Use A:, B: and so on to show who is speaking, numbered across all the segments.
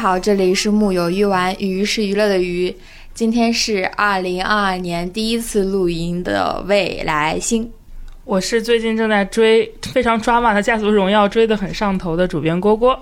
A: 好，这里是木有鱼丸，鱼是娱乐的鱼。今天是二零二二年第一次露营的未来星，
B: 我是最近正在追非常抓马的《家族荣耀》，追得很上头的主编郭郭。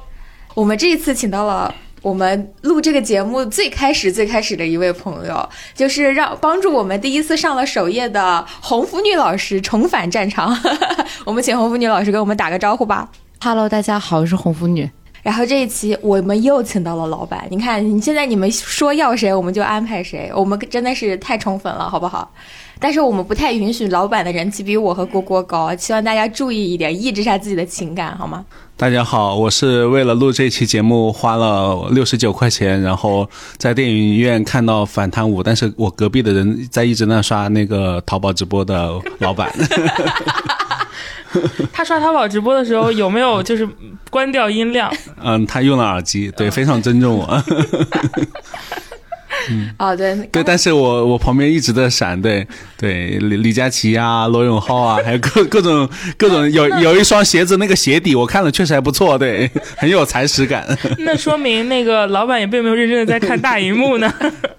A: 我们这一次请到了我们录这个节目最开始最开始的一位朋友，就是让帮助我们第一次上了首页的红福女老师重返战场。 我们请红福女老师给我们打个招呼吧。
C: Hello，大家好，我是红福女。
A: 然后这一期我们又请到了老板，你看，你现在你们说要谁，我们就安排谁，我们真的是太宠粉了，好不好？但是我们不太允许老板的人气比我和郭郭高，希望大家注意一点，抑制下自己的情感，好吗？
D: 大家好，我是为了录这期节目花了六十九块钱，然后在电影院看到《反贪五》，但是我隔壁的人在一直那刷那个淘宝直播的老板。
B: 他刷淘宝直播的时候有没有就是关掉音量？
D: 嗯，他用了耳机，对，非常尊重我。
A: 哦，对，
D: 对，但是我我旁边一直在闪，对对，李李佳琦啊，罗永浩啊，还有各 各种各种有有一双鞋子，那个鞋底我看了确实还不错，对， 很有踩屎感。
B: 那说明那个老板也并没有认真的在看大荧幕呢。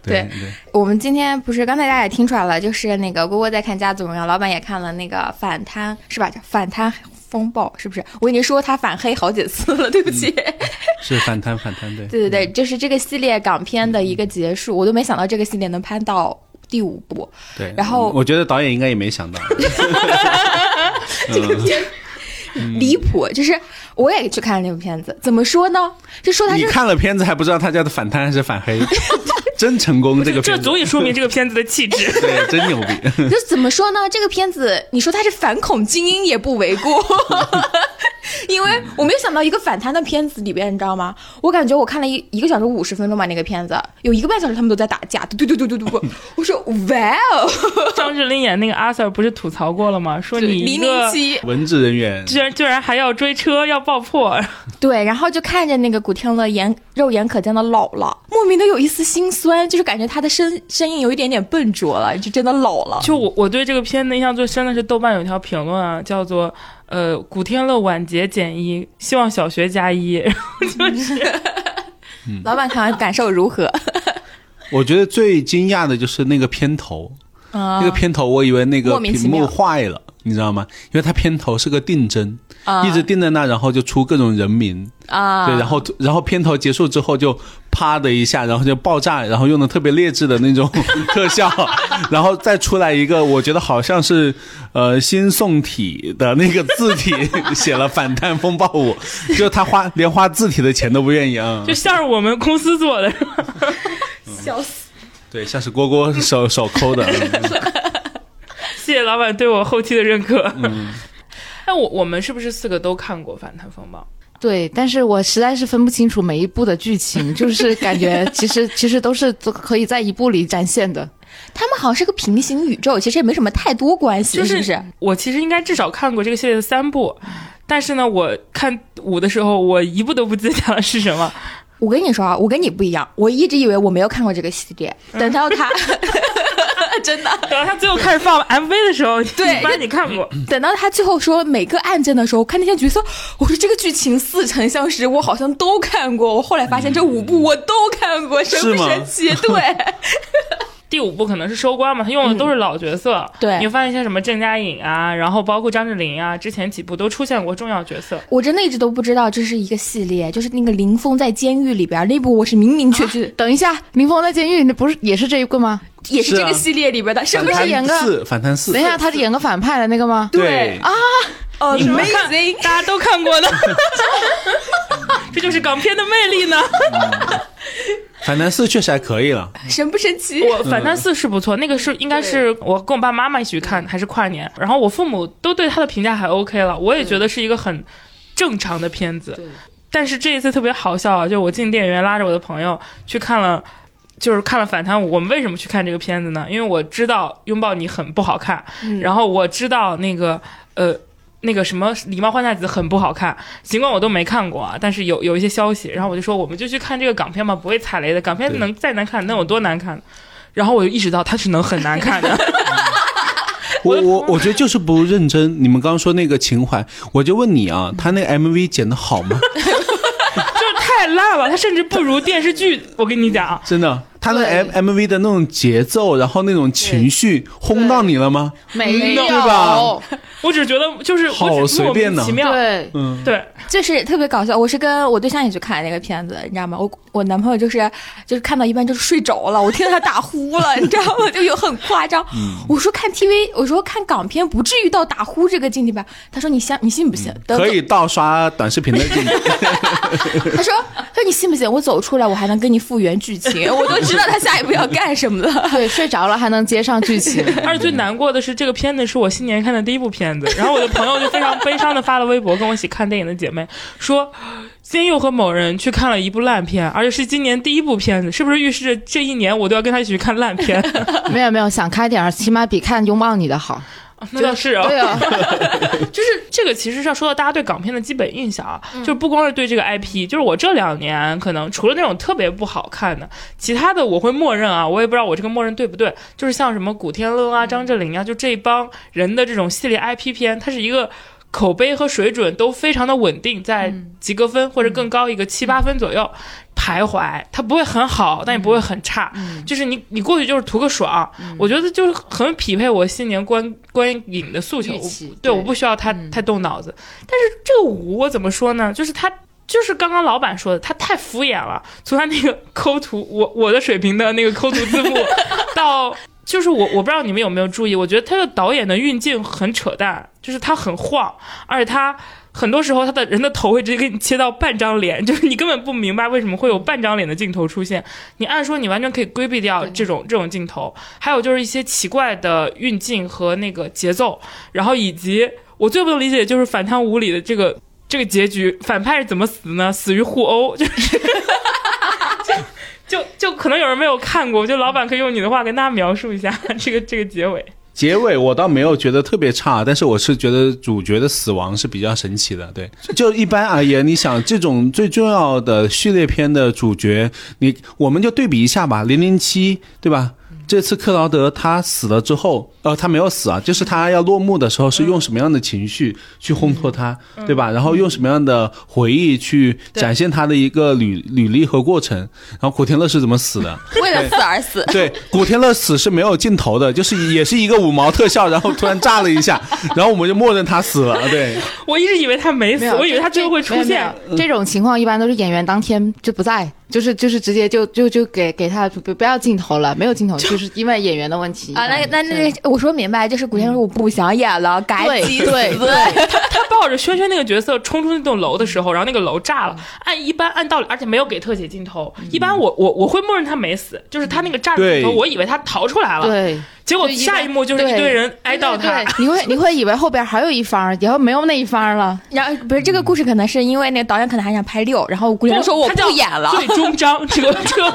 A: 对
D: 对
A: 我们今天不是刚才大家也听出来了，就是那个郭郭在看《家族荣耀》，老板也看了那个反贪是吧？叫反贪风暴是不是？我已经说他反黑好几次了，对不起。
D: 是反贪反贪，对
A: 对对对，就是这个系列港片的一个结束，我都没想到这个系列能拍到第五部。
D: 嗯对。
A: 然后
D: 嗯我觉得导演应该也没想到，
A: 这个片
D: 嗯
A: 离谱，就是我也去看了那部片子，怎么说呢？就说它
D: 你
A: 是
D: 看了片子还不知道他叫的反贪还是反黑，真成功这个
B: 这
D: 片子
B: 足，以说明这个片子的气 质。
D: 对，真牛逼。
A: 就怎么说呢？这个片子，你说它是反恐精英也不为 过，因为我没有想到一个反贪的片子里边，你知道吗？我感觉我看了一一个小时五十分钟吧，那个片子有一个半小时他们都在打架，对对对对对 对，我说哇哦，
B: 张智霖演那个阿 Sir 不是吐槽过了吗？说你一
A: 零零
B: 个
A: 七，
D: 文职人员
B: 居然居然还要追车要爆破，
A: 对，然后就看着那个古天乐眼肉眼可见的老了，莫名的有一丝心酸，就是感觉他的身身影有一点点笨拙了，就真的老了。
B: 就我我对这个片子印象最深的是豆瓣有一条评论啊，叫做呃古天乐晚节减一，希望小学加一。
A: 老板看完感受如何？
D: 我觉得最惊讶的就是那个片头，
A: 啊
D: 那个片头我以为那个
A: 莫名其
D: 屏
A: 妙
D: 幕坏了，你知道吗？因为它片头是个定帧，一直定在那，然后就出各种人名，
A: 啊，
D: 对，然后然后片头结束之后就啪的一下，然后就爆炸，然后用的特别劣质的那种 特 效，然后再出来一个，我觉得好像是呃新宋体的那个字体写了反弹风暴 舞，就他花连花字体的钱都不愿意啊
B: 就，像是我们公司做的，
A: 笑死。
D: 对，像是郭郭手手抠的，嗯
B: 谢谢老板对我后期的认可。
A: 嗯
B: 那我我们是不是四个都看过《反贪风暴》？
C: 对，但是我实在是分不清楚每一部的剧情，就是感觉其实其实都是都可以在一部里展现的。
A: 他们好像是个平行宇宙，其实也没什么太多关系，
B: 就是是
A: 不是？
B: 我其实应该至少看过这个系列的三部，但是呢，我看五的时候，我一部都不记得讲的是什 么。
A: 我跟你说啊，我跟你不一样，我一直以为我没有看过这个系列，
B: 嗯
A: 等到 他， 真的，
B: 等到他最后开始放 MV 的时候，
A: 对
B: 你发现你看过。
A: 等到他最后说每个案件的时候，我看那些角色，我说这个剧情似曾相识，我好像都看过。我后来发现这五部我都看过，神不
D: 嗯是吗
A: 神奇？对，
B: 第五部可能是收官嘛，他用的都是老角色，
A: 嗯对
B: 你会发现像什么郑嘉颖啊，然后包括张智霖啊，之前几部都出现过重要角色。
A: 我真的一直都不知道这是一个系列，就是那个林峰在监狱里边那部，我是明明确确、
C: 等一下，林峰在监狱，那不是也是这一个吗？
A: 也是
D: 是
A: 这
D: 啊
A: 个系列里边的，是
D: 反
A: 不是
D: 弹
A: 演个
D: 四，反弹四
C: 等一，下，他演个反派的那个吗？
A: 对
D: 啊，
A: 哦
B: 你们看，
A: amazing？
B: 大家都看过的，这就是港片的魅力呢。
D: 反弹四确实还可 以了，
A: 神不神奇？
B: 我反弹四是不错，那个是应该是我跟我爸妈妈一起去看，还是跨年，然后我父母都对他的评价还 OK 了，我也觉得是一个很正常的片子。但是这一次特别好笑啊，就我进电影院拉着我的朋友去看了。就是看了反弹舞，我们为什么去看这个片子呢？因为我知道《拥抱你》很不好看，然后我知道那个呃那个什么《狸猫换太子》很不好看，尽管我都没看过啊，但是有有一些消息，然后我就说我们就去看这个港片吧，不会踩雷的。港片
D: 对
B: 能再难看能有多难看？然后我就意识到它是能很难看的，
D: 我我我觉得就是不认真。你们刚刚说那个情怀，我就问你啊，他那个 MV 剪的好吗？
B: 就是太太烂了，它甚至不如电视剧。我跟你讲，啊
D: 真的，他那
C: 对
D: M M V 的那种节奏，然后那种情绪轰到你了吗？
C: 没有
D: 对吧？
B: 我只觉得就是
D: 好
B: 我只
D: 随便呢
B: 莫名其妙。
C: 对，
D: 嗯，
B: 对，
A: 就是特别搞笑。我是跟我对象也去看那个片子，你知道吗？我我男朋友就是就是看到一半就是睡着了，我听到他打呼了，你知道 吗？就有很夸张。
D: 嗯
A: 我说看 TV，我说看港片不至于到打呼这个境界吧？他说你相你信不信？等
D: 嗯可以盗刷短视频的进度
A: 他说：“他说你信不信？我走出来，我还能跟你复原剧情，我都知道他下一步要干什么了。
C: 对，睡着了还能接上剧情，
B: 而且最难过的是，这个片子是我新年看的第一部片子。然后我的朋友就非常悲伤的发了微博，跟我一起看电影的姐妹说，今天又和某人去看了一部烂片，而且是今年第一部片子，是不是预示着这一年我都要跟他一起去看烂片？
C: 没有没有，想开点儿，起码比看《拥抱你》的好。
B: 那倒是啊，
C: 对啊，
B: 就是这个，其实是要说到大家对港片的基本印象啊，就是不光是对这个 IP，就是我这两年可能除了那种特别不好看的，其他的我会默认啊，我也不知道我这个默认对不对，就是像什么古天乐啊、张智霖啊，就这一帮人的这种系列 IP 片，它是一个。口碑和水准都非常的稳定，在
C: 嗯
B: 及格分或者更高一个七八分左右徘徊，它不会很好，但也
C: 嗯
B: 不会很差，就是你你过去就是图个爽，我觉得就是很匹配我新年观观影的诉求
C: 预期，
B: 对，
C: 对嗯
B: 我不需要他太动脑子。但是这个五我怎么说呢？就是他。就是刚刚老板说的，他太敷衍了。从他那个 抠图，我我的水平的那个抠图字幕， 到就是我我不知道你们有没有注意，我觉得他的导演的运镜很扯淡，就是他很晃，而且他很多时候他的人的头会直接给你切到半张脸， 就是你根本不明白为什么会有半张脸的镜头出现。你按说你完全可以规避掉这种这种镜头，还有就是一些奇怪的运镜和那个节奏，然后以及我最不能理解的就是反贪无理的这个这个结局，反派是怎么死呢？死于互殴， 就是。就就可能有人没有看过，我觉得老板可以用你的话跟大家描述一下 这个这个结尾。
D: 结尾我倒没有觉得特别差，但是我是觉得主角的死亡是比较神奇的。对，就一般而言，你想这种最重要的序列片的主角，你我们就对比一下吧，《零零七》对吧？这次克劳德他死了之后，呃，他没有死啊，就是他要落幕的时候是用什么样的情绪去烘托他，对吧？然后用什么样的回忆去展现他的一个履履历和过程。然后古天乐是怎么死的？
A: 为了死而死。
D: 对，古天乐死是没有尽头的，就是也是一个五毛特效，然后突然炸了 一下，然后我们就默认他死了。对，
B: 我一直以为他没死，
C: 没 有，
B: 我以为他最后会出
C: 没
B: 现
C: 有。。没有这种情况一般都是演员当天就不在，就是就是直接就就就给给他不不要镜头了，没有镜头，就是因为演员的问题
A: 啊，那那那
C: 对
A: 个，我说明白，就是古天乐说我不想演了，改
C: 对
A: 起
C: 对
A: 死。
B: 他抱着轩轩那个角色冲出那栋楼的时候，然后那个楼炸了。按一般按道理，而且没有给特写镜头，
C: 嗯
B: 一般我我我会默认他没死，就是他那个炸的镜头，
D: 对
B: 我以为他逃出来了，
C: 对。
B: 结果
C: 就一般
B: 下一幕就是一
C: 对
B: 堆人哀悼
C: 对
B: 啊他。
C: 对你会你会以为后边还有一方，然后没有那一方 了。
A: 然后不是这个故事，可能是因为那个导演可能还想拍六，然后古天乐说我
B: 他叫
A: 不演了，
B: 最终章，这个这个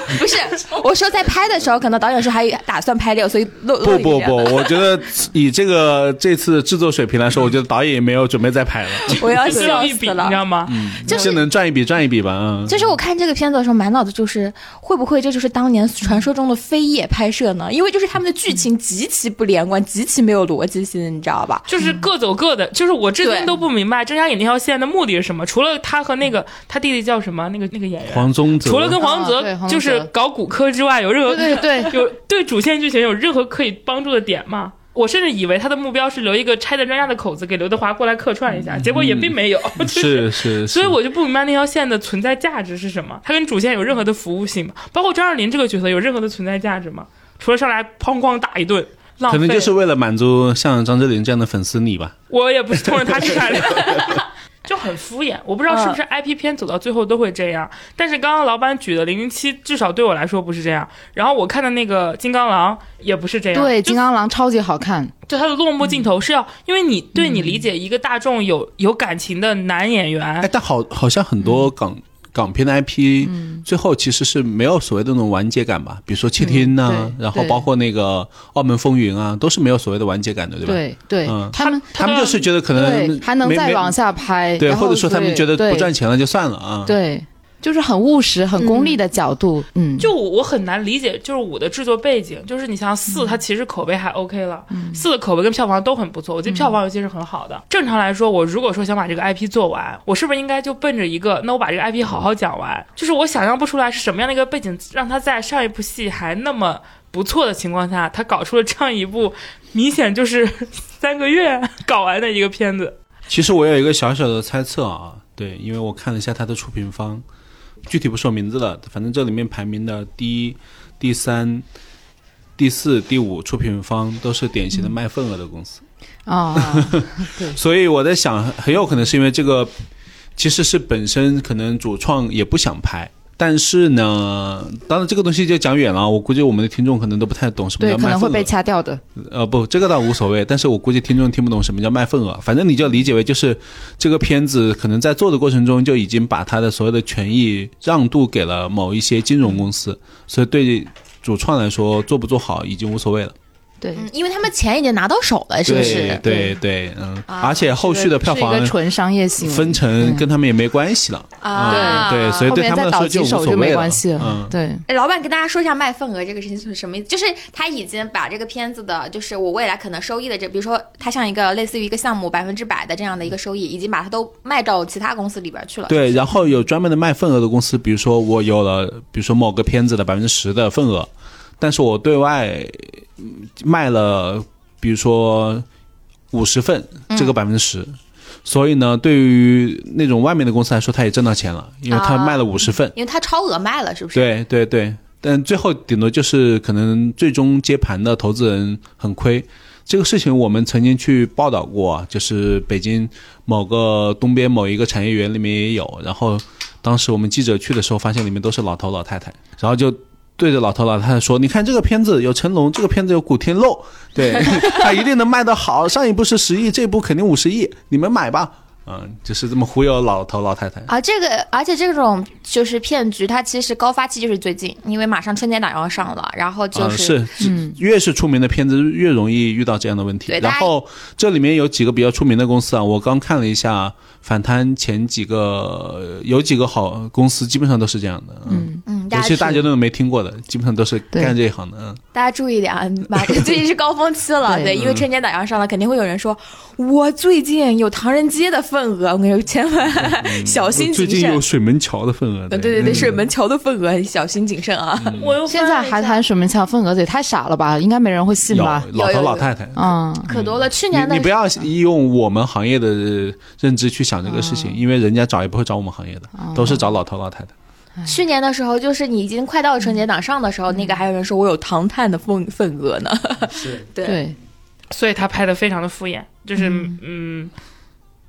A: 不是，我说在拍的时候，可能导演说还打算拍六，所以漏
D: 不
A: 漏一
D: 不
A: 遍
B: 啊
D: 不，我觉得以这个这次的制作水平来说，我觉得导演也没有准备 再拍了，
A: 我要
B: 最
A: 笑
B: 后一
A: 死
B: 笔，你
A: 了
B: 知。道吗？
D: 嗯就是能赚一笔赚一笔吧。嗯，
A: 就是我看这个片子的时候，满脑子就是会不会这就是当年传说中的飞夜拍摄呢？因为就是他们的剧情极其不连贯，极其没有逻辑性，你知道吧？
B: 就是各走各的，就是我至今
A: 对
B: 都不明白张嘉颖那条线的目的是什么。除了他和那个他弟弟叫什么那个那个演员，
D: 黄宗泽，
B: 除了跟黄
C: 啊对
B: 泽
C: 黄泽
B: 就是搞骨科之外，有任何
C: 对对 对
B: 有对主线剧情有任何可以帮助的点吗？我甚至以为他的目标是留一个拆弹专家的口子给刘德华过来客串一下，结果也并没有。 就是
D: 嗯是是，
B: 所以我就不明白那条线的存在价值是什么，它跟主线有任何的服务性吗？包括张爱玲这个角色有任何的存在价值吗？除了上来哐哐打一顿，浪
D: 可
B: 费
D: 能就是为了满足像张智霖这样的粉丝你吧。
B: 我也不是冲着他去看的， 就很敷衍。我不知道是不是 IP 片走到最后都会这样，但是刚刚老板举的《零零七》，至少对我来说不是这样。然后我看的那个《金刚狼》也不是这样，
C: 对，
B: 就
C: 金刚狼超级好看，
B: 就他的落幕镜
C: 嗯
B: 头是要，因为你对你理解一个大众有有感情的男演员
D: 哎，，但好好像很
C: 嗯
D: 多港。港片的 IP、最后其实是没有所谓的那种完结感吧，比如说《窃听》呐、
C: 嗯对
D: 然后
C: 对
D: 包括那个《澳门风云》啊，都是没有所谓的完结感的，对吧？
C: 对对
D: 嗯，
C: 他们
D: 他们就是觉得可能
C: 对还能
D: 没
C: 再
D: 没
C: 往下拍，
D: 对，
C: 然后
D: 或者说他们觉得
C: 对
D: 不赚钱了就算了啊。
C: 对，就是很务实、很功利的角度，嗯，
B: 就我我很难理解，就是五的制作背景，就是你像
C: 嗯
B: 四，它其实口碑还 OK 了，四的口碑跟票房都很不错，
C: 嗯
B: 我觉得票房尤其是很好的。正常来说，我如果说想把这个 IP 做完，我是不是应该就奔着一个，那我把这个 IP 好好讲
C: 嗯
B: 完？就是我想象不出来是什么样的一个背景，让它在上一部戏还那么不错的情况下，他搞出了这样一部明显就是三个月搞完的一个片子。
D: 其实我有一个小小的猜测啊，对，因为我看了一下它的出品方，具体不说名字了，反正这里面排名的第一、第三、第四、第五出品方都是典
C: 嗯
D: 型的卖份额的公司，
C: 啊、
D: 所以我在想，很有可能是因为这个其实是本身可能主创也不想拍。但是呢，当然这个东西就讲远了，我估计我们的听众可能都不太懂什么
C: 对，
D: 叫
C: 可
D: 卖份
C: 能
D: 额。
C: 会被掐掉的。
D: 呃，不，这个倒无所谓，但是我估计听众听不懂什么叫卖份额，反正你就理解为就是这个片子可能在做的过程中就已经把它的所有的权益让渡给了某一些金融公司，所以对主创来说做不做好已经无所谓了。
C: 对，
A: 嗯，因为他们钱已经拿到手了，是不是？
D: 对对对，嗯，而且后续的票
C: 是一
D: 房
C: 啊个纯商业行为，
D: 分成跟他们也没关系了，
A: 啊
D: 嗯对，所以
C: 后
D: 对
C: 面
D: 他们
C: 再
D: 来
C: 倒
D: 说
C: 几
D: 无
C: 手
D: 所谓
C: 没
D: 了，
C: 关系了。
D: 嗯。
C: 对，
A: 哎老板跟大家说一下卖份额这个事情是什么意思？就是他已经把这个片子的，就是我未来可能收益的这，比如说它像一个类似于一个项目百分之百的这样的一个收益，已经把它都卖到其他公司里边去了。
D: 对，然后有专门的卖份额的公司，比如说我有了，比如说某个片子的百分之十的份额，但是我对外嗯卖了，比如说五十份，
C: 嗯
D: 这个百分之十。所以呢，对于那种外面的公司来说，他也挣到钱了，因为他
A: 啊
D: 卖了五十份。
A: 因为它超额卖了，是不是？
D: 对对对，但最后顶多就是可能最终接盘的投资人很亏。这个事情我们曾经去报道过啊，就是北京某个东边某一个产业园里面也有。然后当时我们记者去的时候，发现里面都是老头老太太，然后就对着老头老太太说：“你看这个片子有成龙，这个片子有古天乐，对他一定能卖得好。上一部是十亿，这部肯定五十亿，你们买吧。”嗯，就是这么忽悠老头老太太。
A: 而这个，而且这种就是骗局，它其实高发期就是最近，因为马上春节档要上了，然后就
D: 啊，
A: 是,、嗯
D: 是，越是出名的片子越容易遇到这样的问题
A: 对。
D: 然
A: 大家
D: 后这里面有几个比较出名的公司啊，我刚看了一下，反贪前几个呃有几个好公司，基本上都是这样的。嗯，
A: 嗯，大
D: 尤
A: 家
D: 其大
A: 注
D: 家都没听过的，基本上都是
C: 对
D: 干这一行的。嗯，
A: 大家注意点啊，马最近是高峰期 了，
C: 对
A: 对，因为春节档要上了，肯定会有人说，我最近有唐人街的份额，我跟你说，千万 小心
D: 嗯最
A: 谨
D: 近
A: 慎
D: 有。水门桥的份额。
A: 对嗯对对，水门桥的份额，小心谨慎啊！
B: 我又
C: 嗯现
B: 翻
C: 在
B: 了一
C: 还
B: 下
C: 谈水门桥份额也太傻了吧？应该没人会信
D: 有
C: 吧？
D: 老
A: 有
D: 头
A: 有
D: 老
A: 有
D: 太太。
C: 嗯，
A: 可多了，去年
D: 你
A: 的
D: 你不要用我们行业的认知去想这个事
A: 啊
D: 情，因为人家找也不会找我们行业的，
A: 哦
D: 都是找老头老太太。
A: 去年的时候，就是你已经快到春节档上的时候，那个还有人说我有唐探的份份额呢。是，对，
C: 对，
B: 所以他拍的非常的敷衍，就是嗯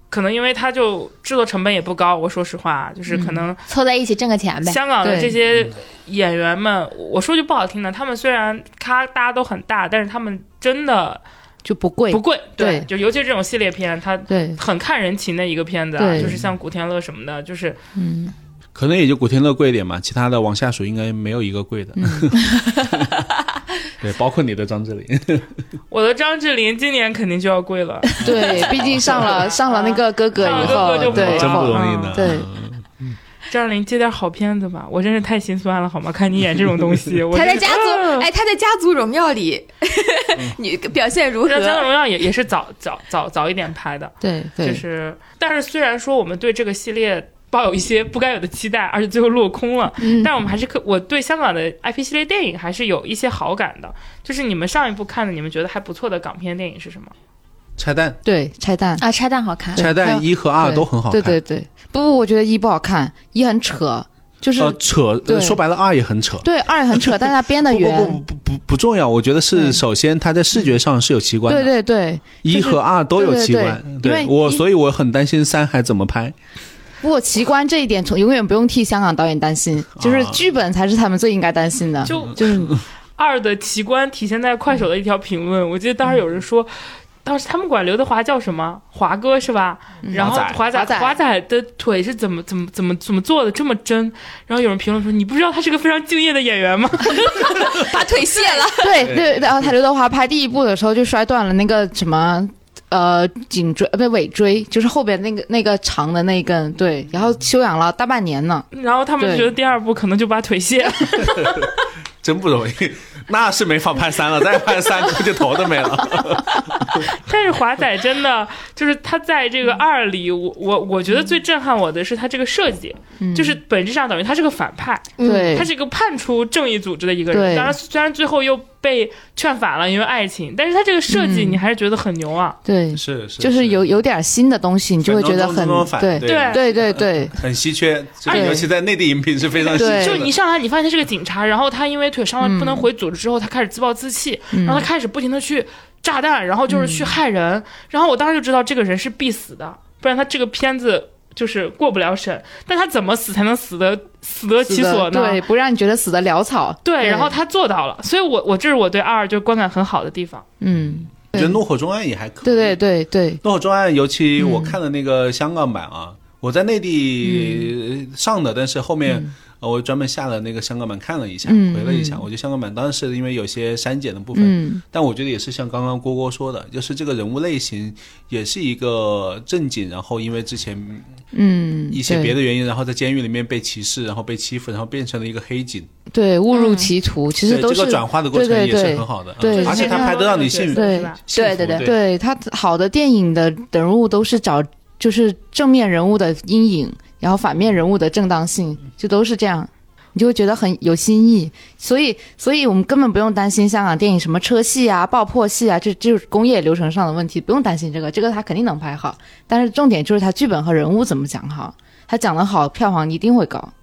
B: 可能因为他就制作成本也不高，我说实话，就是
A: 嗯
B: 可能
A: 凑在一起挣个钱呗。
B: 香港的
C: 对
B: 这些
A: 嗯
B: 演员们，我说句不好听的，他们虽然咖大家都很大，但是他们真的
C: 就不贵
B: 不，贵，
C: 对
B: 就尤其是这种系列片，他
C: 对，
B: 很看人情的一个片子啊，
C: 对
B: 就是像古天乐什么的，就是
C: 嗯，
D: 可能也就古天乐贵一点嘛，其他的往下数应该没有一个贵
C: 嗯
D: 的。 对，包括你的张智霖，
B: 我的张智霖今年肯定就要贵了，
C: 对，毕竟上了上了那个哥哥以
B: 上了哥
C: 后
B: 哥就，不
C: 对，
D: 真不容易
B: 嗯
D: 呢。
C: 对
B: 张智霖接点好片子吧，我真是太心酸了，好吗？看你演这种东 西，我
A: 他在
B: 真
A: 家
B: 是啊
A: 族，哎，他在家族荣耀里， 你表现如
B: 《人家
A: 何？
B: 荣耀也》也是早早早早一点拍的，
C: 对
B: 就
C: 对，
B: 是但是虽然说我们对这个系列抱有一些不该有的期待，而且最后落空了，
C: 嗯
B: 但我们还是可我对香港的 IP 系列电影还是有一些好感的。就是你们上一部看的，你们觉得还不错的港片电影是什么？
D: 拆弹，
C: 对拆弹。
A: 啊，拆弹好看。
D: 拆弹一和二
C: 对
D: 都很好
C: 对
D: 看。
C: 对对，不不，我觉得一不好看，一很扯，就是、
D: 呃，扯，
C: 对
D: 呃说白了二也很扯。
C: 对二也很扯，但是它编的
D: 不
C: 圆。
D: 不不不不不重要，我觉得是
C: 对
D: 首先它在视觉上是有奇观
C: 对
D: 的，
C: 对对，
D: 一
C: 就是
D: 和二都有
C: 对对
D: 奇
C: 对
D: 观。
C: 因为
D: 对我，
C: 一
D: 所以我很担心三还怎么拍。
C: 不过奇观这一点，从永远不用替香港导演担心，就是剧本才是他们最应该担心的。
B: 就
C: 就是
B: 二的奇观体现在快手的一条评论，我记得当时有人
C: 嗯
B: 说。当时他们管刘德华叫什么？华哥是吧？然后
D: 华仔
B: 华仔
C: 嗯华仔
B: 华仔的腿是怎么怎么怎么怎么做的这么真？然后有人评论说：“你不知道他是个非常敬业的演员吗？”
A: 把腿卸了。
C: 对对，然后他刘德华拍第一部的时候就摔断了那个什么呃颈椎呃不尾椎，就是后边那个那个长的那一根，对，然后休养了大半年呢。
B: 然后他们
C: 对
B: 觉得第二部可能就把腿卸了，
D: 真不容易， 那是没法拍三了，再拍三估计头都没了。
B: 但是华仔真的就是他在这
C: 嗯
B: 个二里，我我我觉得最震撼我的是他这个设计，就是本质上等于他是个反派，
A: 嗯
C: 嗯对，
B: 他是一个叛出正义组织的一个人。
C: 对
B: 当然，虽然最后又被劝反了，因为爱情，但是他这个设计
C: 嗯
B: 你还是觉得很牛啊。
C: 对，
D: 是是，
C: 就是有有点新的东西，你就会觉得很
D: 反动中反
C: 对
B: 对
C: 对对对
D: 很稀缺，这个
C: 对
D: 尤其在内地饮品是非常稀
C: 对嗯
B: 就
D: 缺
B: 你一
D: 的。
B: 上来，你发现他是个警察，然后他因为腿伤了不能回组织之后，他开始自暴自弃，然后他开始不停的去炸弹，然后就是去害人，然后我当时就知道这个人是必死的，不然他这个片子就是过不了审。但他怎么死才能死得死得
C: 死
B: 其
C: 得
B: 所呢？
C: 对，不让你觉得死的潦草。
B: 对然后他做到了，所以我我这是我对二就是观感很好的地方。
C: 嗯，
D: 我觉得《怒火中案》也还可以。
C: 对对对对，
D: 《怒火中案》，尤其我看的那个香港版
C: 嗯
D: 啊，我在内地呃上的，但是后面呃我专门下了那个香港版看了一下，
C: 嗯
D: 回了一下。我觉得香港版当然是因为有些删减的部分，
C: 嗯
D: 但我觉得也是像刚刚郭郭说的，就是这个人物类型也是一个正经，然后因为之前
C: 嗯，
D: 一些别
C: 的
D: 的原因，然后在监狱里面被歧视，然后被欺负，然后变成了一个黑警。
C: 对误
B: 嗯
C: 入歧途，其实
D: 对
C: 都
D: 这
C: 是
D: 个转化的过程
C: 对
D: 也
C: 对
D: 是
C: 对
D: 很好的，
C: 对
D: 嗯而且他拍的让你幸
B: 幸
D: 运。
C: 对
B: 是吧？
D: 幸福
A: 对对
D: 对
C: 对他好的电影的人物都是找就是正面人物的阴影，然后反面人物的正当性，就都是这样，你就会觉得很有新意。所以，所以我们根本不用担心香港电影什么车戏啊、爆破戏啊，这这就是工业流程上的问题，不用担心这个，这个他肯定能拍好。但是重点就是他剧本和人物怎么讲好，他讲的好，票房一定会高。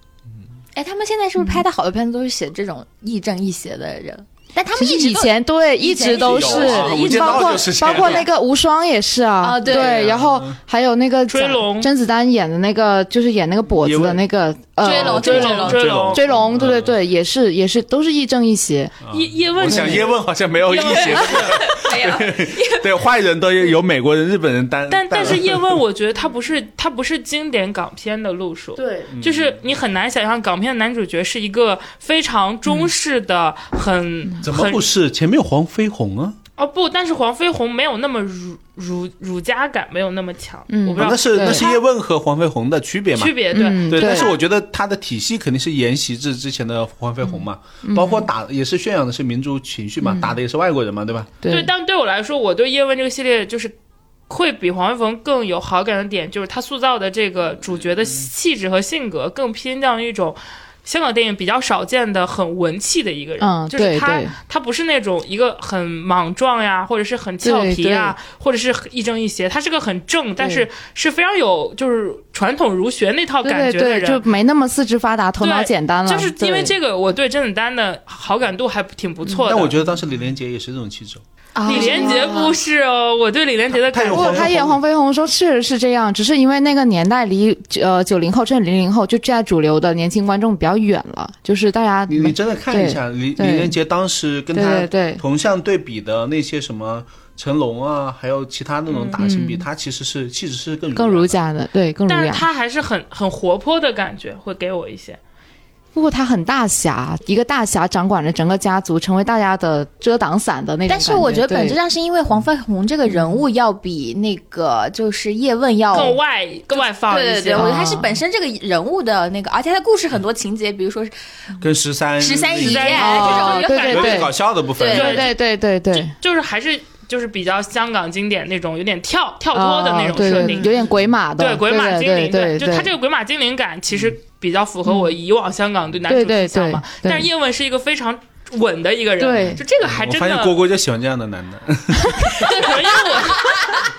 A: 哎，他们现在是不是拍的好的片子都是写这种亦正亦邪的人？但他们
C: 其实
A: 一直
C: 以
A: 都
C: 前对
A: 以
C: 一
A: 前
C: 直都
A: 一直
C: 是
A: 有啊我，
C: 一
A: 见
C: 直
A: 到
C: 包括
D: 就是这
C: 包
D: 样嗯
C: 括那个无双也是啊，
A: 啊对
C: 对，然后还有那个
B: 追龙
C: 甄子丹演的那个，就是演那个跛子的那个呃
A: 追
D: 哦
A: 龙
B: 追
A: 追
B: 龙
A: 龙
B: 追龙，
C: 追龙，对
D: 嗯
C: 对对，也是也是都是亦正亦邪，
B: 叶叶问
D: 我想叶问好像没有异
B: 叶
D: 形，
A: 没有。
D: 对坏人都有美国人、日本人担，
B: 但
D: 担
B: 但
D: 了
B: 是叶 问，我觉得他不是他不是经典港片的路数，
C: 对
D: 嗯
B: 就是你很难想象港片男主角是一个非常中式的，很
D: 嗯怎么
B: 很
D: 不是？前面有黄飞鸿啊，
B: 哦不，但是黄飞鸿没有那么儒儒儒家感没有那么强，
C: 嗯
B: 我不知道
D: 啊那是
C: 对
D: 那是叶问和黄飞鸿的区别嘛
B: 区？别对。
C: 嗯
D: 对，
C: 对
D: 但是我觉得他的体系肯定是沿袭至之前的黄飞鸿嘛，包括打也是宣扬的是民族情绪嘛，打的也是外国人嘛，对吧？
B: 对，
C: 对
B: 但对我来说，我对叶问这个系列就是会比黄飞鸿更有好感的点，就是他塑造的这个主角的气质和性格更偏向一种。香港电影比较少见的很文气的一个人，
C: 嗯
B: 就是
C: 对
B: 他
C: 对，
B: 他不是那种一个很莽撞呀，或者是很俏皮呀，或者是很亦正亦邪，他是个很正，但是是非常有就是传统儒学那套感
C: 对
B: 觉的
C: 对
B: 人，
C: 对，就没那么四肢发达，头脑
B: 对
C: 简单了，
B: 就是因为
C: 啊对
B: 这个，我对甄子丹的好感度还挺不错的。
D: 但我觉得当时李连杰也是这种气质哦，
B: 李连杰
C: 嗯
B: 不是哦，我对李连杰的
D: 他
B: 感
D: 有
C: 啊不
B: 觉
C: 过他演黄飞鸿说确实是这样，只是因为那个年代离呃九零后甚至零零后就这样主流的年轻观众比较远了，就是大家
D: 你你真的看一下李李
C: 对
D: 连杰当时跟
C: 对
D: 他
C: 对对
D: 同向对比的那些什么成龙啊，还有其他那种打型比，他其实是气质是更
C: 嗯更儒
D: 儒雅
C: 家的，对更儒
B: 嗯但是
C: 雅。
B: 他还是很很活泼的感觉，会给我一些。
C: 不过他很大侠，一个大侠掌管着整个家族，成为大家的遮挡伞的那种感。
A: 但是我觉得本质
C: 对
A: 上是因为黄飞鸿这个人物要比那个就是叶问
C: 哦
A: 要
B: 更外更外放一
A: 对对
B: 些。
A: 对，我觉得他是
C: 啊
A: 本身这个人物的那个，而且他的故事很多情节，比如说是
D: 的，跟十三
A: 十三姨
B: 13
A: 哎
C: 嗯哦
A: 这种
C: 对
A: 有感
C: 对
D: 有点
C: 对
D: 搞笑的部分，
A: 对
C: 对对对对对，
B: 就是还是就是比较香港经典那种有点跳跳脱的那种
C: 啊对
B: 设
C: 哦对
B: 定，
C: 有点鬼马的，
B: 对鬼马精灵，
C: 对对
B: 就他这
C: 个
B: 个鬼马精灵感其
D: 嗯
B: 实比较符合我以往香港对男主
C: 对
B: 印
C: 对
B: 象嘛。
C: 对对
B: 但是叶问是一个非常稳的一个人，
C: 对
B: 就这个还
D: 我
B: 真
D: 发
B: 的
D: 现郭郭就喜欢这样的男的，
B: 对，可能因为我。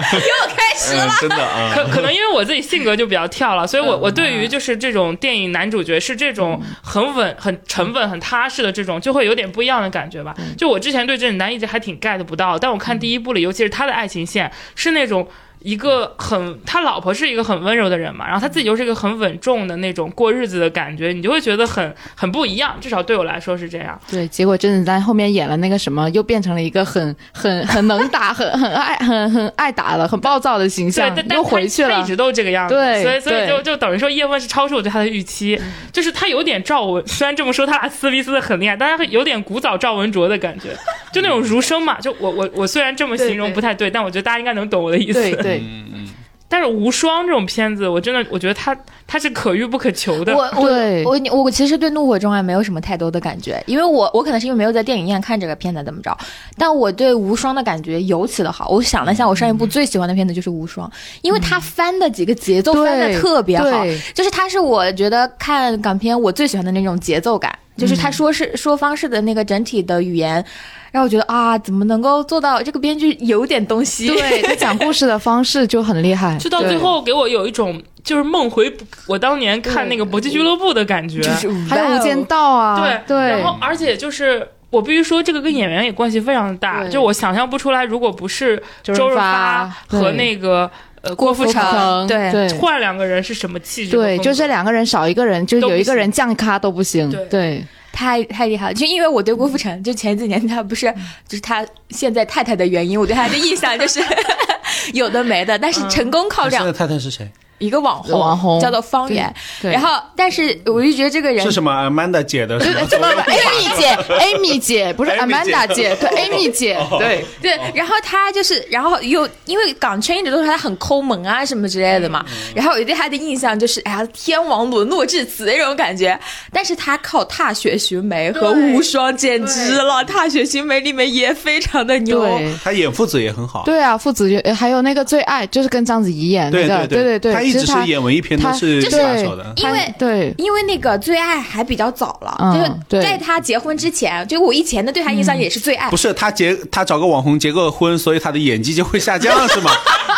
A: 又开始
D: 嗯，真的啊，
B: 可可能因为我自己性格就比较跳了，所以我我对于就是这种电影男主角是这种很稳、很沉稳、很踏实的这种，就会有点不一样的感觉吧。就我之前对甄子丹一直还挺 get 不到，但我看第一部里，尤其是他的爱情线是那种。一个很，他老婆是一个很温柔的人嘛，然后他自己又是一个很稳重的那种过日子的感觉，你就会觉得很很不一样，至少对我来说是这样。
C: 对，结果甄子丹后面演了那个什么，又变成了一个很很很能打、很很爱、很很爱打的、很暴躁的形
B: 对，
C: 象
B: 但，但
C: 又
B: 他
C: 回去
B: 他
C: 了
B: 一直。都这个样子，
C: 对
B: 所以所以
C: 对嗯
B: 就就等于说叶问是超出我对他的预期，就是他有点赵文，虽然这么说他俩撕逼撕的很厉害，但他有点古早赵文卓的感觉，就那种儒生嘛，就我我我虽然这么形容不太对，但我觉得大家应该能懂我的意思。
C: 对对，
D: 嗯嗯，
B: 但是《无双》这种片子，我真的我觉得它它是可遇不可求的。
A: 我
C: 对
A: 我我我其实对《怒火中爱》没有什么太多的感觉，因为我我可能是因为没有在电影院看这个片子怎么着，但我对《无双》的感觉尤其的好。我想了一下，我上一
C: 嗯
A: 部最喜欢的片子就是《无双》，因为它翻的几个节奏
C: 对
A: 翻的特别好
C: 对，
A: 就是它是我觉得看港片我最喜欢的那种节奏感，就是它说是、说方式的那个整体的语言，让我觉得啊，怎么能够做到这个编剧有点东西？
C: 对他讲故事的方式就很厉害，
B: 就到最后给我有一种就是梦回我当年看那个《搏击俱乐部》的感觉。
A: 就是哦
C: 还有《无间道》啊
B: 对，然后而且就是。我必须说，这个跟演员也关系非常大。
C: 对
B: 就我想象不出来，如果不是
C: 周
B: 周
C: 润
B: 润
C: 发
B: 发和
C: 对
B: 那个呃郭富
A: 城
C: 成
A: 对
C: 对
B: 换两个人是什么气质和风
C: 对，
B: 格？
C: 就这两个人少一个人，就
B: 都不
C: 有一个
B: 行
C: 人降咖都不行，
B: 对
D: 哦
C: 对
A: 太太厉害了！就因为我对郭富城，就前几年他不是，就是他现在太太的原因，我对他的印象就是 有的没的，但是成功靠
D: 他现
A: 两
D: 在太太是谁？
A: 一个嗯网红，
C: 网红
A: 叫做方圆。
C: 对。
A: 然后，但是我就觉得这个人
D: 是什么？Amanda 姐的什么？
C: 哎 Amy 姐，Amy 姐不是
D: Amy 姐哦
C: Amanda 姐，对 Amy 姐，对
A: 对，然后他就是，然后又因为港圈一直都说他很抠门啊什么之类的嘛，然后我对他的印象就是，哎呀，天王沦落至此那种感觉。但是他靠《踏雪寻梅》和《无双》简直了，《踏雪寻梅》里面也非常的牛。
C: 对
D: 她演父子也很好。
C: 对啊，父子呃还有那个最爱，就是跟章子怡演那个，
D: 对
C: 对对，
D: 她一直
C: 其实她
D: 是演文艺片都
C: 她
D: 是
C: 就是
D: 下手的。
A: 因为
C: 她对
A: 因为那个最爱还比较早了，
C: 嗯
A: 就
C: 对嗯
A: 是在他结婚之前，就我以前的对他印象也是最爱。
D: 不是她结她找个网红结个婚，所以她的演技就会下降 是吗？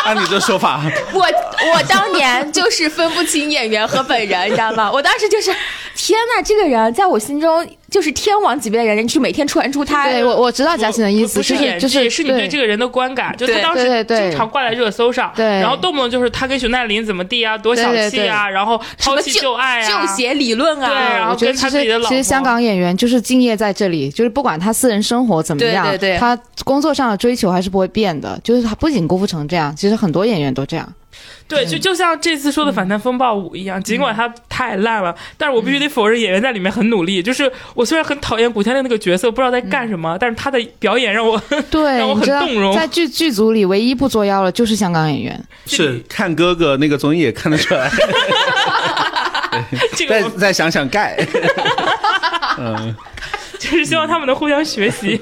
D: 按你这说法，
A: 我我当年就是分不清演员和本人，你知道吗？我当时就是，天呐，这个人在我心中就是天王级别的人，就是每天传出他。
C: 对我我知道
B: 不
C: 贾欣的意思，
B: 不
C: 就是
B: 演
C: 是
B: 技，
C: 就是
B: 是你对这个人的观感。就他
A: 对
B: 当
C: 对
B: 时
C: 对对
B: 经常挂在热搜上，
C: 对
B: 然后动不动就是他跟熊黛林怎么地啊，多小
C: 对对
B: 气啊，然后
A: 什
B: 抛
A: 么
B: 弃旧爱啊，
A: 旧鞋理论
B: 对，
A: 啊，
B: 然后
C: 我觉得
B: 跟
C: 其
B: 他自己的
C: 实
B: 老
C: 其
B: 婆
C: 实香港演员就是敬业在这里，就是不管他私人生活怎么样，
A: 对对对
C: 他工作上的追求还是不会变的。就是他不仅郭富城这样，其实很多演员都 这样。
B: 对，就就像这次说的《反贪风暴五》一样，尽管它太烂了，但是我必须得否认演员在里面很努力。就是我虽然很讨厌古天乐那个角色，不知道在干什么，但是他的表演让我
C: 对
B: 让，我
C: 你
B: 很
C: 知道
B: 动容
C: 在剧剧组里唯一不作妖的就是香港 演员。
D: 是看哥哥那个综艺也看得出来。
B: 这个
D: 再
B: 我
D: 再想想盖，嗯，
B: 就是希望他们能互相学习。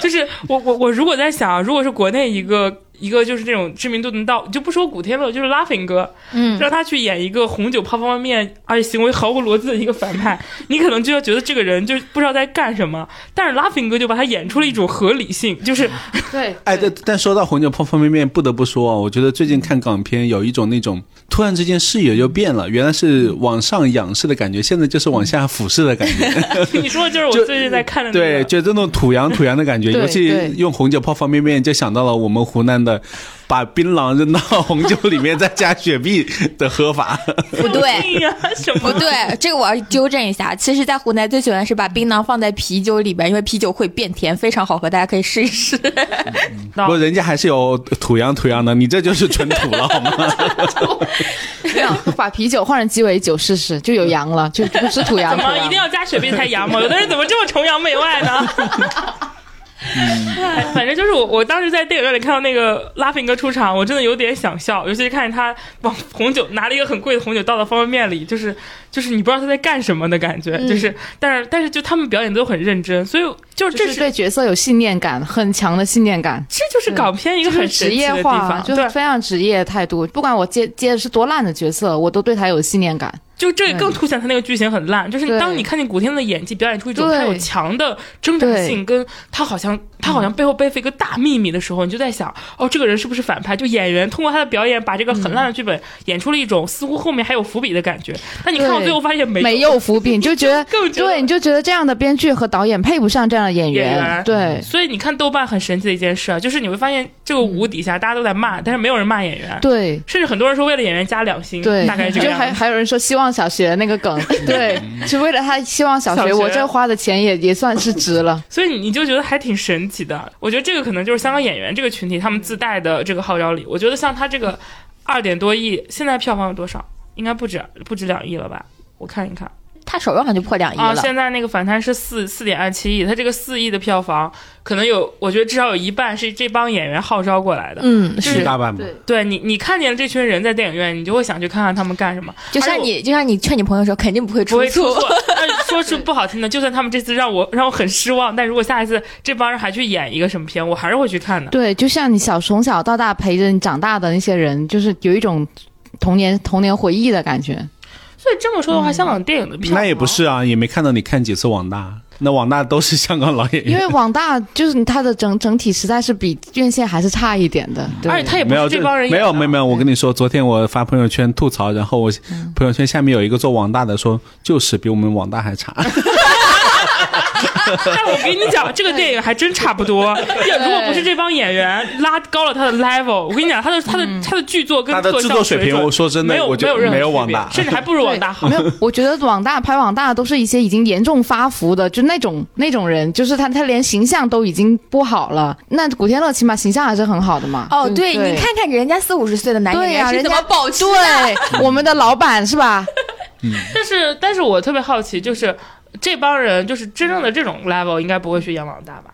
B: 就是我我我如果在想，如果是国内一个。一个就是这种知名度能到，就不说古天乐，就是 Laughing 哥，
A: 嗯，
B: 让他去演一个红酒泡方便面，而且行为毫无逻辑的一个反派，你可能就要觉得这个人就不知道在干什么。但是 Laughing 哥就把他演出了一种合理性，就是
C: 对，
D: 哎，但但说到红酒泡方便面，不得不说啊，我觉得最近看港片有一种那种突然之间视野就变了，原来是往上仰视的感觉，现在就是往下俯视的感觉，
B: 你说的就是我最近在看的那
D: 对，
B: 个，
D: 就这种土洋土洋的感觉。
C: 嗯对
D: 尤其
C: 对
D: 用红酒泡方便面，就想到了我们湖南的把槟榔扔到 红酒里面再加雪碧的喝法。
C: 哦
A: 不 对。
B: 哎呀，什
A: 不
B: 么？
A: 对，这个我要纠正一下。其实，在湖南最喜欢的是把槟榔放在啤酒里边，因为啤酒会变甜，非常好喝，大家可以试一试。
D: 不过
B: 对，
D: 人家还是有土洋土洋的，你这就是纯土了好吗？
C: 没
B: 啊
C: 有 把啤酒换成鸡尾酒试试，就有羊了，就就不吃土羊
B: 怎
C: 土
B: 么
C: 羊
B: 一定要加雪碧才洋吗？有的人怎么这么崇洋媚外呢？
D: 嗯
B: 哎反正就是我，我当时在电影院里看到那个拉菲哥出场，我真的有点想笑，尤其是看见他往红酒拿了一个很贵的红酒倒到方便面里，就是就是你不知道他在干什么的感
C: 嗯
B: 觉，就是但是但是就他们表演都很认真，所以就是
C: 就
B: 这
C: 是
B: 是
C: 对角色有信念感，很强的信念感。
B: 这就是港片一个
C: 就是
B: 很
C: 职
B: 神奇
C: 业
B: 的地
C: 化，
B: 方，
C: 就
B: 对
C: 是非常职业的态度。不管我接接的是多烂的角色，我都对他有信念感。
B: 就这更凸显他那个剧情很烂，就是
C: 嗯对
B: 当你看见古天乐的演技表演出一种他有强的挣扎性，跟他好像他
C: 嗯
B: 好像背后背负一个大秘密的时候，你就在想，哦，这个人是不是反派？就演员通过他的表演把这个很
C: 嗯
B: 烂的剧本演出了一种似乎后面还有伏笔的感觉，但你看到
C: 对
B: 最后发现没
C: 没
B: 有。
C: 有伏笔， 你就觉得
B: 更觉得
C: 对，你就觉得这样的编剧和导演配不上这样的演员。
B: 演员
C: 对
B: 所以你看豆瓣很神奇的一件事啊，就是你会发现这个舞底下大家都在骂，但是没有人骂演员，
C: 嗯对
B: 甚至很多人说为了演员加两星，
C: 对，
B: 大概是这个
C: 就
B: 样
C: 还
B: 子。
C: 还有人说希望小学那 个梗，对，是为了他希望小学，
B: 小学
C: 我这花的钱也也算是 值了。
B: 所以你你就觉得还挺神奇的。我觉得这个可能就是香港演员这个群体他们自带的这个号召力。我觉得像他这个二点多亿，现在票房有多少？应该不止不止两亿了吧？我看一看，
A: 他手上好像就破两亿
B: 啊，
A: 了。
B: 现在那个反贪是四四点二七亿，他这个四亿的票房，可能有，我觉得至少有一半是这帮演员号召过来的。
A: 嗯，
B: 就是
A: 是，
D: 大半吧。
C: 对，
B: 对你，你看见了这群人在电影院，你就会想去看看他们干什么，
A: 就像你就像你劝你朋友说，肯定不会
B: 哎不
A: 出
B: 会出
A: 错。
B: 错。 但说是不好听的，就算他们这次让我让我很失望，但如果下一次这帮人还去演一个什么片，我还是会去看的。
C: 对，就像你小从小到大陪着你长大的那些人，就是有一种童年童年回忆的感觉。
B: 所以这么说
C: 嗯
B: 的话，香港电影的票
D: 那也不
B: 房
D: 是啊，也没看到你看几次网大，那网大都是香港老演
C: 因
D: 员
C: 为。网大就是它的整整体实在是比院线还是差一点的，对
B: 而且他也不
D: 没有
B: 是这帮人
D: 没
B: 演
D: 有
B: 的啊
D: 没有没有，我跟你说，昨天我发朋友圈吐槽，然后我朋友圈下面有一个做网大的说，就是比我们网大还差。
B: 但哎我跟你讲，这个电影还真差不 多。也如果不是这帮演员拉高了他的 level，我跟你讲，他的他的
C: 嗯
B: 他的剧作跟
D: 他的
B: 特
D: 制
B: 效
D: 作水平
B: 准
D: 我说真的
B: 没有
D: 我觉
B: 没
D: 得
B: 有任何
D: 没有
B: 区
D: 网
B: 别
D: 大
B: 甚至还不如网大好
C: 没。 有，我觉得网大拍网大都是一些已经严重发福的，就那种那种人，就是他他连形象都已经不好了。那古天乐起码形象还是很好的嘛。
B: 嗯
A: 哦，对，
C: 对
A: 你看看人家四五十岁的男演
C: 对呀、
A: 员是
C: 人
A: 怎
C: 家
A: 么保持的。
C: 对我们的老板是吧？
B: 但是但是我特别好奇，就是这帮人就是真正的这种 level 应该不会去演网大吧？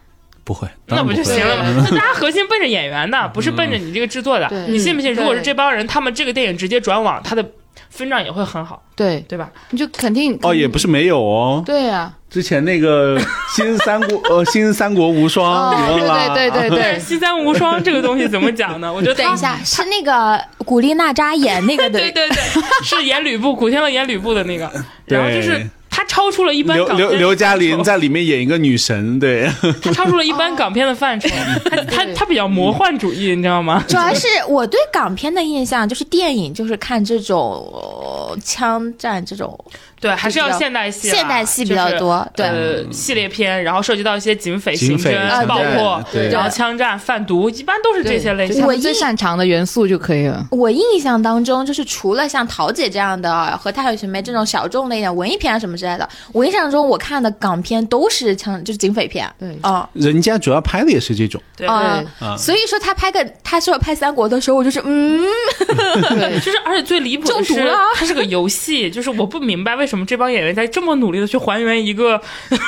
D: 不会，
B: 那
D: 当然
B: 不
D: 不
B: 就
D: 会嗯
B: 行了吗？那大家核心奔着演员的，不是奔着你这个制作的。
C: 对
B: 你信不信？
C: 嗯
B: 如果是
C: 对
B: 这帮人，他们这个电影直接转网，他的分账也会很好，
C: 对，
B: 对吧？
C: 你就肯定
D: 哦，也不是没有哦，
C: 对啊呀、
D: 之前那个新三国 呃新三国无双，
C: 哦
D: 你忘了啊？
C: 对对对对
B: 但是西三无双这个东西怎么讲呢？我觉得
A: 等
B: 他
A: 一下，是那个古力娜扎演那个的，
B: 对对对，是演吕布，古天乐演吕布的那个，然后就是
D: 对
B: 他超出了一般
D: 刘
B: 港片
D: 刘
B: 的
D: 刘嘉
B: 范
D: 玲
B: 畴，
D: 在里面演一个女神，对，
B: 他超出了一般港片的范
A: 哦
B: 畴，他他他比较魔幻主义，你知道吗？
A: 主要是我对港片的印象就是电影就是看这种呃枪战这种
B: 对，还是要现代戏啦，
A: 现代戏比较多，
B: 就
A: 对
B: 是。呃，系列片，然后涉及到一些警匪、
D: 警匪
B: 侦、
A: 枪
B: 爆
A: 战
B: 破，
D: 对
B: 然后枪战、贩毒，一般 都是这些类
C: 就
B: 型
C: 他。
A: 我
C: 们最
A: 印
C: 擅长的元素就可以了。
A: 我印象当中，就是除了像桃姐这样的和太有学妹这种小众的一点文艺片啊什么之类的，我印象中我看的港片都是枪，就是警匪片。
C: 对
A: 啊、
D: 人家主要拍的也是这种，
B: 对，
A: 嗯
D: 啊
A: 所以说他拍个，他说拍三国的时候，我就是嗯，
C: 对，
B: 就是而且最离谱的
A: 中毒
B: 是
A: 了，
B: 它是个游戏，就是我不明白为什么这帮演员在这么努力的去还原一个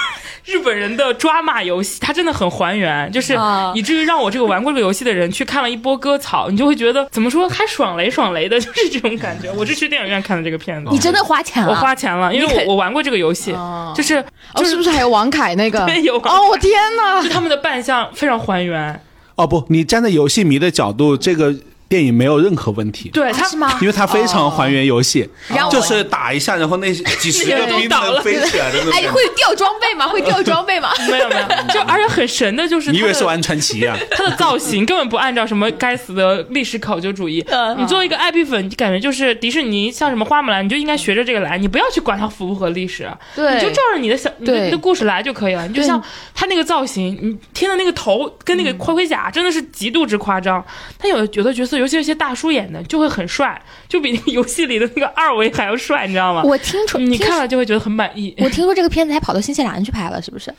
B: 日本人的抓马游戏，它真的很还原，就是
A: 啊
B: 以至于让我这个玩过这个游戏的人去看了一波割草，你就会觉得怎么说还爽雷爽雷的，就是这种感觉。我是去电影院看的这个片子
A: 你，真的花钱了，
B: 我花钱了，因
A: 哦你
B: 为
A: 肯
B: 我我玩过这个游戏，就是
C: 哦，是不是还有王凯那个？
B: 对 有
C: 哦，我天哪！
B: 就他们的扮相非常还原，
D: 哦不，你站在游戏迷的角度，这个电影没有任何问题，
B: 对哦
A: 啊
B: 他
A: 是吗？
D: 因为它非常还原游戏，
A: 让我
D: 就是打一下，然后那 几十
B: 那
D: 个
B: 些都
D: 兵
B: 倒了
D: 能飞起来的那种
A: 哎，
D: 感觉。
A: 会掉装备吗？会掉装备 吗？
B: 没有没有，就而且很神的 就是
D: 你以为
B: 他的
D: 是玩传奇啊？
B: 他的造型根本不按照什么该死的历史考究主义。
A: 嗯
B: 你作为一个爱 p 粉，你感觉就是迪士尼像什么花木兰，你就应该学着这个来，你不要去管它符不符合历史，啊
C: 对
B: 你就照着你的小你的
C: 对
B: 你的故事来就可以了。你就像他那个造型，你贴的那个头跟那
C: 嗯
B: 个盔盔甲真的是极度之夸张。但有有的角色，尤其是一些大叔演的，就会很帅，就比那个游戏里的那个二维还要帅，你知道吗？
A: 我听说，
B: 你
A: 听
B: 看了就会觉得很满意。
A: 说，我听说这个片子还跑到新西兰去拍了，是不是？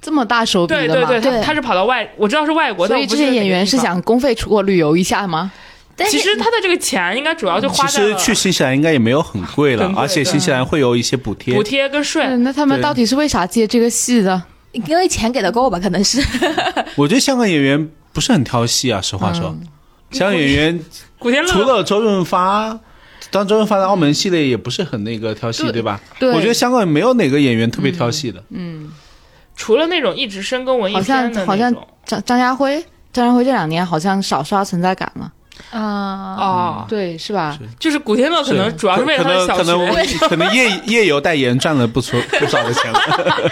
C: 这么大手笔
B: 对
C: 的
B: 对
C: 嘛？
B: 对，他
A: 对
B: 他是跑到外，我知道是外国，
C: 所
B: 但
C: 以
B: 我不
C: 这
B: 记得
C: 些演员是
B: 哪个地方
C: 想公费出国旅游一下吗？
A: 但是
B: 其实他的这个钱应该主要就 花
D: 其
B: 在
D: 实
B: 了
D: 去新西兰应该也没有很贵了
B: 很，贵
D: 而
B: 对
D: 且新西兰会有一些补贴
B: 补。贴跟税。
C: 嗯，那他们
D: 对
C: 到底是为啥接这个戏的？
A: 因为钱给的够吧，可能是。
D: 我觉得香港演员不是很挑戏啊，
B: 嗯
D: 实话说，香港演员
B: 古天乐
D: 除了周润发。当周润发的澳门系列也不是很那个挑戏，
C: 对
D: 对吧？
C: 对
D: 我觉得香港没有哪个演员特别挑戏的。
B: 除了那种一直深耕文艺
C: 好像
B: 片的
C: 好
B: 那
C: 像
B: 种
C: 张张家辉，张家辉这两年好像少刷存在感了，
A: 啊、
B: 哦，
C: 对，是吧？
B: 就是古天乐可能主要是为了
D: 可
B: 他的
D: 能
B: 小
D: 可能
B: 学
D: 可能夜夜游代言赚了不出不少的 钱了。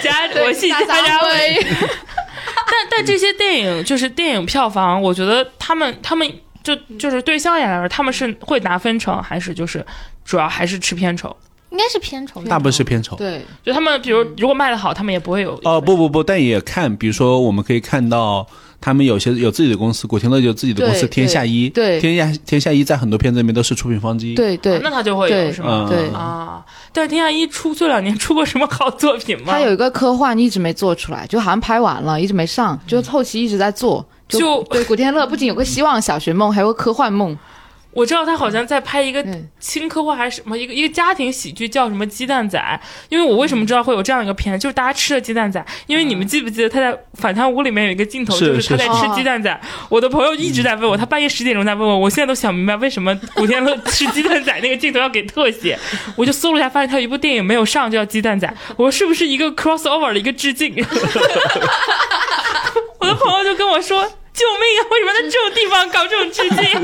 B: 加国 戏加
C: 张
B: 家
C: 家
B: 辉。
C: 辉，
B: 但但这些电影就是电影票房，我觉得他们他们就就是对香港演员来说，他们是会拿分成，还是就是主要还是吃片酬？
A: 应该是片酬。
D: 大部分是片酬。
C: 对，
B: 就他们比如如果卖的好，他们也不会有
D: 哦，不不不，但也看，比如说我们可以看到他们有些有自己的公司，古天乐有自己的公司
C: 对
D: 天下一，
C: 对对
D: 天下天下一在很多片子里面都是出品方之一。，
C: 对对
B: 那他就会有
C: 对
B: 是吗？
D: 嗯，
C: 对
B: 啊，但是天下一出这两年出过什么好作品吗？
C: 他有一个科幻一直没做出来，就好像拍完了，一直没上，就后期一直在做。
B: 嗯就
C: 对古天乐不仅有个希望小学梦，还有个科幻梦，
B: 我知道他好像在拍一个
C: 嗯
B: 轻科幻还是什么一个一个家庭喜剧，叫什么鸡蛋仔。因为我为什么知道会有这样一个片，就是大家吃的鸡蛋仔。因为你们记不记得他在反贪污里面有一个镜头，
D: 是
B: 就是他嗯在
D: 是
B: 吃
C: 是
B: 鸡蛋仔。我的朋友一直在问我，他半夜十点钟在问我，我现在都想明白为什么古天乐吃鸡蛋仔那个镜头要给特写。 我就搜了一下，发现他有一部电影没有上，就叫《鸡蛋仔》。我说是不是一个 crossover 的一个致 敬？我的朋友就跟我说：“救命啊！为什么在这种地方搞这种致敬？”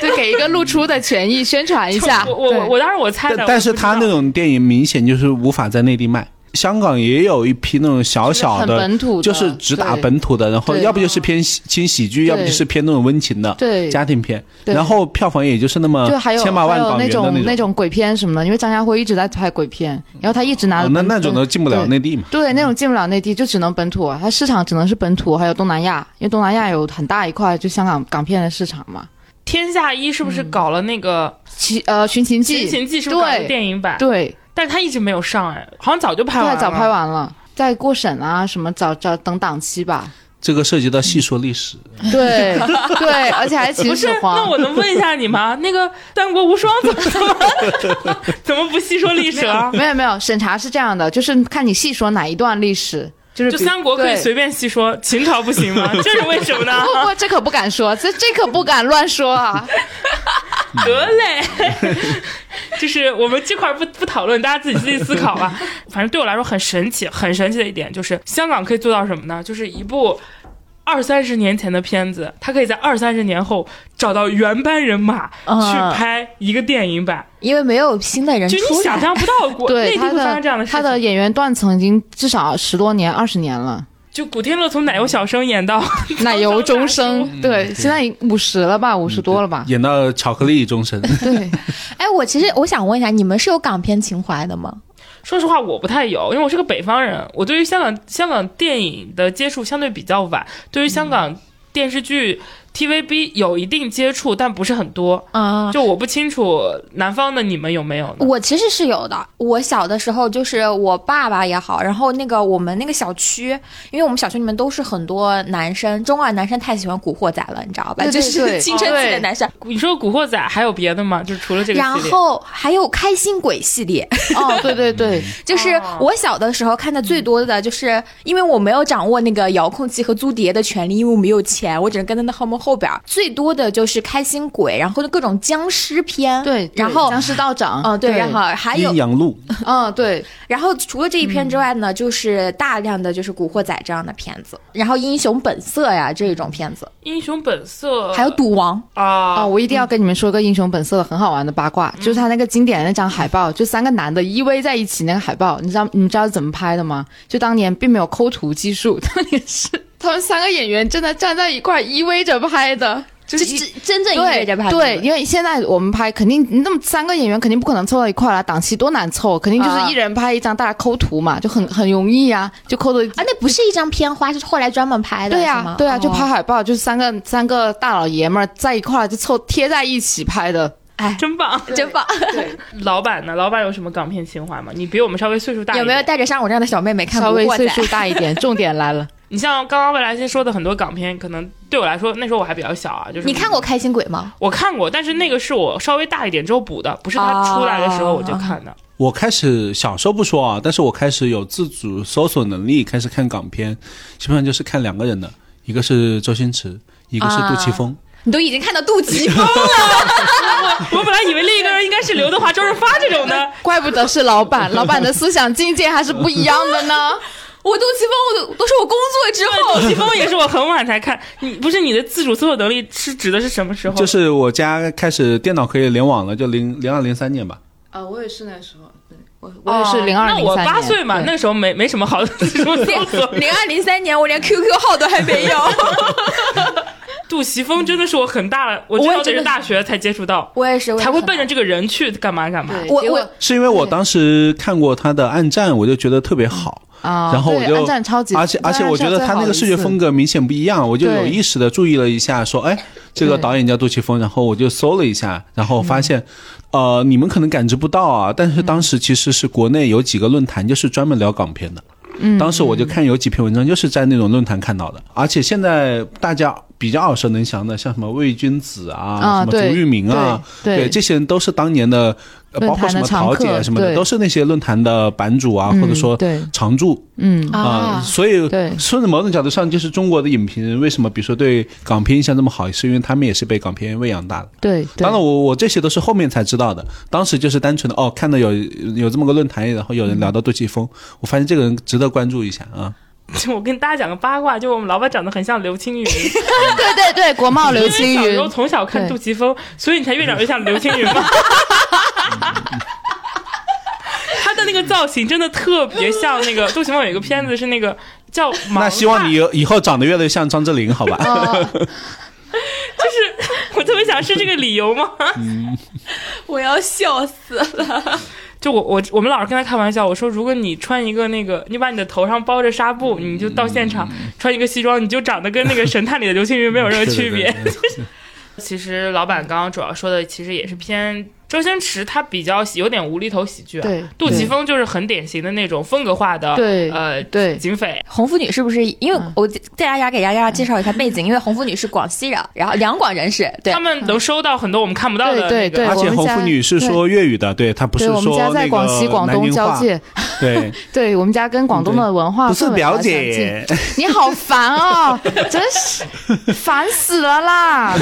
C: 对，给一个露出的权益，宣传一 下。
B: 我我我我当时我猜的
D: 但，但是
B: 我不知
D: 他那
B: 道
D: 种电影明显就是无法在内地卖。香港也有一批那种小小
C: 就是
D: 的，
C: 很本土的
D: 就是只打
C: 对
D: 本土的，然后
C: 对嗯
D: 要不就是偏喜轻喜剧，
C: 对
D: 要不就是偏那种温情的
C: 对
D: 家庭片，
C: 对
D: 然后票房也就是那么
C: 就还有
D: 千把
C: 还
D: 万
C: 有
D: 港元
C: 那
D: 的
C: 种
D: 那
C: 那种鬼片什么的，因为张家辉一直在拍鬼片，然后他一直拿
D: 哦
C: 着
D: 那
C: 本
D: 那种都进不了
C: 对
D: 内地嘛。
C: 对，
B: 嗯
C: 那种进不了内地，就只能本土，啊它市场只能是本土，还有东南亚，因为东南亚有很大一块就香港港片的市场嘛。
B: 天下一是不
D: 嗯
B: 是搞了那个
C: 其呃，《寻秦
B: 《寻
C: 记》
B: 秦记》是不是搞了
C: 对
B: 电影啊版？
C: 对，
B: 但是他一直没有上哎，好像早就拍完
C: 太
B: 了，
C: 早拍。完了，再过审啊什么，早早等档期吧。
D: 这个涉及到细说历史，
C: 嗯
B: 嗯
C: 对 对，而且还秦
B: 不是
C: 始，
B: 那
C: 皇
B: 我。能问一下你吗？那个《三国无双》怎么 怎么怎么不细说历史啊了？
C: 没有没有，审查是这样的，就是看你细说哪一段历史，就是
B: 就
C: 比
B: 三国可以
C: 对
B: 随便细说，秦朝不行吗？这是为什么 呢？
C: 不不，这可不敢说，这这可不敢乱 说啊！
B: 得嘞， 就是我们这块儿不不讨论，大家自己自己思考吧。 反正对我来说很神奇，很神奇的一点就是香港可以做到什么呢？就是一部二三十年前的片子，它可以在二三十年后找到原班人马
A: 嗯
B: 去拍一个电影版，
A: 因为没有新的人
B: 就
A: 出
B: 你想
A: 来。
B: 象不到国内
C: 对
B: 地
C: 他
B: 会发生这样
C: 的
B: 的事情。
C: 他的演员段层已经至少十多年、二十年了，
B: 就古天乐从奶油小生演到
C: 奶油终
B: 大
C: 生。嗯对，嗯现在五十了吧，五十多了吧？
D: 演到巧克力终 身。
C: 对，
A: 哎，我其实我想问一下，你们是有港片情怀的吗？
B: 说实话，我不太有，因为我是个北方人，我对于香港香港电影的接触相对比较晚，对于
A: 嗯
B: 香港电视剧、TVB 有一定接触，但不是很多。
A: 啊、
B: 就我不清楚南方的你们有没有呢？
A: 我其实是有的。我小的时候就是我爸爸也好，然后那个我们那个小区，因为我们小区里面都是很多男生，中二男生太喜欢古惑仔了，你知道吧？
C: 对对
A: 就是
C: 对
A: 青春期的男生。
B: 你说《古惑仔》还有别的吗？就除了哦这个
A: 然
B: 系列，
A: 后还有开心鬼系列，
C: 哦，对对对，
A: 就是
C: 哦
A: 我小的时候看的最多的，就是因为我没有掌握那个遥控器和租碟的权利，因为我没有钱，我只能跟在那后面后边儿。最多的就是开心鬼，然后就各种僵尸片，
C: 对，哦
A: 然后
C: 僵尸道长，
A: 嗯对，然后，还有
D: 阴阳路，
C: 嗯，对，
A: 然后除了这一篇之外呢，就是大量的就是《古惑仔》这样的片子，然后《英雄本色》呀这种片子，
B: 《英雄本
C: 呃
B: 色》
A: 还有《赌王
B: 啊
C: 哦，，我一定要跟你们说个《英雄本色》的很好玩的八卦，就是他那个经典的那张海报，就三个男的依偎在一起那个海报，你知道你们知道是怎么拍的吗？就当年并没有抠图技术，当年是他们三个演员真的站在一块依偎着拍的。》，
A: 这这真正意味着吧？
C: 对，因为现在我们拍肯定那么三个演员肯定不可能凑到一块儿了，档期多难凑，肯定就是一人拍一张，大家抠图嘛，就很很容易啊，就抠的
A: 啊，那不是一张片花，是后来专门拍的，
C: 对
A: 呀、
C: 呀、对呀、啊就拍
A: 哦。
C: 海报，就是三个三个大老爷们儿在一块儿就凑贴在一起拍的。
A: 哎，
B: 真棒！
A: 真棒！
B: 老板呢？老板有什么港片情怀吗？你比我们稍微岁数大一
A: 有没
B: 点，
A: 有带着像我这样的小妹妹看《
C: 稍
A: 古
C: 微
A: 惑仔
C: 岁》？数大一 点，重点来了。
B: 你像刚刚未来先说的很多港片，可能对我来说那时候我还比较小啊，就是
A: 你看过《开心鬼》吗？
B: 我看过，但是那个是我稍微大一点之后补的，不是他出来的时候我就看的。
D: 我开始小时候不说啊，但是我开始有自主搜索能力，开始看港片，基本上就是看两个人的，一个是周星驰，一个是杜琪峰。
A: 你都已经看到肚脐了，
B: 我本来以为另一个人应该是刘德华、周润发这种的，
C: 怪不得是老 板，老板的思想境界还是不一样的呢。
A: 我肚脐风，我都都是我工作之 后。
B: 季哦风也是我很晚才看。你不是你的自主搜索能力是指的是什么
A: 啊
B: 时候？
D: 就是我家开始电脑可以联网了，就零零二零三年吧。
C: 啊，我也是那时候，对我
B: 哦
C: 我也是零二
B: 那
C: 零
B: 我
C: 三
B: 八岁嘛，那时候没没什么好的自主搜 索。
A: 零二零三年，我连 QQ 号都还没有。
B: 杜琪峰真的是我很大了，我知
A: 我也
B: 道这
A: 真
B: 个
A: 的
B: 大学才接触到，
A: 我也是，我也
B: 才会
A: 是
B: 奔着这个人去干嘛干嘛。
A: 我
C: 结果
A: 我
D: 是因为我当时看过他的《暗战》，我就觉得特别好，
C: 啊，
D: 然后我
C: 对
D: 就
C: 暗战超级，
D: 而且而且我觉得他那个视觉风
C: 格，
D: 格明显不一样，我就有
C: 对
D: 意识的注意了一下，说，哎，这个
C: 对嗯
D: 导演叫杜琪峰，然后我就搜了一下，然后发现，呃，你们可能感知不到啊，但是当时其实是国内有几个论坛就是专门聊港片的，
C: 嗯
D: 当时我就看有几篇文章就是在那种论坛看到的，而且现在大家。比较耳熟能详的，像什么魏君子啊，
C: 啊
D: 什么
C: 对
D: 涂玉明啊，
C: 对对
D: 这些人都是当年的，呃
C: 论坛的
D: 包括什么
C: 常
D: 桃
C: 客
D: 姐什么的，
C: 对
D: 都是那些论坛的版主啊，
C: 嗯
D: 或者说
C: 对，
D: 常驻
C: 嗯，
D: 啊、
A: 啊，
D: 所以
C: 对
D: 说，某种角度上，就是中国的影评人为什么，比如说对港片印象这么好，是因为他们也是被港片喂养大的。
C: 对，对
D: 当然我，我这些都是后面才知道的，当时就是单纯的哦，看到有有这么个论坛，然后有人聊到杜琪峰，我发现这个人值得关注一下啊。
B: 就我跟大家讲个八卦，就我们老板长得很像刘青云，
C: 对 对对，国贸刘青
B: 因为小
C: 云
B: 时候，从小看
C: 对
B: 杜琪峰，所以你才越长越像刘青云 嘛。他的那个造型真的特别像那个杜琪峰有一个片子是那个叫《盲
D: 那希望
B: 探
D: 你以以后长得越来越像张智霖，好吧？
C: 哦
B: 就是 我特别想是这个理由吗？
A: 我要笑死了。
B: 就我我我们老是跟他开玩笑，我说如果你穿一个那个，你把你的头上包着纱布，
D: 嗯
B: 你就到现场穿一个西装，你就长得跟那个神探里的刘青云没有任何区别。
D: 对。对对
B: 其实老板刚刚主要说的，其实也是偏周星驰，他比较喜有点无厘头喜剧、啊。
C: 对
B: 杜琪峰就是很典型的那种风格化的，
C: 对
D: 啊
B: 呃，
C: 对
B: 警匪。
A: 红妇女是不是？因为我带大家给大家介绍一下背景，因为红妇女是广西人，然后两广人士，对
B: 他，们能收到很多我们看不到的那个，
C: 对对
D: 而且
C: 我们
D: 红妇
C: 家
D: 女是说粤语的，对她不是
C: 对，我
D: 说
C: 们家
D: 那
C: 在
D: 个
C: 广西、广
D: 南
C: 东
D: 宁
C: 交
D: 话，
C: 界，啊
D: 对，
C: 对我们家跟广东的文化
D: 不
C: 氛
D: 是
C: 围
D: 表
C: 比较相近
D: 姐，
C: 你好烦哦，真是烦死了 啦！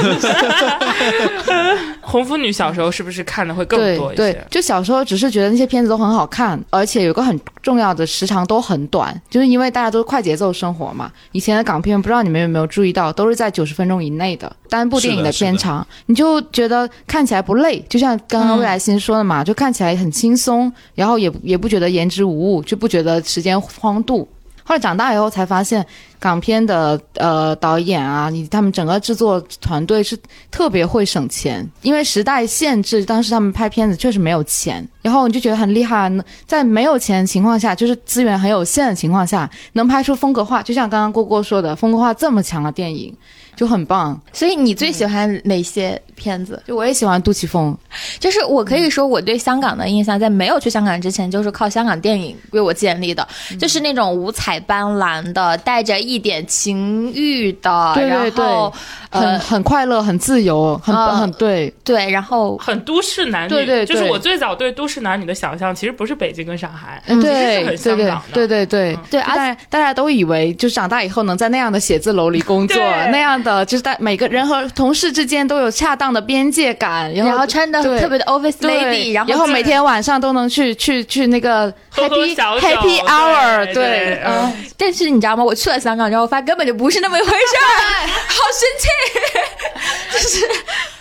B: 红夫女小时候是不是看的会更
C: 对
B: 多一
C: 对
B: 些？，
C: 就小时候只是觉得那些片子都很好看，而且有个很重要的时长都很短，就是因为大家都是快节奏生活嘛。以前的港片不知道你们有没有注意到，都是在九十分钟以内的单部电影
D: 是的是的
C: 片长，你就觉得看起来不累。就像刚
B: 嗯
C: 刚未来星说的嘛，就看起来很轻松，然后也也不觉得言之无物，就不觉得时间荒度。后来长大以后才发现，港片的呃导演啊，以及他们整个制作团队是特别会省钱，因为时代限制，当时他们拍片子确实没有钱，然后你就觉得很厉害，在没有钱的情况下，就是资源很有限的情况下，能拍出风格化，就像刚刚郭郭说的，风格化这么强的电影就很棒。
A: 所以你最喜欢哪些片子？
C: 就我也喜欢杜琪峰，
A: 就是我可
C: 嗯
A: 以说，我对香港的印象，在没有去香港之前，就是靠香港电影为我建立的，
C: 嗯
A: 就是那种五彩斑斓的，带着一点情欲的，
C: 对对
A: 然后
C: 很、
A: 呃，
C: 很快乐，很自由，很、
A: 啊
C: 很对，
A: 对，然后
B: 很都市男女，
C: 对对对
B: 就是我最早对都市男女的想象，其实不是北京跟上海，
C: 嗯
B: 其实
C: 对
B: 是很
C: 对
B: 香
C: 对
B: 港的。嗯
C: 对对对
A: 对啊
C: 大家大家都以为就是长大以后能在那样的写字楼里工作，
B: 对
C: 那样的就是在每个人和同事之间都有恰当的边界感，然后
A: 然后穿的
C: 对
A: 特别的 office
C: 对
A: lady，
C: 然
A: 然后
C: 后每天晚上都能去去去那个
B: 喝喝
C: happy
B: 小酒
C: happy
B: 对
C: hour，
B: 对嗯
C: 嗯
A: 呃但是你知道吗？我去了香港之后，发现根本就不是那么一回事 儿，好生气！ 就是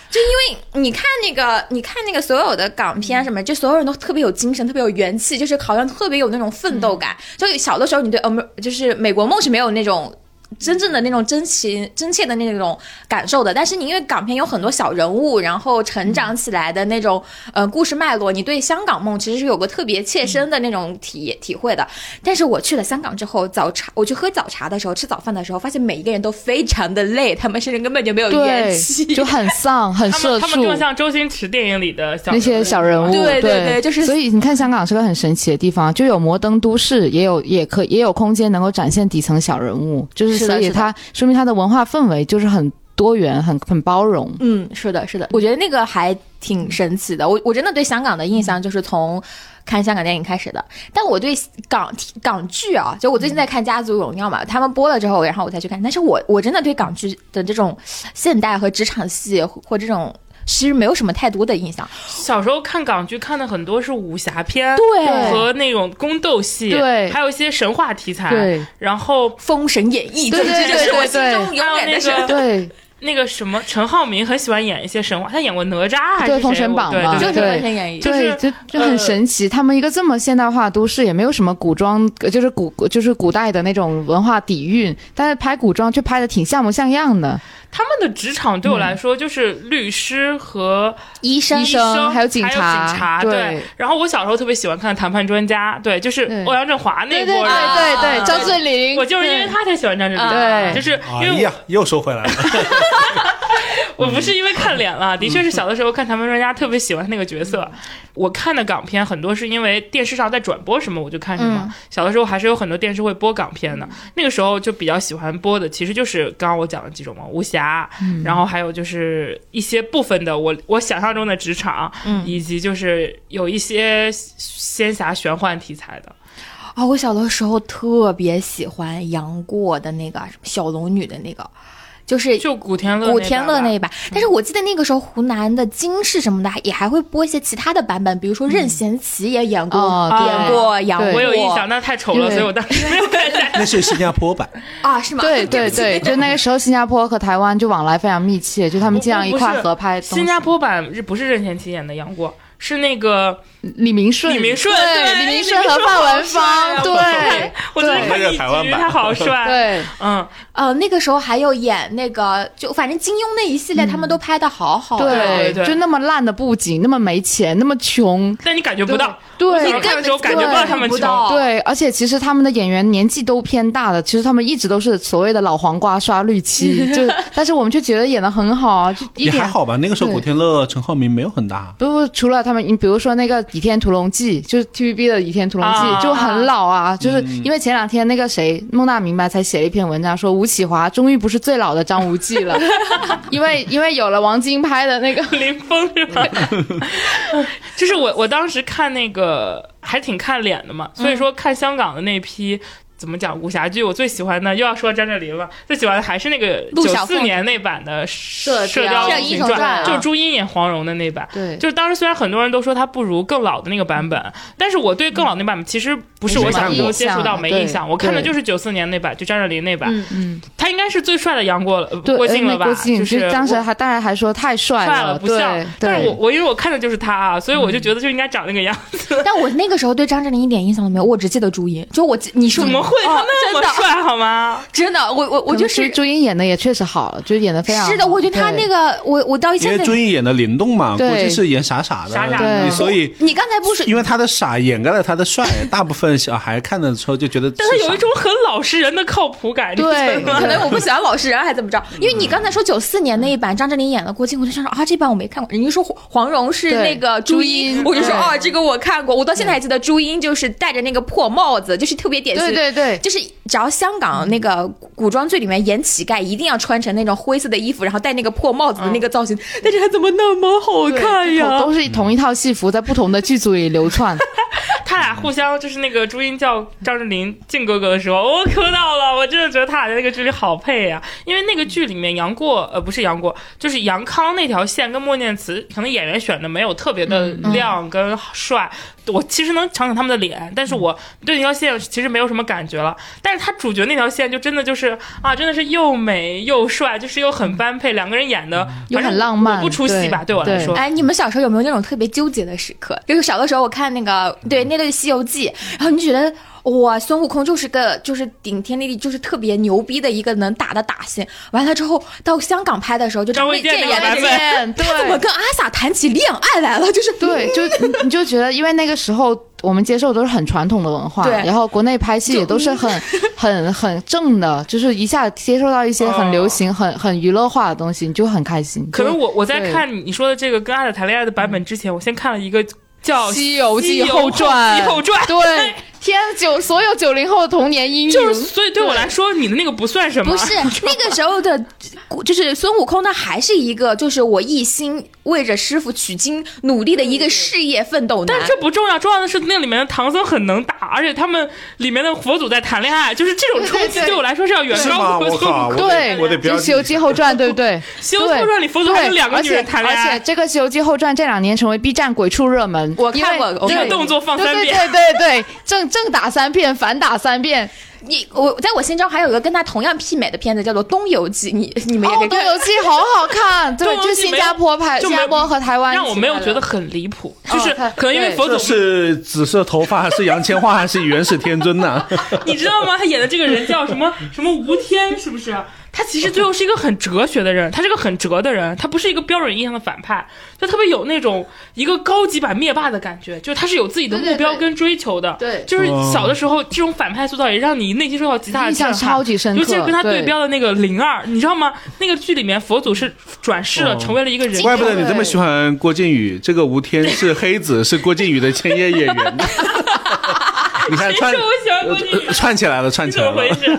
A: 就因为你看那个，你看那个所有的港片啊什么，就所有人都特别有精神，特别有元气，就是好像特别有那种奋斗感。
C: 嗯
A: 就小的时候，你对呃，美就是美国梦是没有那种。真正的那种真情真切的那种感受的，但是你因为港片有很多小人物，然后成长起来的那种呃故事脉络，你对香港梦其实是有个特别切身的那种体体会的。但是我去了香港之后，早茶我去喝早茶的时候，吃早饭的时候，发现每一个人都非常的累，他们甚至根本就没有元气，
C: 对，就很丧，很
B: 他们
C: 社
B: 他们
C: 畜。
B: 更像周星驰电影里的小
C: 那些小人物，
A: 对对
C: 对
A: 对就是
C: 所以你看香港是个很神奇的地方，就有摩登都市，也有也可也有空间能够展现底层小人物，就是
A: 是的
C: 所以
A: 是的
C: 它说明它的文化氛围就是很多元、很很包容。
A: 嗯，是的，是的，我觉得那个还挺神奇的。我我真的对香港的印象就是从看香港电影开始的。但我对港港剧啊，就我最近在看《家族荣耀》嘛，他们播了之后，然后我才去看。但是我我真的对港剧的这种现代和职场戏或或这种。其实没有什么太多的印象，
B: 小时候看港剧看的很多是武侠片，
A: 对
B: 和那种宫斗戏，
C: 对
B: 还有一些神话题材，
C: 对，
B: 然后
A: 《封神演义》
C: 对
A: 这
C: 对
A: 这是我
C: 对
A: 心
C: 对
A: 中永
B: 还有
A: 远
B: 那
A: 的神
B: 个
C: 对，
B: 那个什么陈浩民很喜欢演一些神话，他演过哪吒还是
C: 对
B: 谁
C: 封神榜
B: 对
C: 嘛
B: 对
A: 就是
B: 对
A: 《封神演义》
B: 就
C: 对
B: 是，
C: 就就很神奇。他们一个这么现代化的都市，也没有什么古装，呃就是古就是古代的那种文化底蕴，但是拍古装却拍的挺像模像样的。
B: 他们的职场对我
C: 嗯
B: 来说就是律师和
A: 医生
C: 医
B: 医
C: 生还有警
B: 警
C: 察
B: 对。
C: 对
B: 然后我小时候特别喜欢看《谈判专家》，对，就是
C: 对
B: 欧阳震华那
C: 对
B: 一
C: 对
B: 波人。
C: 对对对，
A: 啊
C: 张智霖，
B: 我就是因为
C: 对
B: 他才喜欢张智霖，
C: 对
B: 就是因
D: 哎
B: 为
D: 呀，又说回来了，
B: 我不是因为看脸了，的确是小的时候看《长门专家》特别喜欢那个角色。我看的港片很多是因为电视上在转播什么我就看什么。小的时候还是有很多电视会播港片的，那个时候就比较喜欢播的，其实就是刚刚我讲的几种嘛，武侠，然后还有就是一些部分的我我想象中的职场，以及就是有一些仙侠玄幻题材的。
A: 哦，我小的时候特别喜欢杨过的那个什么小龙女的那个，就是
B: 就嗯古天乐，
A: 古天乐那一版。但是我记得那个时候湖南的金视什么的也还会播一些其他的版本，比如说
B: 嗯
A: 任贤齐也演过、
C: 哦
A: 演过杨过，
C: 对
B: 我有印象，那太丑了，
C: 对
B: 所以我当时没有看下去。
D: 那是新加坡版，
A: 啊，是吗？
C: 对
A: 不
C: 对
A: 起
C: 对，就那个时候，新加坡和台湾就往来非常密切，就他们经常一
B: 不不
C: 块
B: 是
C: 合哎拍东西。
B: 新加坡版是不是任贤齐演的杨过？是那个
C: 李明顺，
B: 李明顺，
C: 对李明顺和
B: 好
C: 范文
B: 帅啊
C: 芳，对，
B: 我昨天看了一集，
D: 那个台湾版
B: 他好帅，，
C: 对，
B: 嗯，
A: 呃，那个时候还有演那个，就反正金庸那一系列
B: 嗯
A: 他们都拍的好好的。
B: 哦对对
C: 就那么烂的布景，那么没钱，那么穷，
B: 但你感觉不 到，
C: 对
B: 你看的时候感觉不到他们
A: 不
B: 穷，
A: 到，
C: 对，而且其实他们的演员年纪都偏大的，其实他们一直都是所谓的老黄瓜刷绿漆， 就但是我们就觉得演的很好啊，就一
D: 也还
C: 点。
D: 好吧。那个时候
C: 对
D: 古天乐、陈浩民没有很大，
C: 不不，除了他们，你比如说那个《倚天屠龙记》，就是 TVB 的《倚天屠龙记》
B: 啊嗯
C: 就很老啊。就是因为前两天那个谁，孟大明白才写了一篇文章，说吴启华终于不是最老的张无忌 了，因为因为有了王晶拍的那个
B: 林峰是吧？ 就是我我当时看那个还挺看脸的嘛，所
C: 嗯
B: 以说看香港的那批。怎么讲武侠剧？我最喜欢的又要说张智霖了，最喜欢的还是那个
A: 陆
B: 九
A: 小凤
B: 四年那版的《射
C: 射雕
B: 雕
A: 射
B: 英
A: 英雄
B: 雄传
A: 传》，
C: 啊
B: 就是朱茵演黄蓉的那版。
C: 对
B: 就是当时虽然很多人都说它不如更老的那个版本，但是我对更老那版本其实不是
D: 没
B: 我
D: 什么
B: 想
D: 印
B: 中接触
C: 象
B: 到没印象，
C: 对
B: 我看的
C: 对
B: 就是九四年那版，就张智霖那版，
A: 嗯
C: 嗯，
B: 他应该是最帅的杨过了，呃
C: 对，
B: 郭靖
C: 呃
B: 了吧？
C: 郭靖
B: 就是
C: 当时
B: 我
C: 还当然还说太帅
B: 帅了不像
C: 对，
B: 但是我
C: 对。
B: 我因为我看的就是他啊，所以我就觉得就应该长那个样。
A: 但我那个时候对张智霖一点印象都没有，我只记得朱茵。就我记，
C: 嗯
A: 你说
B: 怎么会
A: 哦
B: 他那
A: 真
B: 么
A: 的
B: 帅好吗？
A: 真的，我我我
C: 可能
A: 就是是
C: 朱茵演的也确实好，就演的非常
A: 是的，
C: 好
A: 我觉得他
C: 对
A: 那个，我我到
D: 因
A: 现
D: 为
A: 在，
D: 朱茵演的灵动嘛，估
C: 对
D: 计是演傻傻的，
B: 傻傻的
D: 你所以
A: 你刚才不是
D: 因为他的傻掩盖了他的帅， 大部分小孩看的时候就觉得是傻，
B: 但他有一种很老实人的靠谱感，你 觉
C: 对
B: 得吗
A: 可能我不喜欢老实人，还怎么着？
D: 嗯
A: 因为你刚才说九四年那一版张智霖演的郭靖，我就想说啊，这版我没看过。你一说黄黄蓉是
C: 对
A: 那个
C: 朱
A: 朱
C: 茵
A: 茵，我就说
C: 对
A: 哦，这个我看过。我到现在还记得朱茵就是戴着那个破帽子，就是特别典型。
C: 对对对，
A: 就是只要香港那个古装剧里面演乞丐，一定要穿成那种灰色的衣服，然后戴那个破帽子的那个造型，但是他怎么那么好
B: 哎
A: 看呀？
C: 都是同一套戏服在不同的剧组里 流窜。
B: 他俩互相就是那个朱茵叫张智霖靖哥哥的时候，我磕到了，我真的觉得他俩在那个剧里好配呀、因为那个剧里面杨过呃不是杨过，就是杨康那条线跟莫念慈，可能演员选的没有特别的
C: 嗯
B: 亮跟帅。我其实能想想他们的脸，但
C: 嗯
B: 是我对那条线其实没有什么感觉了。但是他主角那条线就真的就是啊，真的是又美又帅，就是又很般配，两个人演的
C: 嗯又很浪漫
B: 我不出戏吧？对
C: 对
B: 我来说，
A: 哎，你们小时候有没有那种特别纠结的时刻？就是小的时候，我看那个对
B: 嗯
A: 那个《西游记》，然后你觉得哇，孙悟空就是个就是顶天立地，就是特别牛逼的一个能打的打星。完了之后到香港拍的时候，就
B: 张
A: 张
B: 卫
A: 卫
B: 健
A: 健
B: 那
A: 演
B: 个
A: 的
B: 版
A: 这 个，
B: 本
C: 对
A: 他怎么跟阿 sa 谈起恋爱来了？就是
C: 对，就你你就觉得，因为那个时候我们接受都是很传统的文化，
A: 对
C: 然后国内拍戏也都是 很很很正的，就是一下接受到一些很流行、很很娱乐化的东西，你就很开心。
B: 哦可能我我在
C: 对
B: 看你说的这个跟阿仔谈恋爱的版本之前，我先看了一个叫
C: 《
B: 《
C: 西游
B: 西
C: 记
B: 游
C: 后传》
B: 后传
C: 对，天九所有九零后的童年阴影，
B: 就是所以对我来说，你的那个不算什么。
A: 不是那个时候的，就是孙悟空呢，还是一个就是我一心为着师傅取经努力的一个事业奋斗男
B: 但。这不重要，重要的是那里面的唐僧很能打，而且他们里面的佛祖在谈恋爱，就是这种冲击
C: 对对对
B: 对我来说是要远
D: 是吗？
B: 高于
D: 我
B: 孙
D: 靠，
B: 悟
D: 我
B: 空。
D: 得
C: 对，
D: 我得不要
C: 就《西游记后传》，对不对？
B: 西游记后传里佛祖还
C: 对
B: 跟两个女人谈恋
C: 而且
B: 爱
C: 而且这个《西游记后传》这两年成为 B 站鬼畜热门，
A: 我看过
C: 因为
A: 我
B: 这
A: 看
B: 个
A: 过
B: 动作放
C: 对
B: 三
C: 对
B: 遍，
C: 对对对，正正打三遍，反打三遍。
A: 你我在我心中还有一个跟他同样媲美的片子，叫做《东游记》，你你们也可
C: 哦
A: 以，
C: 东
A: 看。
C: 游记好 好看，对，
B: 东游记
C: 就新加坡拍，
B: 就
C: 新
B: 没有
C: 加坡和台湾一起
B: 让我没有
C: 拍的
B: 觉得。很离谱，就是
C: 哦他
B: 可能因为
C: 对
B: 佛
D: 这
B: 祖
D: 是紫色头发还是杨千嬅 还是元始天尊呐？
B: 你知道吗？他演的这个人叫什么什么吴天，是不是？他其实最后是一个很哲学的人，他是个很哲的人，他不是一个标准意义上的反派，就特别有那种一个高级版灭霸的感觉，就是他是有自己的
C: 对对
B: 目标
C: 对
B: 跟追求的。
C: 对
B: 就是小的时候这种反派塑造也让你内心受到极大的
C: 印象
B: 震撼
C: 超级深刻
B: 尤其是跟他对
C: 对
B: 标的那个灵儿，你知道吗？那个剧里面佛祖是转世了，
D: 哦
B: 成为了一个人。
D: 怪不得你这么喜欢郭靖宇，这个吴天是黑子，是郭靖宇的签约演 员。你看
B: 谁
D: 串
B: 说 我喜欢郭靖宇
D: 呃串起来了，串
B: 你
D: 起
B: 怎
D: 来
B: 么回
D: 了。
B: 事？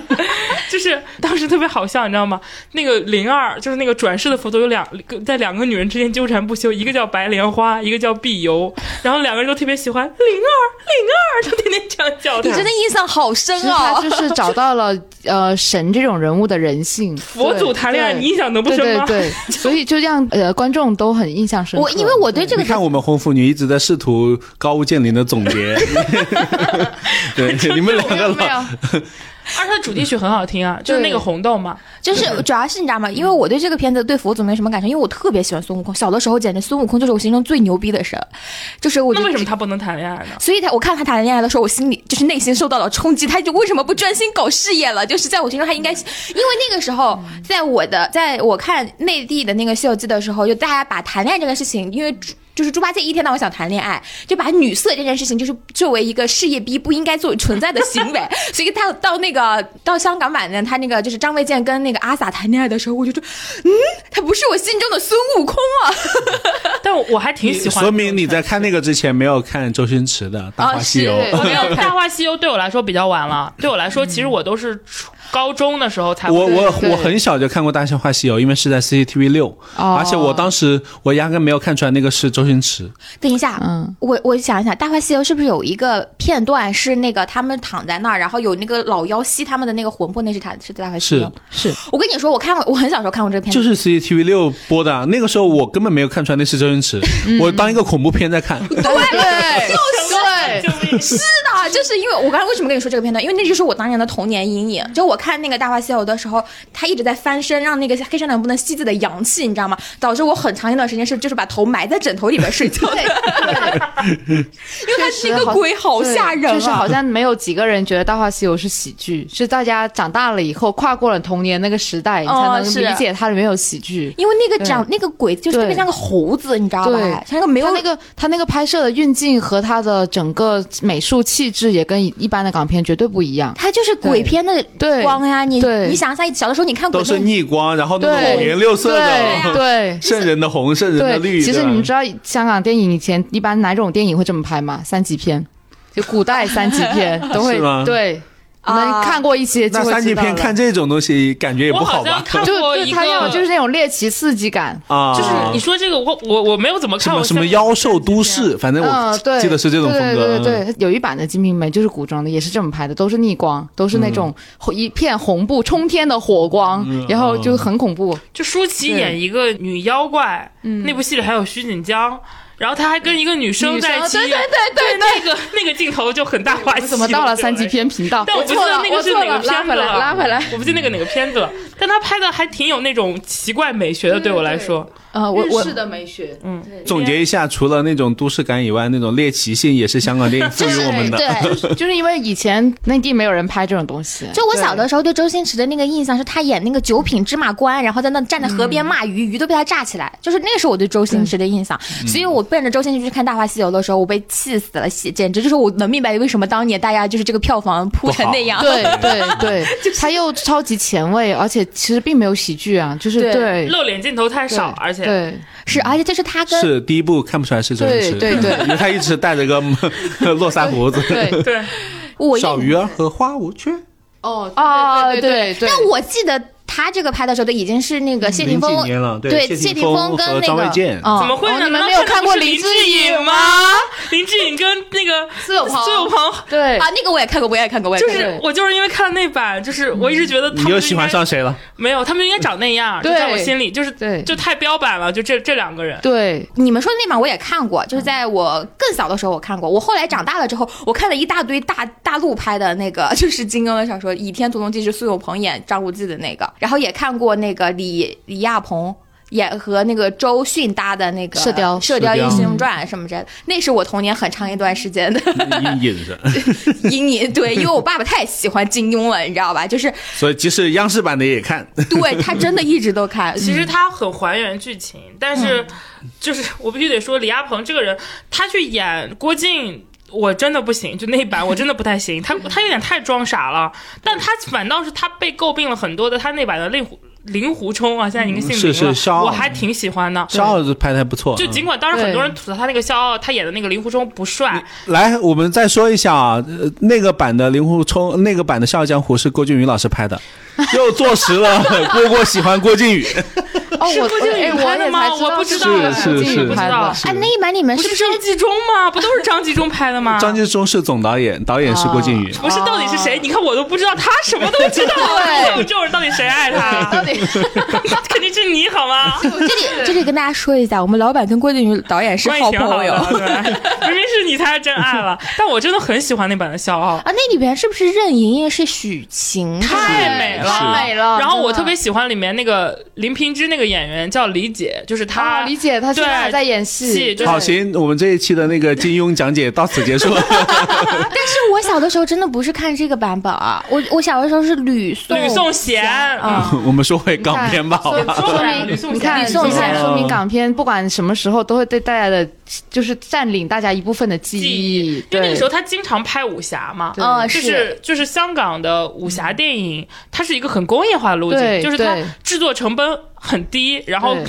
B: 就是当时特别好笑，你知道吗？那个灵儿就是那个转世的佛陀，有两个在两个女人之间纠缠不休，一个叫白莲花，一个叫碧游，然后两个人都特别喜欢灵儿，灵儿，就天天这样叫
A: 你
B: 她
A: 真。的印象好深
C: 其实
A: 哦
C: 他。就是找到了呃神这种人物的人性。
B: 佛祖
C: 对
B: 谈恋爱，
C: 对
B: 你想能不
C: 对
B: 生
C: 对
B: 吗？
C: 对，所以就让呃观众都很印象深刻。
A: 我因为我对这个
D: 你看，我们红腐女一直在试图高屋建瓴的总 结。对，你们两个
C: 没
D: 老
C: 有
B: 而且它的主题曲很好听啊，就是那个红豆嘛。
A: 就是主要是你知道吗？因为我对这个片子对佛祖没什么感受，因为我特别喜欢孙悟空。小的时候简直孙悟空就是我心中最牛逼的神，就是我
B: 那
A: 就
B: 为什么他不能谈恋爱呢？
A: 所以他我看他谈恋爱的时候，我心里就是内心受到了冲击。他就为什么不专心搞事业了？就是在我心中，他应该，因为那个时候，在我的在我看内地的那个《西游记》的时候，就大家把谈恋爱这件事情，因为猪。就是猪八戒一天到晚想谈恋爱，就把女色这件事情，就是作为一个事业逼不应该作为存在的行为。 所以他到那个到香港版的他那个就是张卫健跟那个阿 sa 谈恋爱的时候，我就说，嗯，他不是我心中的孙悟空啊。
B: 但我还挺喜欢。
D: 说明你在看那个之前没有看周星驰的《大话 西游
A: 哦》是
B: 我没有《大话西游》对我来说比较晚了，对我来说，其实我都是初高中的时候才会
D: 我我
C: 对
D: 我很小就看过《大话西游》，因为是在 CCTV 六、
C: 哦
D: 而且我当时我压根没有看出来那个是周星驰。
A: 等一下，
C: 嗯，
A: 我我想一想，《大话西游》是不是有一个片段是那个他们躺在那儿，然后有那个老妖吸他们的那个魂魄，那是他是《大话西游》。
C: 是
A: 我跟你说，我看过，我很小时候看过这个片子，
D: 就是 CCTV 六播的啊，那个时候我根本没有看出来那是周星驰，
C: 嗯
D: 我当一个恐怖片 在看。
C: 对对
B: 就
C: 对，
A: 是
B: 是
A: 的，就是因为我刚才为什么跟你说这个片段，因为那就是我当年的童年阴影。就我看那个《大话西游》的时候，他一直在翻身，让那个黑山两部能吸自己的阳气，你知道吗？导致我很长一段时间是就是把头埋在枕头里面睡觉 的，因为他
C: 确
A: 那
C: 实
A: 个
C: 好
A: 鬼好吓人啊，
C: 就是好像没有几个人觉得《大话西游》是喜剧，是大家长大了以后跨过了童年那个时代，你才
A: 哦
C: 能
A: 是
C: 理解它里面有喜剧。
A: 因为那个长那个鬼就是特别
C: 对
A: 像个猴子，你知道吧
C: 对？
A: 像个没有
C: 他那个他那个拍摄的运镜和他的整个美术气质也跟一般的港片绝对不一样。
A: 它就是鬼片的
C: 对
A: 光呀、你
C: 对
A: 你想一下，小的时候你看鬼
D: 都是
A: 片，
D: 逆光，然后那
C: 对
D: 种五颜六色
C: 对
D: 的，
C: 对
D: 圣人的红，圣人的绿。
C: 对，其实
D: 对吧
C: 你们知道香港电影以前一般哪种电影会这么拍吗？三级片，就古代三级 片都会
D: 是吗
C: 对。你
A: 啊
C: 们看过一些就
D: 那
C: 会
D: 三级
C: 知道
D: 片
C: 了
D: 看这种东西感觉也
B: 我
D: 不
B: 好
D: 吧
B: 像？看
C: 就
B: 过一
C: 就
B: 个，
C: 他要就是那种猎奇刺激感，
D: 啊，
B: 就是你说这个，我我我没有怎么
D: 什
B: 看，
D: 么
B: 我
D: 什么
B: 现在
D: 妖兽都市，反正我
C: 嗯，对，
D: 记得是这种风格。嗯
C: 对对对对，有一版的《金瓶梅》就是古装的，也是这么拍的，都是逆光，都是那种红一片红布冲天的火光，
D: 嗯
C: 然后就很恐怖。
B: 就舒淇演一个女妖怪，那部戏里还有徐锦江。然后他还跟一个女生在一起，
C: 嗯女生对
B: 对对对，那个 那个镜头就很大话西。
C: 怎么到了三级？片频道？
B: 但我不记得那个是哪个片子了，
C: 拉回来。
B: 我不记得那个哪个片子了，但他拍的还挺有那种奇怪美学的，对我来说，
A: 呃，我我
C: 的美学，嗯，
D: 总结一下，除了那种都市感以外，那种猎奇性也是香港电影赋予我们的。
A: 对。
C: 就是因为以前内地没有人拍这种东西，
A: 就我小的时候对周星驰的那个印象是，他演那个九品芝麻官，然后在那站在河边骂鱼，鱼都被他炸起
C: 嗯
A: 来，就是那个是我对周星驰的印象。所以我奔着周星驰去看《大话西游》的时候，我被气死了，气简直就是我能明白为什么当年大家就是这个票房扑成那样。
C: 对对对，他又超级前卫，而且其实并没有喜剧啊，就是
A: 对
C: 对
B: 露脸镜头太
C: 对
B: 少，而且
C: 对
A: 是，而且这是他跟
D: 是第一部看不出来是周星驰，
C: 对对对
D: 因为他一直戴 着个络腮胡子。
C: 对
B: 对，
A: 我印
D: 小鱼儿和花无缺，
C: 哦
A: 哦，
C: 对对，
A: 但我记得他这个拍的时候都已经是那个谢霆
D: 零
A: 锋
D: 几年了对
A: 对，
D: 谢霆
A: 谢霆
D: 锋
A: 锋跟
D: 和
A: 那
D: 张
A: 个
D: 卫健
A: 嗯
B: 怎么会
C: 哦
B: 呢？
C: 你
B: 难
C: 们
B: 道
C: 没有
B: 看的
C: 看
B: 不
C: 过
B: 是
C: 林
B: 林
C: 志颖
B: 颖
C: 吗？
B: 林志颖跟那 个
C: 苏有朋
B: 苏有朋
C: 对
A: 啊，那个我也看过，我也看过，我也
B: 就
A: 看过
B: 是我就是因为看了那版，就是我一直觉得他
D: 你
B: 们
D: 又
B: 就
D: 喜欢
B: 应该
D: 上谁了？
B: 没有，他们应该长那样，就
C: 对
B: 在我心里就是
C: 对
B: 就太标版了，就这这两个人。
C: 对，
A: 你们说的那版我也看过，就是在我更小的时候我看过，我后来长大了之后，我看了一大堆大大陆拍的那个， 就是金庸的小说《倚天屠龙记》是苏有朋演张无忌的那个，然后也看过那个李李亚鹏。演和那个周迅搭的那个《
C: 射雕
A: 射雕
D: 射雕
A: 英雄传》什么之类的，那是我童年很长一段时间的
D: 阴影着。
A: 阴影。对， 因为我爸爸太喜欢金庸了，你知道吧？就是
D: 所以即使央视版的也看，
A: 对他真的一直都 看。
B: 其实他很还原剧情，但是
C: 嗯
B: 就是我必须得说，李亚鹏这个人，他去演郭靖。我真的不行，就那一版我真的不太行，他 他有点太装傻了，但他反倒是他被诟病了很多的，他那版的令狐令狐冲啊，现在已经姓林了，
D: 嗯是是肖傲
B: 我还挺喜欢的。
D: 肖傲子拍的还不错。
B: 就
D: 嗯
B: 尽管当时很多人吐槽他那个肖傲，他演的那个令狐冲不帅，
D: 来，我们再说一下啊，呃那个版的《令狐冲》，那个版的《笑傲江湖》是郭靖宇老师 拍的，又坐实了郭郭喜欢郭靖宇。
C: 哦，
B: 是
C: 我
B: 郭靖宇
C: 哎
B: 拍的吗我
C: 我
B: 不
C: 也
B: 知
C: 才
B: 道
D: 哎是
C: 郭靖
D: 是
C: 宇拍的
B: 是，
A: 哎，那一版里面
B: 不
A: 是
B: 是张纪中吗？不都是张纪中拍的
C: 啊
B: 吗？
D: 张纪中是总导演，导演是郭靖宇。
B: 不是到底是谁？你看我都不知道，他什么都知道。啊
A: 对
B: 这种人到底谁爱他？啊
A: 到底？
B: 肯定是你好吗？
A: 这 里这里跟大家说一下，我们老板跟郭靖宇导演是
B: 关
A: 好
B: 系挺好
A: 朋友。
B: 的，对明明是你才是真爱了。但我真的很喜欢那版的《笑傲》。
A: 啊，那里边是不是任盈盈是许晴？
B: 太美了，
C: 太美了
B: 然后我
C: 真的
B: 特别喜欢里面那个林平之那个演员叫李姐，就是她。
C: 啊，理解他现在还在演戏，
B: 对
C: 对
D: 好，行，我们这一期的那个金庸讲解到此 结束。
A: 但是我小的时候真的不是看这个版本啊，我我小的时候是吕颂
B: 吕颂贤
A: 啊，
D: 我们说回港片吧，好
C: 所以
D: 吧？
B: 说
C: 说
B: 明
C: 明
B: 吕颂
C: 你
A: 贤
C: 看，你
A: 吕颂贤
C: 看，说
B: 嗯
C: 明港片不管什么时候都会对大家的，就是占领大家一部分的记
B: 记忆
C: 忆。，
B: 因为那个
C: 对
B: 时候他经常拍武侠嘛，
C: 对
A: 啊
B: 就是是就是香港的武侠电影，它是一个很工业化的路径，
C: 嗯对
B: 就是它
C: 对
B: 制作成本很低，然后
C: 对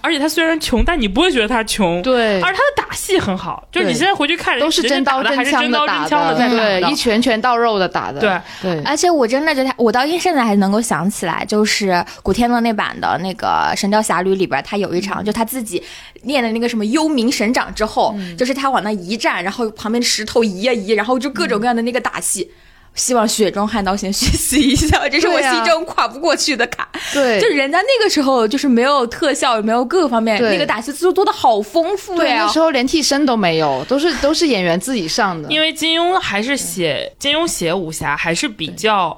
B: 而且它虽然穷，但你不会觉得它穷，
C: 对
B: 而它的打戏很好，就是你
C: 对
B: 现在回去看，人
C: 都是
B: 人家
C: 真
B: 打
C: 刀
B: 的还是真
C: 枪
B: 刀真
C: 打
B: 枪的在打的
C: 对，一拳拳到肉的打的，
B: 对哎
C: 对。
A: 而且我真的觉得，我到现在还能够想起来，就是古天乐那版的那个《神雕侠侣》里边，他有一场，就他自己练的那个什么幽冥神掌之后，就是他往那一站，然后旁边的石头移呀移，然后就各种各样的那个打戏。希望雪中悍刀行学习一下，这是我
C: 对啊
A: 心中跨不过去的坎。
C: 对
A: 就人家那个时候就是没有特效，也没有各个方面，
C: 对
A: 那个打戏做做的好丰富
C: 对，
B: 啊
A: 呀、
C: 那时候连替身都没有，都是都是演员自己上的。
B: 因为金庸还是
C: 嗯
B: 写金庸写武侠还是比较。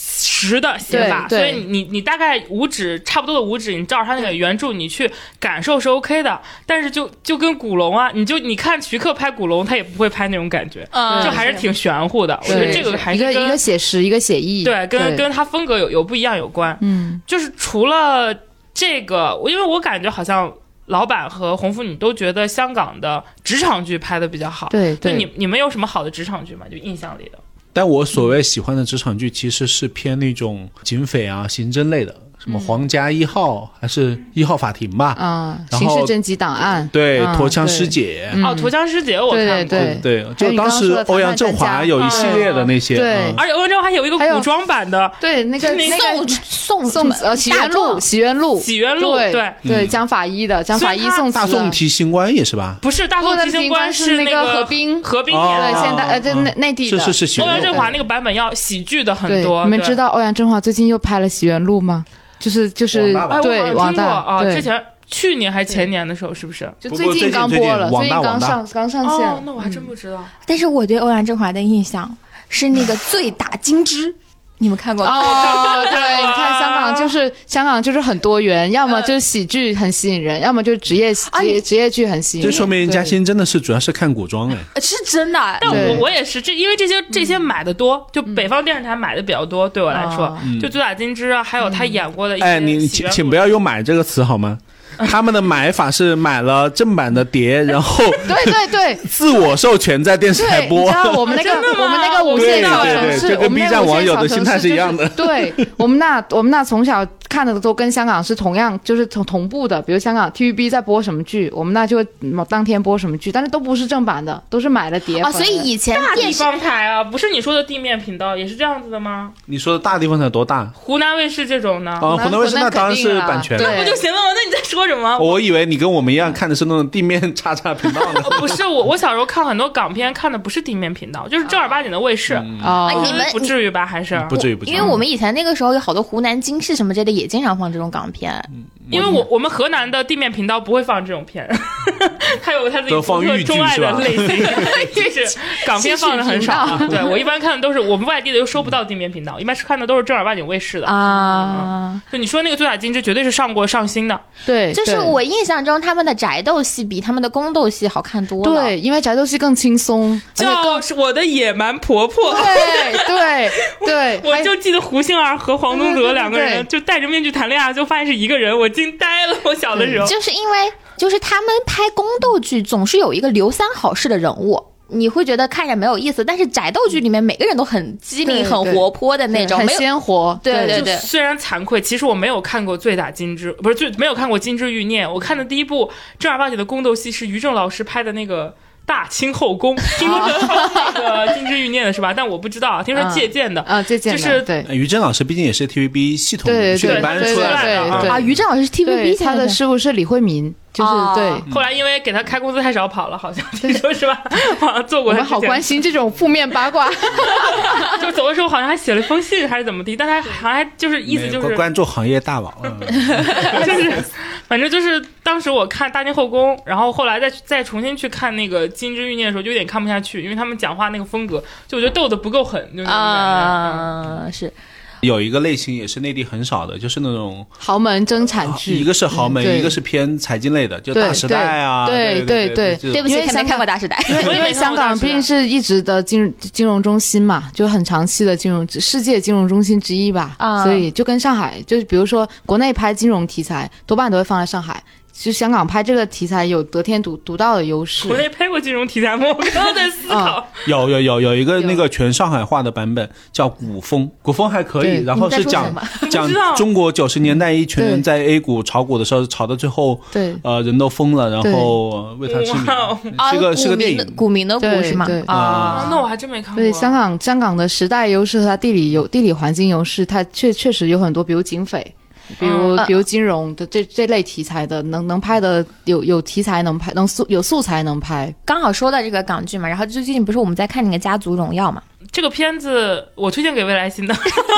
B: 实的写法，
C: 对
B: 所
C: 对
B: 以你你大概五指差不多的五指，你照着他那个原著你去感受是 OK 的。但是就就跟古龙啊，你就你看徐克拍古龙，他也不会拍那种感觉，
A: 嗯
B: 就还是挺玄乎的。我觉得
C: 对
B: 这个还
C: 一
B: 是
C: 个一
B: 跟
C: 个写实，一个写意，
B: 对跟跟他风格有有不一样有关。
C: 嗯，
B: 就是除了这个，我因为我感觉好像老板和红拂女都觉得香港的职场剧拍的比较好。
C: 对
B: 就
C: 对，
B: 你你们有什么好的职场剧吗？就印象里的。
D: 但我所谓喜欢的职场剧，其实是偏那种警匪啊、刑侦类的，什么《皇家一号》还是《一号法庭》吧？
C: 嗯啊，
D: 然
C: 刑
D: 后
C: 事侦缉档案，
D: 对，
C: 嗯
D: 《陀枪师
C: 对
D: 姐》
B: 哦，《陀枪师姐》我看过。
C: 嗯对对对，还
D: 对，
C: 有
D: 就
C: 你
D: 当
C: 刚刚
D: 时
C: 说的
D: 欧阳
C: 谈
D: 震
C: 判专
D: 华
C: 家
D: 有一系列的那些，
C: 对
D: 嗯
B: 而且欧阳震华还有一个
C: 还有
B: 古装版的
C: 对那个那个
A: 宋
C: 宋呃洗冤录，洗冤录，
B: 《洗冤录》，
C: 对
B: 对，
C: 对，江法医的江法医
B: 所以他
C: 宋
D: 嗯大
C: 词的
D: 宋提刑官也是吧？
B: 不是《大
C: 不
B: 宋
C: 能
B: 提刑
C: 评
B: 官》
C: 官是
B: 那
C: 那个何
B: 冰
C: 冰
B: 何冰
D: 哦
B: 演
C: 对
B: 的。
C: 现代呃在
D: 嗯
C: 内内地
D: 是
C: 的
D: 是是，血
B: 欧阳
D: 肉
B: 震华那个版本要喜剧的很
C: 对，
B: 多。
C: 你们
B: 对
C: 知？道欧阳震华最近又拍了《洗冤录》吗？就是就是
D: 王大
B: 哎，我
C: 对
B: 好像
C: 王
B: 听过
C: 大
B: 啊，
C: 对
B: 之前去年还前年的时候，是不是？
C: 就
D: 不
C: 最
D: 过最
C: 近
D: 近
C: 刚
D: 最
C: 播
D: 近
C: 了，
D: 王
C: 最
D: 大
C: 近刚
D: 王大
C: 上刚上
B: 哦，
C: 线。
B: 那我还真不知道。
A: 但是我对欧阳震华的印象是那个醉打金 枝，你们看过吗？
C: 哦， 对，你看香港就是香港就是很多元，要
B: 呃
C: 么就是喜剧很吸引人，要么就是职业职业职业剧很吸引
D: 这
C: 人。
D: 说明嘉欣真的是主要是看古装哎，
A: 是真的。
B: 但啊我
C: 嗯对嗯
B: 我也是，这因为这些这些买的多，就北方电视台买的比较多，对我来说
C: 啊，
B: 就《左打金枝》啊，还有
C: 嗯
B: 他演过的一些
D: 哎，你
B: 喜
D: 请
B: 剧
D: 请不要用“买”这个词好 吗？他们的买法是买了正版的碟，然后
C: 对对对
D: 自我授权在电视台
C: 对，你
D: 播
C: 知。道我们那 个
B: 真的吗
C: 我们那个无限小
A: 哎
C: 城
D: 对对对
C: 市，
D: 这跟
C: 我们那
D: B 站
C: 个无
D: 网
C: 限
D: 友的
C: 小
D: 心
C: 城
D: 态
C: 市
D: 是一样的
C: 就是对 我们那我们那从小看的都跟香港是同样，就是同同步的。比如香港 TVB 在播什么剧，我们那就会嗯当天播什么剧，但是都不是正版的，都是买了碟
A: 啊，所以以前
B: 大
A: 电
B: 地
A: 视
B: 方台啊，不是你说的地面频道，也是这样子的吗？
D: 你说的大地方台多大？
B: 湖南卫视这种呢？
D: 啊，湖南卫视那
C: 哦那肯定
D: 当然是
C: 啦
D: 版权。
C: 对
B: 不就行了吗？那你在说什么？
D: 我以为你跟我们一样看的是那种地面叉叉频道 呢。
B: 不是我，我小时候看很多港片，看的不是地面频道，就是正儿八经的卫视。
D: 嗯
C: 啊
A: 哎
B: 我
A: 你
B: 觉得
A: 们
B: 不至于吧？还是
D: 不至于，不至于。
A: 因为我们以前那个时候有好多湖南经视什么之类的也经常放这种港片，
B: 因为我我们河南的地面频道不会放这种片， 它有它自己
D: 都
B: 独
D: 放
B: 特
D: 豫剧
B: 钟爱
D: 是
B: 的
D: 吧
B: 类型， 就是港片放的 很少。对我一般看的都是我们外地的又收不到地面频道，一般是看的都是正儿八经卫视
A: 嗯
B: 的。
A: 啊，
B: 就你说那个《最大金枝》绝对是上过上新的，
C: 对，
A: 就是
C: 对
A: 我印象中他们的宅斗戏比他们的宫斗戏好看多了。
C: 对，因为宅斗戏更轻松，而且
B: 叫《我的野蛮婆婆》。
C: 对对对，
B: 我就记得胡杏儿和黄宗泽两个
C: 对对
B: 人就戴着面具谈恋爱，就发现是一个人，我惊呆了。 我小的时候，
C: 嗯
A: 就是因为就是他们拍宫斗剧总是有一个刘三好式的人物。你会觉得看着没有意思，但是宅斗剧里面每个人都很机灵、
C: 对
A: 很
C: 对
A: 活泼的那种，
C: 很
A: 没有
C: 鲜活，
A: 对对
C: 对
A: 对
B: 就虽然惭愧，其实我没有看过《醉打金枝》，不是最没有看过《金枝欲孽》。我看的第一部正儿八经的宫斗戏是于正老师拍的那个。大清后 宫就是那个《金枝欲孽》的是吧？但我不知道啊，听说
C: 嗯
B: 借鉴的。
C: 啊，借鉴的
B: 就是
C: 对。
D: 哎于正老师毕竟也是 TVB 系统
C: 对对
D: 训练
B: 对
D: 班
B: 对
D: 出来的
B: 对
D: 啊
B: 对
A: 啊。于正老师是
C: 对，
A: TVB
C: 他的师傅是李慧民，就是
A: 哦
C: 对。
B: 后来因为给他开工资太少跑了，好像听说是 吧？ 好像做过
C: 我
B: 他
C: 们
B: 之前。
C: 好关心这种负面八卦，
B: 就走的时候好像还写了封信还是怎么地，但他好像还就是意思就
D: 关
B: 是
D: 关注行业大佬， 嗯
B: 就是，反正就是当时我看《大内后宫》，然后后来再再重新去看那个《金枝欲孽》的时候，就有点看不下去，因为他们讲话那个风格，就我觉得斗得不够狠，就那种感觉。
A: 啊，是
D: 有一个类型也是内地很少的，就是那种
C: 豪门争产剧，
D: 啊一个是豪门，
C: 嗯对
D: 一个是偏财经类的，就
C: 对
D: 大时代啊，
C: 对
D: 对
C: 对
D: 这
A: 对
D: 种
A: 不起
C: 因为，
A: 可没
C: 香港
A: 看过《大时代》
B: 我也
C: 因为
B: 没看
C: 香
B: 过大
C: 港
B: 时
C: 毕
B: 代
C: 竟是一直的金金融中心嘛，就很长期的金融世界金融中心之一吧，
A: 啊
C: 所以就跟上海，就是比如说国内拍金融题材，多半都会放在上海。其实香港拍这个题材有得天独独到的优势
B: 国，内拍过金融题材吗？我刚刚在思考，
D: 有有有有一个那个全上海话的版本叫《古风》，古风还可以，
C: 对
D: 然后是
A: 你
D: 讲
A: 们
D: 讲
B: 不知道
D: 中国九十年代一群人在 A 股炒股的时候，炒到最后
C: 对
D: 呃人都疯了，然
C: 对啊
D: 后呃为他吃
B: 哇哦
D: 米，是个是个电影，
A: 股民啊的股
C: 对
A: 是吗
C: 对？
B: 啊
A: 啊，
B: 那我还真没看过。
C: 对香港香港的时代优势和它地理有地理环境优势，它确确实有很多，比如警匪，比如、
A: 嗯
C: 比如金融的这这类题材的，能能拍的有有题材能拍，能素有素材能拍，
A: 刚好说到这个港剧嘛，然后最近不是我们在看那个《家族荣耀》嘛？
B: 这个片子，我推荐给未来新的，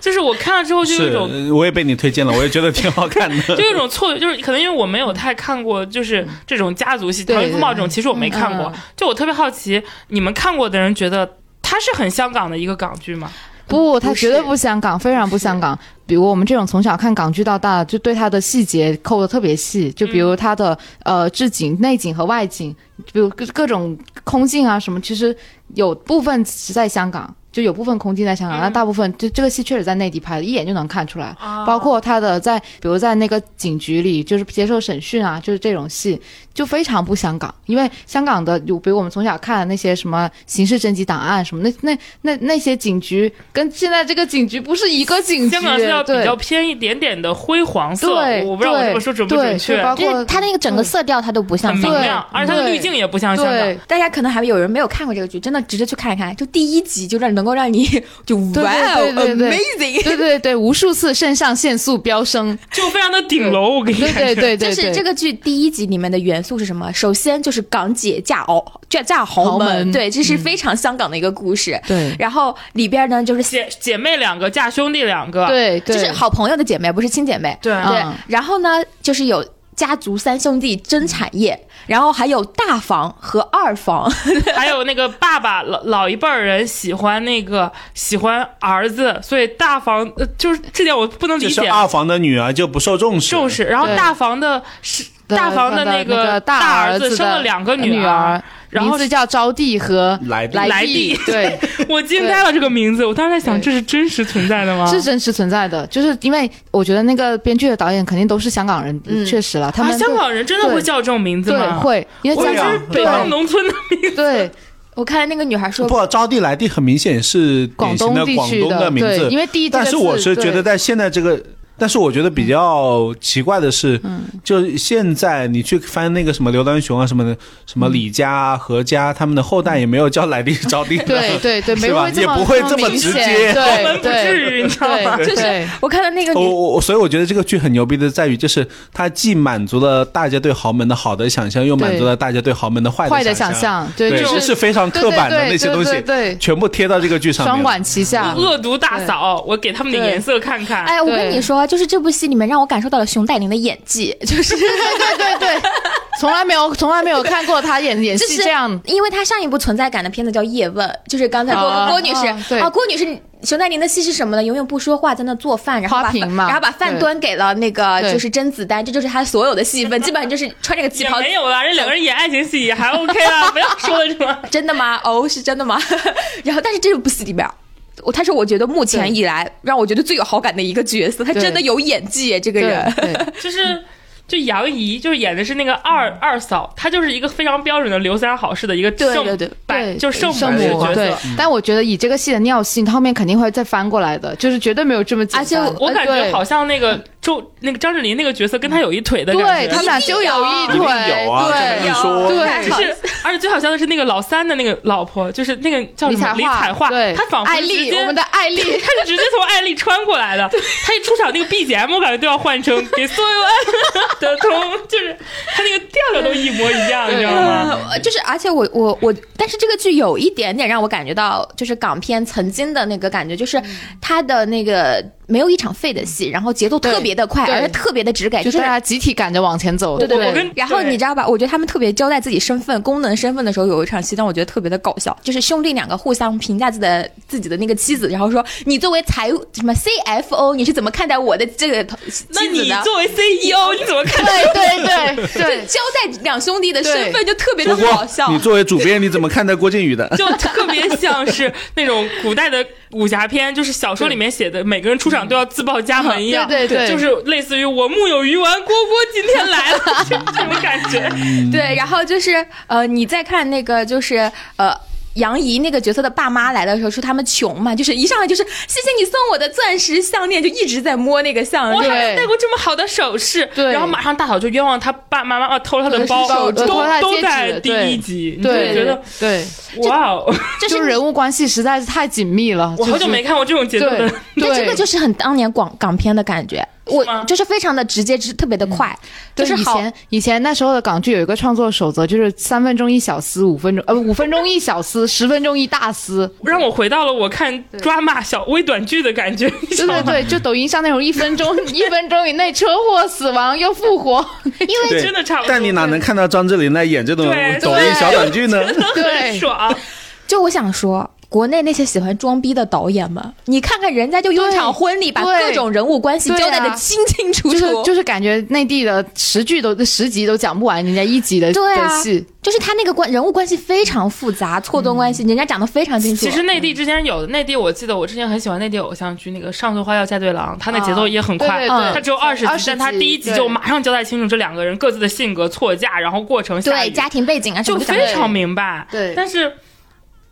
B: 就是我看了之后就有一
D: 是
B: 种，
D: 呃我也被你推荐了，我也觉得挺好看的
B: 就。有一种错觉，就是可能因为我没有太看过，就是这种家族戏《
C: 对
B: 唐人风暴》这种，其实我没看过
C: 嗯。
B: 就我特别好奇，你们看过的人觉得它是很香港的一个港剧吗？
C: 不，它
A: 不
C: 绝对
A: 是
C: 不香港，非常不香港。比如我们这种从小看港剧到大，就对它的细节抠的特别细，就比如它的、呃置景、内景和外景，比如各各种空镜啊什么，其实有部分是在香港。就有部分空镜在香港，
B: 嗯
C: 但大部分就这个戏确实在内地拍的，一眼就能看出来。包括他的在，比如在那个警局里，就是接受审讯啊，就是这种戏，就非常不香港。因为香港的，有比如我们从小看的那些什么刑事侦缉档案什么，那那那那些警局跟现在这个警局不是一个警局，
B: 香港是要比
C: 嗯对
B: 较偏一点点的灰黄色，
C: 对
B: 我不知道我这么说准不
C: 对
B: 准确
C: 就，包
A: 就
C: 括
A: 是它那个整个色调，它都不像
B: 很
A: 香
B: 明
A: 港。
B: 亮，而且它的
C: 对
B: 滤镜也不像香港
C: 对。
A: 嗯大家可能还有人没有看过这个剧，真的值得去看一看。就第一集就让能够让你 就
C: 对
A: 哇哦
C: 对对对
A: ，amazing！
C: 对对对，无数次肾上腺素 飙升，
B: 就非常的顶楼。我给你
C: 对
B: 感
C: 对
B: 觉，
C: 对对对，
A: 就是这个剧第一集里面的元素是什么？首先就是港姐嫁豪嫁嫁豪
C: 豪门
A: 对，这是非常香港的一个故事。
C: 对
A: 然后里边呢就是
B: 姐姐妹两个嫁兄弟两个，
C: 对
A: 就
C: 对，
A: 是好朋友的姐妹，不是亲姐妹。
B: 对
A: 对，
C: 嗯
A: 然后呢，就是有家族三兄弟争产业，然后还有大房和二房，
B: 还有那个爸爸老老一辈儿人喜欢那个喜欢儿子，所以大房呃就是这点我不能理
D: 就是
B: 解。
D: 二房的女儿就不受重视，
B: 重视，然后
C: 对
B: 大房的是
C: 的
B: 大房的
C: 的
B: 那
C: 个
B: 大
C: 儿
B: 子
C: 的
B: 生了两个
C: 女
B: 儿，，然后
C: 名字叫招娣和
D: 来
C: 来
B: 来
C: 娣
B: 娣，
C: 对，
B: 我惊呆了这个名字，我当时在想
C: 对
B: 这是真实存在的吗？
C: 是真实存在的。就是因为我觉得那个编剧和导演肯定都是香港人，确实了，他
B: 啊，
C: 们
B: 香
C: 对
B: 港人真的
C: 对
B: 会叫这种名字
C: 对
B: 吗？，
C: 会，因
B: 我
C: 为
B: 以为
C: 香
D: 会
B: 是
D: 啊
C: 港
B: 北方
C: 对
B: 农村的名字。
C: 对
A: 我看那个女孩说，
D: 不，招娣来娣很明显是典
C: 广
D: 型
C: 东
D: 的
C: 地
D: 广
C: 区
D: 东的名字
C: 对，，因为第一这个
D: 但
C: 字，
D: 是我是觉得
C: 对
D: 在现在这个，但是我觉得比较奇怪的是，
C: 嗯
D: 就现在你去翻那个什么刘丹雄啊什么的，
C: 嗯
D: 什么李家啊、何家他们的后代也没有叫 来历招娣的，
C: 对对对，没
D: 是吧
C: 有这
D: 也
C: 么
D: 不会这么
C: 明
D: 直
C: 显
D: 接
B: 我们不
C: 对
B: 至
C: 对
B: 于，你知道吗？
C: 对，
A: 就是
C: 对
A: 我看到那个
D: 我
A: 女。
D: 我我，所以我觉得这个剧很牛逼的在于，就是它既满足了大家对豪门的好的想象，又满足了大家对豪门的坏
C: 坏
D: 的
C: 的想
D: 象。
C: 象，对，
D: 对，
C: 就
D: 这是
C: 是
D: 非常刻板的
C: 对对
D: 那些
C: 对
D: 东西
C: 对对，对
D: 全部贴到这个剧上面。
C: 双管齐下。
B: 恶毒大嫂，我给他们的
C: 对
B: 颜色看看。
A: 哎，我跟
C: 对
A: 你说，说，就是这部戏里面让我感受到了熊黛林的演技，就是
C: 对对对，从来没有从来没有看过他演演
A: 就是
C: 戏这样。
A: 因为她上一部存在感的片子叫《叶问》，就是刚才郭、
C: 啊
A: 郭女士
C: 啊对
A: 啊，郭女士。熊黛林的戏是什么呢？永远不说话，在那做饭，然后把
C: 花瓶
A: 饭
C: 嘛
A: 然后把饭
C: 对
A: 端给了那个
C: 对
A: 就是甄子丹，这就是她所有的戏 份，基本上就是穿这个旗
B: 也
A: 袍。
B: 没有啦，人两个人演爱情戏也还 OK 啦，不要说了这么。
A: 真的吗？哦，是真的吗？ 然后，但是这部戏里边，我他是我觉得目前
C: 对
A: 以来让我觉得最有好感的一个角色，他
C: 对
A: 真的有演技耶，这个
C: 对啊
A: 人。
C: 对，
B: 就是嗯就杨怡，就是演的是那个二、二嫂，她就是一个非常标准的刘三好式的一个
A: 对
B: 圣
A: 对对
B: 白，
C: 对
B: 就是圣
C: 圣
B: 母的
C: 母
B: 角
C: 对
B: 色。，
D: 嗯
C: 但我觉得以这个戏的尿性，他后面肯定会再翻过来的，就是绝对没有这么简单。哎
A: 而且我
B: 我感觉
C: 对
B: 好像那个周那个张智霖那个角色跟他有一腿的感
C: 对
B: 觉
C: 他。们俩就有一
D: 一
C: 腿，
D: 定有啊这么一
C: 对，
D: 说
A: 啊
C: 对
B: 就是，而且最好笑的是那个老三的那个老婆，就是那个叫什么李
C: 李
B: 彩
C: 彩
B: 桦
C: 桦，对
B: 她仿佛
C: 艾
B: 是直
C: 丽，
B: 接
C: 我们的艾 丽，
B: 他是直接从艾丽穿过来的。他一出场，那个 BGM 我感觉都要换成 给所有艾丽 的通，就是他那个调调都一模一样，你知道吗？
A: 呃，就是，而且我我我，但是这个剧有一点点让我感觉到，就是港片曾经的那个感觉，就是它的那个没有一场废的戏，然后节奏特别的快，
C: 对
A: 而且特别的直给，
C: 就
A: 就是
C: 大家集体赶着往前走，
A: 对对
B: 我
A: 对，
B: 跟
A: 然后你知道吧？我觉得他们特别交代自己身份、功能身份的时候，有一场戏让我觉得特别的搞笑，就是兄弟两个互相评价自己的自己的那个妻子，然后说你作为财务什么 CFO，你是怎么看待我的这个头妻
B: 那
A: 子
B: 你
A: 的？
B: 作为 CEO，你怎么看？
C: 对对对对
A: 就交代两兄弟的身份就特别的
D: 不
A: 搞
D: 过
A: 笑啊
D: 你。作为主编，你怎么看待郭靖宇的？
B: 就特别像是那种古代的武侠片，就是小说里面写的，每个人出场都要自报家门一 样，
C: 对对对
B: 就是类似于我木有鱼丸，郭郭今天来了， 就这种感觉。
A: 对，然后就是呃，你再看那个就是呃。杨怡那个角色的爸妈来的时候说他们穷嘛，就是一上来就是谢谢你送我的钻石项链，就一直在摸那个项
B: 我
A: 链
B: 还
C: 对。
B: 没戴过这么好的首饰，
C: 对
B: 然后马上大嫂就冤枉他爸妈妈哦偷了他的包，
C: 手
B: 都
C: 指偷他的
B: 都
C: 戒
B: 在
C: 指
B: 第
C: 对
B: 一集，你就
C: 对，
B: 觉得
C: 对，
B: 哇哦，
A: 这是
C: 就是人物关系实在是太紧密了，
B: 我好久
C: 就是
B: 没看过这种节奏
C: 对
B: 的。
A: 那这个
C: 对，
A: 就是很当年广港片的感觉，我
B: 吗
A: 就是非常的直接，直特别的快，就
C: 嗯对
A: 是
C: 以
A: 好。
C: 前以前那时候的港剧有一个创作守则，就是三分钟一小丝，五分钟呃五分钟一小丝，十分钟一大丝。
B: 让我回到了我看抓马小微短剧的 感觉，
C: 对 对对，就抖音上那种一分钟一分钟以内车祸死亡又复活，
A: 因为
D: 对
B: 真的差不多
D: 但你哪能看到张智霖来演这种
B: 对
D: 抖音小短剧呢？
B: 很
C: 对
B: 爽。
A: 就我想说，国内那些喜欢装逼的导演们，你看看人家就用一场婚礼，把
C: 对
A: 各种人物关系
C: 对啊
A: 交代的清清楚
C: 就
A: 楚，
C: 是就是感觉内地的十句都十集都讲不完人家一集的
A: 对啊
C: 的戏，
A: 就是他那个关人物关系非常复杂，错综关
C: 嗯
A: 系，人家讲的非常清楚。
B: 其实内地之前有的，内地我记得我之前很喜欢内地偶像剧，那个《上错花轿嫁对郎》，他那节奏也很
C: 啊对
B: 快
C: 对，
A: 嗯
B: 他只有二十集
C: 20，集
B: 但他第一集就马上交代清楚这两个人各自的性格、错嫁，然后过程下
A: 对
B: 雨
A: 家庭背景啊什
B: 就
A: 么的。
B: 非常明白。
C: 对
B: 但是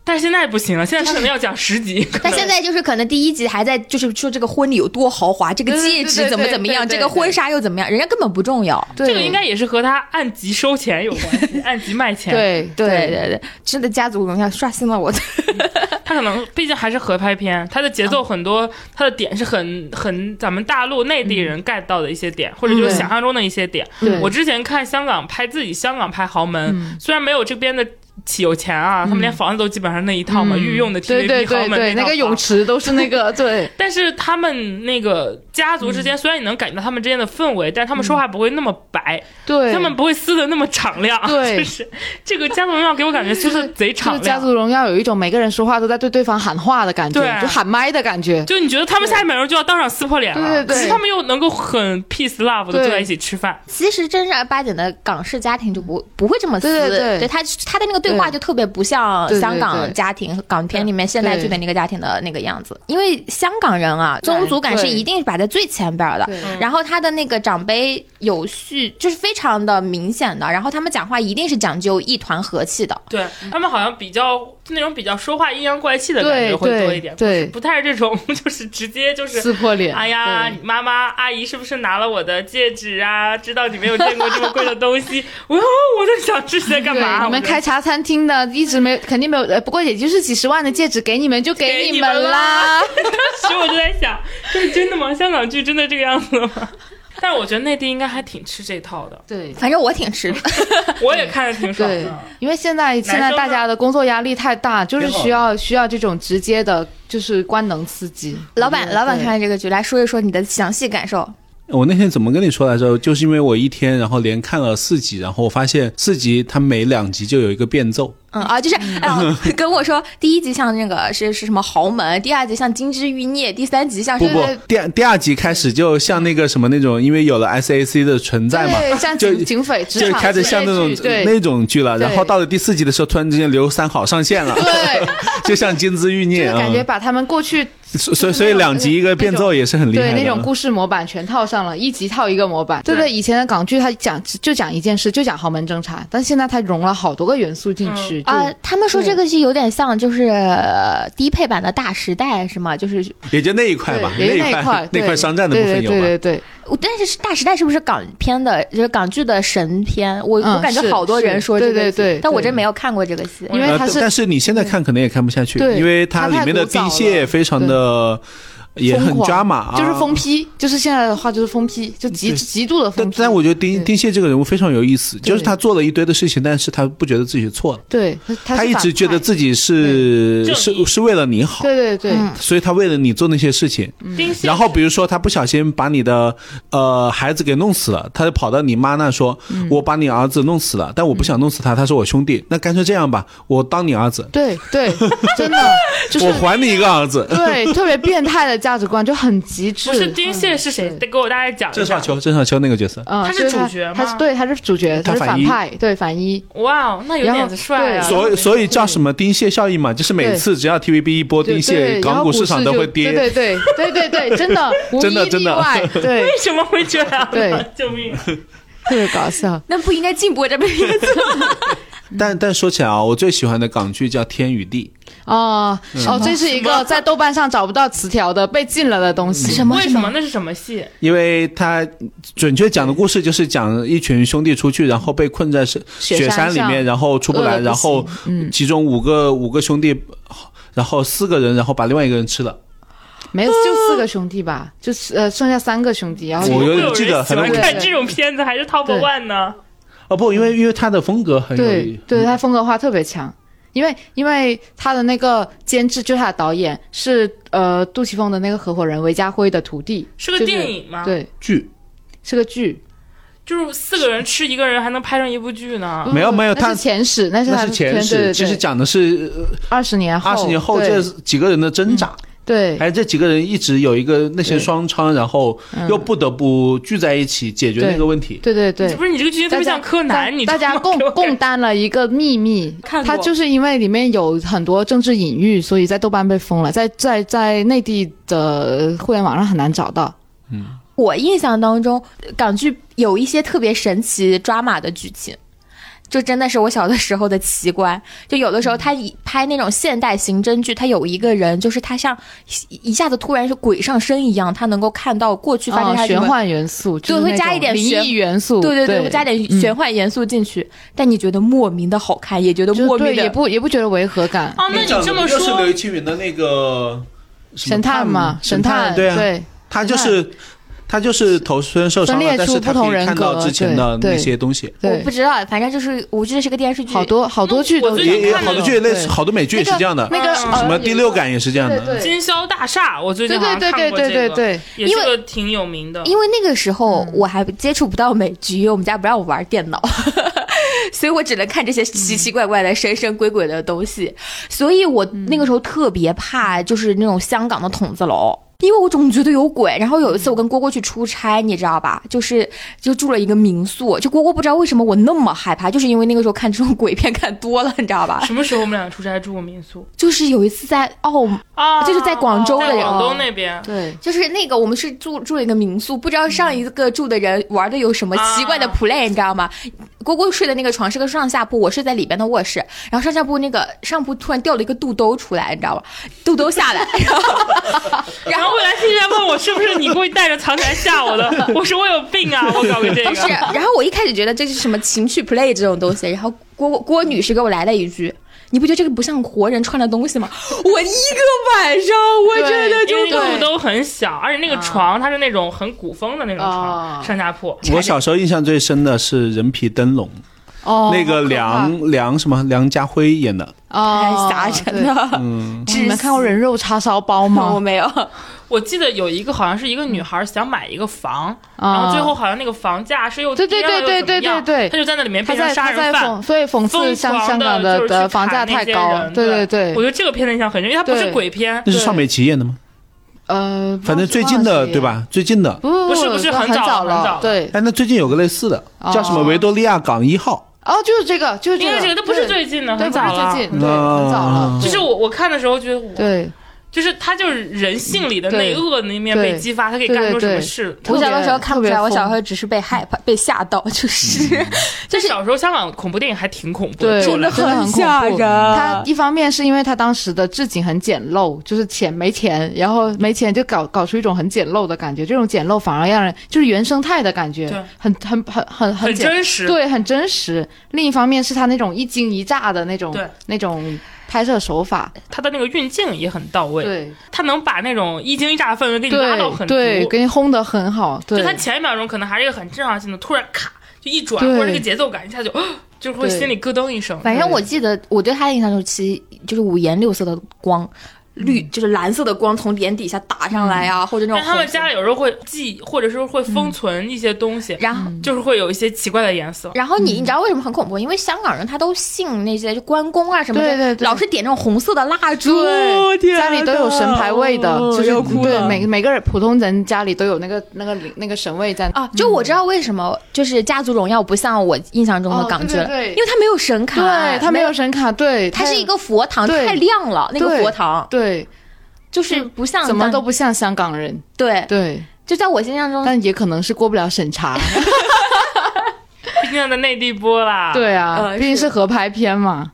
B: 但是现在不行了，现在他可能要讲十集。
A: 但现在就是可能第一集还在就是说这个婚礼有多豪华，这个
C: 对对
A: 戒
C: 对
A: 指
C: 对
A: 怎么
C: 对
A: 怎么样，
C: 对
A: 这
C: 对
A: 个
C: 对
A: 婚纱又怎么样，人家根本不重要。
C: 对
B: 这个应该也是和他按集收钱有关 系，按集卖钱。，
C: 对
A: 对对对，真的家族荣耀刷新了我的
B: 他可能毕竟还是合拍片，他的节
C: 嗯
B: 奏很多，他的点是很很咱们大陆内地人 get 到的一些点，或者就是
C: 嗯对
B: 想象中的一些点。
C: 对嗯
B: 我之前看香港拍自己香港拍豪门，虽然没有这边的。起有钱啊！他们连房子都基本上那一套嘛，御用的 TVB
C: 嗯对对
B: 豪
C: 对
B: 门
C: 对，
B: 那
C: 那
B: 套
C: 个泳
B: 房
C: 池都是 那个对。
B: 但是他们那个家族
C: 嗯
B: 之间，虽然你能感觉到他们之间的氛围，但是他们说话不会那么白，
C: 对，
B: 他们不会撕的那么敞亮。
C: 嗯对
B: 就是这个家族荣耀给我感觉撕的贼
C: 就是
B: 敞
C: 《家
B: 亮。
C: 族荣耀》有一种每个人说话都在对对方喊话的感觉
B: 对，啊
C: 就喊麦的感觉。
B: 就你觉得他们下一秒钟就要当场撕破脸了，
C: 对对对
B: 可是他们又能够很 peace love 的
C: 对
B: 坐在一起吃饭，
A: 其实正儿八经的港式家庭就不不会这么撕，
C: 对对对
A: 他他的那个对话
C: 对
A: 就特别不像
C: 对对
A: 香港
C: 对嗯
A: 家庭港片里面现代剧的那个家庭的那个样子，因为香港人啊，宗族感是
C: 对
A: 一定摆在最前边的，
D: 嗯
C: 对
A: 然后他的那个长辈有序就是非常的明显的，然后他们讲话一定是讲究一团和气的，
B: 对他们好像比较就那种比较说话阴阳怪气的感觉
C: 对
B: 会多一点，
C: 对对
B: 不太是这种 就是直接就是
C: 撕破脸。
B: 哎呀，
C: 对
B: 你妈妈阿姨是不是拿了我的戒指啊？ 知道你没有见过这么贵的东 西，我我在想这是在干嘛？
C: 对，你 们开茶餐厅的一直没肯定没有，呃，不过也就是几十万的戒指给你们就
B: 给
C: 给
B: 你
C: 们
B: 们
C: 啦。
B: 我就，当时我就在想，这是真的吗？香港剧真的这个样子吗？但我觉得内地应该还挺吃这套的，
C: 对
A: 反正我挺吃的。
B: 我也看着挺爽
C: 对
B: 的。，
C: 因为现在现
B: 男生
C: 在大家的工作压力太大，就是
D: 挺好
C: 需要需要这种直接的，就是官能刺激。
A: 老板，
C: 对
A: 老板看了这个剧，来说一说你的详细感受。
D: 我那天怎么跟你说来着？就是因为我一天，然后连看了四集，然后我发现四集它每两集就有一个变奏，
A: 嗯啊，就是啊， 跟我说第一集像那个是是什么豪门，第二集像金枝欲孽，第三集像
D: 不
A: 是
D: 不，第二第二集开始就像那个什么那种，因为有了 SAC 的存在嘛，
C: 对，像
D: 就
C: 警警匪职
D: 就
C: 场
D: 开
C: 之
D: 始
C: 类
D: 像那种
C: 剧对
D: 那种剧了。
C: 对
D: 然后到了第四集的时候，突然之间刘三好上线了，
C: 对，
D: 就像金枝玉
C: 就
D: 孽
C: 是
D: 啊
C: 感。觉把他们过去
D: 所所以所以两集一个变奏也是很厉害
C: 对
D: 的。
C: 那种故事模板全套上了，一集套一个模板，对不对？以前的港剧它讲就讲一件事，就讲豪门侦查，但现在它融了好多个元素进去
B: 嗯
A: 啊、
C: 就
A: 他们说这个剧有点像就是呃低配版的《大时代》是吗？就是，
D: 也就那一块吧，
C: 对也就
D: 一
C: 那一
D: 块
C: 块
D: 那
C: 对
D: 块商战的部分
C: 对对
D: 有
C: 对
D: 吧？
C: 对对，
A: 但是《大时代》是不是港片的，就是港剧的神片？我、
C: 嗯
A: 我感觉
C: 是
A: 好多人说这个
C: 是对
A: 剧
C: 对对
A: 但我
C: 对
A: 真没有看过这个戏。嗯
C: 因为
D: 呃
C: 它
D: 但
C: 是
D: 但是你现在看可能也看不下去，
C: 对
D: 因为它里面的
C: 它太
D: 滴
C: 古早
D: 血
C: 了
D: 非常的也很
C: 疯狂
D: drama，啊
C: 就是疯批，就是现在的话就是疯批，就极
D: 对
C: 极度的
D: 但
C: 疯批。
D: 但我觉得丁
C: 对
D: 丁蟹这个人物非常有意思，就是
C: 对
D: 他做了一堆的事情，但是他不觉得自己错了，
C: 对他他
D: 他
C: 是
D: 一
C: 反
D: 直觉得
C: 派
D: 自己是
B: 正义
D: 是是为了你好，
C: 对嗯对对，
A: 嗯
D: 所以他为了你做那些事情。
B: 丁蟹
D: 然后比如说他不小心把你的呃孩子给弄死了，他就跑到你妈那说：“
C: 嗯
D: 我把你儿子弄死了，但我不想弄死他，他是我兄弟，那干脆这样吧，我当你儿子，
C: 对对， 真的就是
D: 我还你一个儿子。”
C: 对特别变态的价值观，就很极致。
B: 不是丁蟹是谁？得给我大家讲
D: 郑
B: 一
D: 少
B: 下。
D: 秋，郑少秋那个角色，
C: 嗯，
B: 他是
C: 就是
B: 主角
C: 他
B: 吗
C: 是对，他是主角，
D: 他
C: 他是
D: 反
C: 反
D: 一
C: 派，对反一。
B: 哇哦，那有
C: 然后
B: 点子帅啊！
C: 对
D: 所以所以叫什么丁蟹效应嘛，就是每
C: 对
D: 次只要 TVB 一播
C: 对
D: 丁蟹，
C: 对然
D: 港
C: 后
D: 股
C: 股
D: 市场都
C: 就
D: 会跌。
C: 对对对对对对，真 的无
D: 真的
C: 一
D: 真
C: 例
D: 的
C: 外，对，
B: 为什么会这样呢？
C: 对
B: 救命！
C: 特别搞笑。
A: 那不应该禁播这部片子吗。
D: 但但说起来啊，我最喜欢的港剧叫《天与地
C: 哦
D: 嗯
C: 哦，这是一
B: 什么
C: 个在豆瓣上找不到词条的被禁了的东西。
D: 嗯
A: 什么
B: 为什么？？那是什么戏？》，
D: 因为它准确讲的故事就是讲一群兄弟出去，然后被困在雪
C: 雪
D: 雪
C: 山
D: 山里
C: 上
D: 面，然后出不
C: 饿
D: 来，
C: 得不嗯
D: 然后其中五个五个兄弟，然后四个人，然后把另外一个人吃了。
C: 没有，就四个兄弟吧，就是呃，剩下三个兄弟，然后
D: 我
B: 会
D: 有
B: 有
D: 点
B: 人
D: 记得
B: 喜
D: 很多
B: 欢
C: 对
B: 看这种片子，还是 Top
C: 对
B: One 呢？
D: 哦不，因为因为他的风格很有嗯
C: 对对，他风格化特别强，因为因为他的那个监制就是他的导演是呃杜琪峰的那个合伙人韦家辉的徒弟，
B: 是个
C: 就是
B: 电影吗？，
C: 对，
D: 剧，
C: 是个剧，
B: 就是四个人吃一个人，还能拍成一部剧呢。
D: 没有没有
C: 那
D: 他
C: 是前史，那是
D: 那
C: 他
D: 是前世，其实讲的是呃
C: 二十年后，
D: 二十年后
C: 对
D: 这几个人的挣扎。
C: 对
D: 哎，这几个人一直有一个那些
C: 对嗯
D: 双枪，然后又不得不聚在一起解决那
C: 对
D: 个问题。
C: 对对对
B: 不。是你这个剧情特别像柯南，你知道
C: 大
B: 吗
C: 家 共
B: 给我
C: 共担了一个秘密，
B: 看过
C: 他就是因为里面有很多政治隐喻，所以在豆瓣被封了，在在在内地的互联网上很难找到。
A: 我印象当中，港剧有一些特别神奇抓马的剧情。就真的是我小的时候的奇观，就有
C: 嗯
A: 的时候他一拍那种现代刑侦剧，他有一个人，就是他像一一下子突然是鬼上身一样，他能够看到过去发生
C: 哦
A: 他什
C: 玄
A: 么
C: 幻元素，
A: 对
C: 就是
A: 会
C: 那
A: 加
C: 种
A: 一点
C: 灵
A: 玄
C: 异元素，
A: 对对对，
C: 对，
A: 我加点玄幻元素进去，但你觉得莫名的好看，也觉得
C: 就是
A: 莫
C: 对
A: 名
C: 也
A: 的。
C: 不也不觉得违和感。
B: 哦，那你这么
D: 就是
B: 说
D: 刘，青云的那个什么
C: 神探嘛，
D: 神
C: 探
D: 对啊，
C: 对
D: 他就是他就是头身受伤
C: 分
D: 了，
C: 裂
D: 但
C: 出
D: 是他
C: 不同
D: 可以
C: 人
D: 看到
C: 格
D: 之前
C: 对
D: 的那
C: 对
D: 些东西。
A: 我不
C: 对，
A: 知道，反正就是我记得是个电视剧，
C: 好多好多剧
B: 我
C: 都
B: 最
D: 也
B: 近
D: 也
B: 看
D: 好
B: 了
D: 多剧类
C: 对
D: 似，好多美剧也是这样的，
C: 那个
B: 嗯
C: 呃
D: 什么
C: 有一
D: 第
C: 个
D: 六感也是这样的。
C: 对对
B: 金宵大厦，我最近
C: 对
B: 好像
C: 对
B: 看
C: 对
B: 过这
C: 对
B: 个，
C: 对对，
B: 也是个挺有名的。
A: 因为那个时候
C: 嗯
A: 我还接触不到美剧，因为我们家不让我玩电脑， 所以我只能看这些
C: 嗯
A: 奇奇怪怪的、神神鬼鬼的东西。所以我那个时候特别怕，就是那种香港的筒子楼。因为我总觉得有鬼，然后有一
C: 嗯
A: 次我跟蝈蝈去出差，你知道吧？就是就住了一个民宿，就蝈蝈不知道为什么我那么害怕，就是因为那个时候看这种鬼片看多了，你知道吧？
B: 什么时候我们俩出差住过民宿
A: 就是有一次在澳
B: 啊？
A: 就是在广州的
B: 在
A: 人
B: 广东那边。
C: 对
A: 就是那个，我们是住住了一个民宿，不知道上一个住的人玩的有什么奇怪的
B: 啊
A: play，、你知道吗？蝈蝈睡的那个床是个上下铺，我睡在里边的卧室，然后上下铺那个上铺突然掉了一个肚兜出来，你知道吗？肚兜下来， 然后
B: 然后未来天天问哎我是不是你故意带着藏起来吓我 的，我说我有病啊，我搞个这
A: 不是，
B: 个。
A: 然后我一开始觉得这是什么情趣 play 这种东西，然后郭郭女士给我来了一句。你不觉得这个不像活人穿的东西 吗？我一个晚上，我
C: 对
A: 真的
B: 因
A: 就
B: 为那个
C: 对
B: 屋都很小，而且那个
C: 啊
B: 床它是那种很古风的那种床，
C: 哦
B: 上下铺。
D: 我小时候印象最深的是《人皮灯笼》，
C: 哦，
D: 那个梁梁什么梁家辉演的，
A: 太
C: 哦，
A: 哎吓人
C: 对。
A: 了。
D: 嗯，
A: 窒息
C: 你们看过人肉叉烧包
A: 我
C: 吗？
A: 没有，
B: 我记得有一个好像是一个女孩想买一个房，
C: 啊
B: 然后最后好像那个房价是又
C: 对对
B: 跌了又怎
C: 对
B: 么
C: 对
B: 样
C: 对对
B: 她就在那里面
C: 他
B: 变成
C: 在
B: 杀
C: 他
B: 人
C: 在
B: 犯
C: 讽，。所以讽刺
B: 疯
C: 像
B: 狂
C: 香港
B: 的就是去
C: 的房价
B: 砍那
C: 太
B: 些
C: 高
B: 人，
C: 对
B: 对
C: 对
B: 我，觉得这个片的印象很深，因为它不是
C: 对
B: 鬼片，
D: 那是
C: 对
D: 邵美琪演的吗？
C: 呃，
D: 反正最近
C: 忘
D: 的
C: 记
D: 对？吧？最近的，
C: 不不
B: 不是不是
C: 很
B: 很早
C: 早
B: 了很早了
C: 对，
D: 哎，那最近有个类似的，
C: 哦
D: 叫什么《维多利亚港一号
C: 哦，就是这个，就是
B: 因为这
C: 个，
B: 个它不是最近的，
C: 对，
B: 很
C: 不是
B: 早了
C: 最。近，
D: 嗯
C: 对，很早了，
B: 就是
C: 对
B: 我我看的时候觉得，我
C: 对，
B: 就是他就是人性里的那
C: 对
B: 恶的那面被
C: 对
B: 激发，他可以
C: 对
B: 干出
C: 对
B: 什么
C: 对
B: 事。
C: 特别特别疯
A: 只是被害怕、被吓到，
B: 嗯
A: 就是
B: 就是小时候香港恐怖电影还挺恐怖
C: 对，
B: 的，
A: 真的
C: 真的
A: 很
C: 很恐
A: 吓
C: 怖
A: 人
B: 呃
C: 他一方面是因为他当时的置景很简陋，就是钱没钱，然后没钱就搞搞出一种很简陋的感觉，这种简陋反而让人就是原生态的感觉
B: 对，
C: 很很很很
B: 很
C: 简
B: 真实。
C: 对，很真实。另一方面是他那种一惊一乍的那种
B: 对
C: 那种拍摄手法，
B: 他的那个运镜也很到位，
C: 对
B: 他能把那种一惊一乍的氛围给你拉到
C: 对
B: 很足。
C: 对，给你烘得很好，对
B: 就他前一秒钟可能还是一个很正常性的，突然咔就一转，
C: 对
B: 或者那个节奏感一下就就会
C: 对
B: 心里咯噔一声。嗯
A: 反正我记得我对他的印象就是，其实就是五颜六色的光，绿
C: 嗯
A: 就是蓝色的光从脸底下打上来啊，或者那
B: 但
A: 种
B: 他们
A: 红色。
B: 家里有时候会记，或者是会
C: 嗯
B: 封存一些东西，
A: 然后，
B: 就是会有一些奇怪的颜色。
A: 然后
C: 嗯
A: 你你知道为什么很恐怖？因为香港人他都信那些就关公啊什么的，
C: 对对对
A: 老是点那种红色的蜡烛。
C: 对，
D: 哦天
C: 家里都有神牌位的，
D: 哪
C: 就是
D: 要哭
C: 对
D: 了
C: 每每个人普通人家里都有那个那个那个神位在
A: 啊，就我知道为什么，就是《家族荣耀》不像我印象中的
C: 哦
A: 港剧
C: 对
A: 了，
C: 对对
A: 因为它没有神龛，
C: 对他没有，神卡，对，
A: 它是一个佛堂，
C: 对
A: 太亮了，那个
C: 对
A: 佛堂
C: 对，
A: 就是不像
C: 怎么
A: 咱
C: 都不像香港人，
A: 对，
C: 对，哦
A: 就在我印象中，
C: 但也可能是过不了审查，
B: 毕竟在内地播啦。，
C: 对
A: 呃
C: 啊，毕竟
A: 是
C: 是合拍片嘛，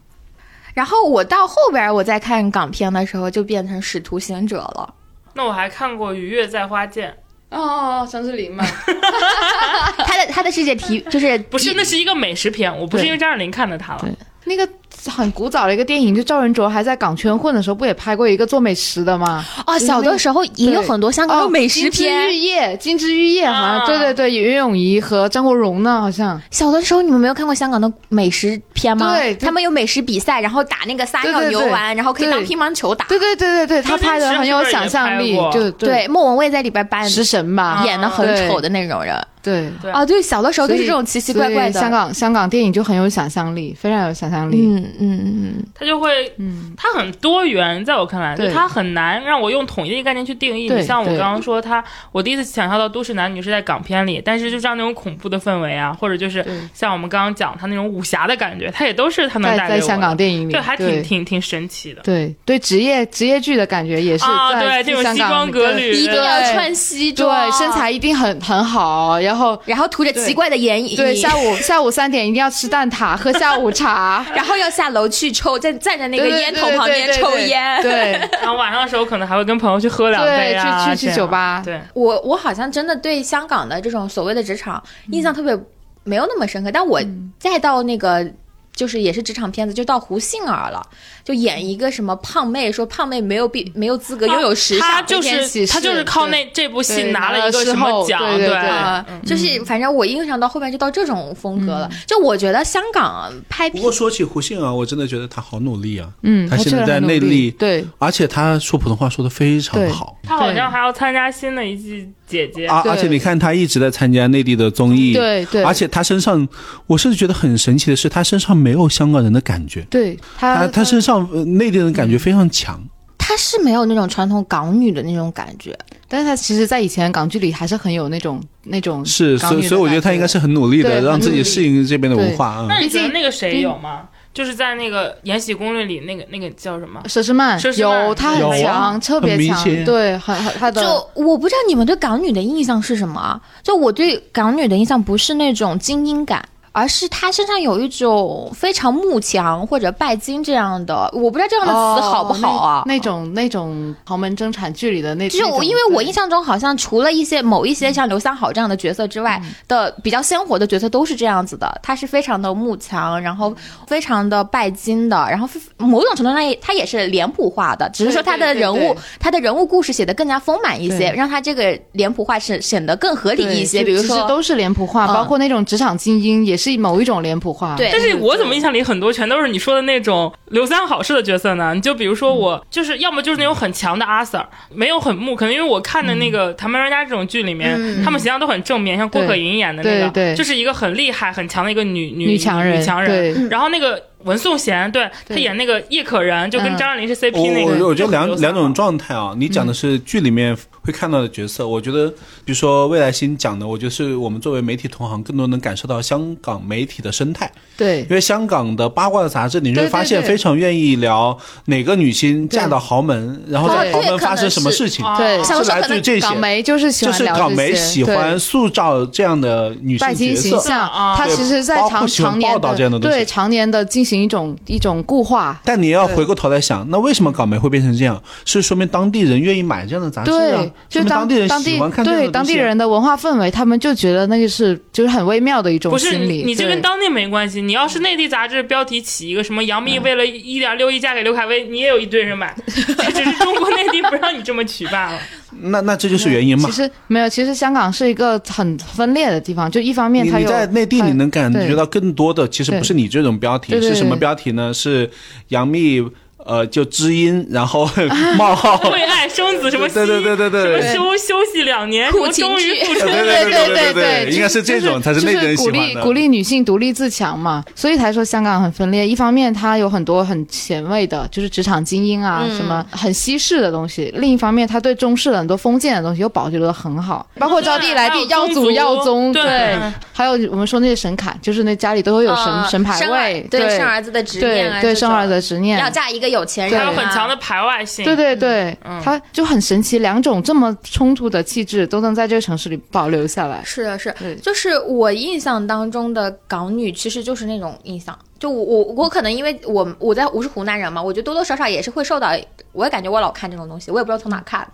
A: 然后我到后边儿我再看港片的时候，就变成《使徒行者》了。
B: 那我还看过《愉悦在花间》，
C: 哦哦哦，张智霖嘛，
A: 他的他的世界题 就是
B: 不是，那是一个美食片，我不是
C: 对
B: 因为张爱玲看的它了
C: 对。 那个很古早的一个电影，就赵仁卓还在港圈混的时候，不也拍过一个做美食的吗？
A: 哦，小的时候也有很多香港
C: 哦，
A: 的美食
C: 金枝玉
A: 片。
C: 叶，金枝玉叶好像，
B: 啊
C: 对对对，袁咏仪和张国荣呢，好像。
A: 小的时候你们没有看过香港的美食片吗？
C: 对
A: 他们有美食比赛，然后打那个撒尿
C: 对对
A: 牛
C: 对
A: 丸，然后可以当
C: 对
A: 乒乓球打。
C: 对对对对对，
B: 周
C: 他
B: 星
C: 拍的
B: 驰
C: 很
B: 是
C: 有
B: 不是也
C: 想象
B: 拍
C: 力
B: 过，
C: 就
A: 对，啊莫文蔚在里边扮
C: 食神吧，
A: 演的很
C: 对
A: 丑的那种人。
C: 对，
B: 对
A: 啊，对，小的时候都是
C: 所以
A: 这种奇奇怪怪的。
C: 所以香，港香港电影就很有想象力，非常有想象力。
A: 嗯嗯嗯
B: 它就会，
C: 嗯
B: 它很多元，在我看来，就
C: 对
B: 它很难让我用统一的概念去定义。
C: 对
B: 你像我刚
C: 对
B: 刚说，它我第一次想象到都市男女是在港片里，但是就像那种恐怖的氛围啊，或者就是
C: 对
B: 像我们刚刚讲它那种武侠的感觉，它也都是它能
C: 在
B: 带给我
C: 在
B: 的
C: 香港电影里，
B: 对，还挺
C: 对
B: 挺挺神奇的。
C: 对对职业职业剧的感觉也是
B: 啊，对，
C: 在
B: 这种
C: 香
B: 西
C: 港
B: 装
C: 里
B: 革
C: 对
B: 履
A: 嗯，
B: 的，
A: 一定要
C: 对
A: 穿西装，
C: 对身，材一定很很好，然后
A: 然后涂着奇
C: 对
A: 怪的眼影，
C: 对下午下午三点一定要吃蛋挞，喝下
A: ，
C: 午茶
A: 然后要下楼去抽，站站在那个
C: 对对
A: 烟
C: 对
A: 头
C: 对
A: 旁边
C: 对
A: 抽
C: 对
A: 烟。
C: 对
B: 然后晚上的时候可能还会跟朋友去喝两杯
C: 对，
B: 啊，
C: 去去
B: 这
C: 去
B: 样
C: 酒吧，
B: 对，
A: 我我好像真的对香港的这种所谓的职场印象特别没有那么深刻，但我再到那个。就是也是职场片子，就到胡杏儿了，就演一个什么胖妹，说胖妹没有必没有资
C: 呃
A: 格拥有时尚，
B: 他就
C: 天
B: 是
C: 喜
B: 他就是
C: 事
B: 靠
C: 对
B: 那这部戏
C: 对
B: 拿
C: 拿
B: 了
C: 了
B: 一个
C: 视
B: 什么
C: 后
B: 奖，
C: 对对对
A: 啊，就是反正我印象到后面就到这种风格了。就我觉得香港拍
D: 不
A: 片
D: 过说起胡杏儿，啊我真的觉得她好努力啊，
C: 嗯，
D: 她现
C: 确
D: 在
C: 实
D: 在
C: 很努
D: 内
C: 力
D: 地，
C: 对
D: 而且她说普通话说的非常
C: 对
D: 好
B: 他好
C: 对
B: 像还要参加新的一季《姐姐》
D: 啊，
C: 对
D: 而且你看她一直在参加内地的综艺，
C: 对对，
D: 而且她身上，我甚至觉得很神奇的是，她身上没有香港人的感觉，
C: 对
D: 她
C: 他
D: 她身上呃内地人的感觉非常强。
A: 她是没有那种传统港女的那种感觉，
C: 但是他其实，在以前港剧里还是很有那种那种
D: 是，
C: 港
D: 所以
C: 女的
D: 所以我觉得他
C: 感
D: 应该是很努力的，
C: 对
D: 让
C: 很
D: 自己
C: 努力
D: 适应这边的文化啊。
B: 那你觉得
C: 毕竟
B: 那个谁有吗？就是在那个《延禧攻略》里那个那个叫什么？
C: 佘诗曼
B: 佘诗曼
C: 有她
D: 有
C: 很
D: 啊
C: 强，特别
D: 很明
C: 强
D: 显，
C: 对，很很她的
A: 就我不知道你们对港女的印象是什么啊？就我对港女的印象不是那种精英感，而是他身上有一种非常慕强或者拜金这样的，我不知道这样的词好不好啊？
C: 哦那那种那种豪门争产剧里的那，
A: 就是我，
C: 那种
A: 因为我
C: 对
A: 印象中好像除了一些某一些像刘三好这样的角色之外
C: 嗯
A: 的比较鲜活的角色都是这样子的，他是非常的慕强，然后非常的拜金的，然后非某种程度上也他也是脸谱化的，只是说他的
C: 对对
A: 人
C: 对
A: 物他的人物故事写得更加丰满一些，
C: 对
A: 让他这个脸谱化是显得更合理
C: 对
A: 一些，
C: 就
A: 比如
C: 其实
A: 说
C: 都是脸谱化，
A: 嗯
C: 包括那种职场精英也是某一种脸谱化。
A: 对
B: 但是我怎么印象里很多全都是你说的那种刘三好式的角色呢？你就比如
C: 嗯
B: 说我，就是要么就是那种很强的阿 Sir，没有很木，可能因为我看的
C: 嗯
B: 那个《唐曼专家》这种剧里面，
A: 嗯
B: 他们形象都很正面，像郭可盈演的那个，
C: 对对对
B: 就是一个很厉害、很强的一个女女
C: 女强人，
B: 女强
C: 对
B: 人。然后那个文颂贤，对她
C: 对
B: 演那个叶可人，就跟
C: 嗯
B: 张爱玲是 CP 那
D: 哦我
B: 个。
D: 我我觉得
B: 就
D: 两
B: 很刘三
D: 两
B: 好
D: 种状态啊，你讲的是剧里面会看到的角色，我觉得比如说未来星讲的，我觉得是我们作为媒体同行更多能感受到香港媒体的生态，
C: 对
D: 因为香港的八卦杂志，你就
C: 对
D: 会
C: 对
D: 发现
C: 对
D: 非常愿意聊哪个女星嫁到豪门，然后在
C: 对
D: 豪
A: 对
D: 门
A: 可
D: 发生
A: 能
D: 什么
A: 是
D: 事情，
B: 啊
C: 对，
A: 像
D: 是
A: 是
D: 来
A: 可
D: 自于
A: 能
D: 这些
C: 港。媒就是喜
D: 就
C: 欢
D: 是
C: 聊这些
D: 港媒喜
C: 对
D: 欢塑造这样的女
C: 拜金
D: 性角
C: 形
D: 色，
C: 象
B: 啊，
A: 嗯
C: 它
D: 对
C: 其实在
D: 包括
C: 长
D: 喜欢
C: 常年
D: 报道这样的东西
C: 对常年的进行一种一种固化，
D: 但你要回过头来想，那为什么港媒会变成这样？是说明当地人愿意买这样的杂志啊
C: 对，，就
D: 说明
C: 当
D: 地人
C: 当
D: 喜
C: 地
D: 欢看这样
C: 对
D: 的东
C: 当
D: 西
C: 地
D: 啊
C: 人的文化氛围，他们就觉得那个是就是很微妙的一种
B: 不是
C: 心
B: 你，
C: 理。
B: 你这
C: 对
B: 跟当地没关系。你要是内地杂志标题起一个什么“杨幂为了一点六亿嫁给刘恺威”，你也有一堆人买，只是中国内地不让你这么举办了。
D: 那那这就是原因嘛
C: 其。实没有，其实香港是一个很分裂的地方，就一方面
D: 你
C: 它
D: 你
C: 有
D: 在内地，你能感
C: 对
D: 觉到更多的，其实不是你这种标题，
C: 对对
D: 是什么
C: 对
D: 标题呢？是杨幂呃，就知音，然 后冒号，
B: 为爱生子什么息，
D: 对对对对对
B: 什么
D: 对
B: 休休息两年，什
A: 苦
B: 么
A: 情
B: 终于
A: 剧
B: 复出。
D: 对
C: 对
D: 对
C: 对
D: 对
C: 对，
D: 应该是这种才是内地人喜欢的
C: 就是鼓励鼓励女性独立自强嘛，所以才说香港很分裂。一方面，它有很多很前卫的，就是职场精英啊，
A: 嗯
C: 什么很西式的东西；另一方面，它对中式的很多封建的东西又保留的很好，包括招娣来
B: 还
C: 地
B: 有
C: 耀
B: 宗
C: 祖
B: 族
C: 耀宗，
B: 对
C: 还有我们说那些神龛，就是那家里都会有神
A: 嗯
C: 神牌
A: 生儿
C: 位，
A: 对生儿子的执念
C: 对
A: 啊，
C: 对
A: 这
C: 生
A: 种
C: 儿子的执念
A: 要，嫁一个有钱人
C: 对
A: 啊，
B: 还有很强的排外性。
C: 对对对
B: 嗯，
C: 它就很神奇，两种这么冲突的气质都能在这个城市里保留下来。
A: 是的，是
C: 对，
A: 就是我印象当中的港女，其实就是那种印象。就我我我可能因为我我在我是湖南人嘛，我觉得多多少少也是会受到，我也感觉我老看这种东西，我也不知道从哪看，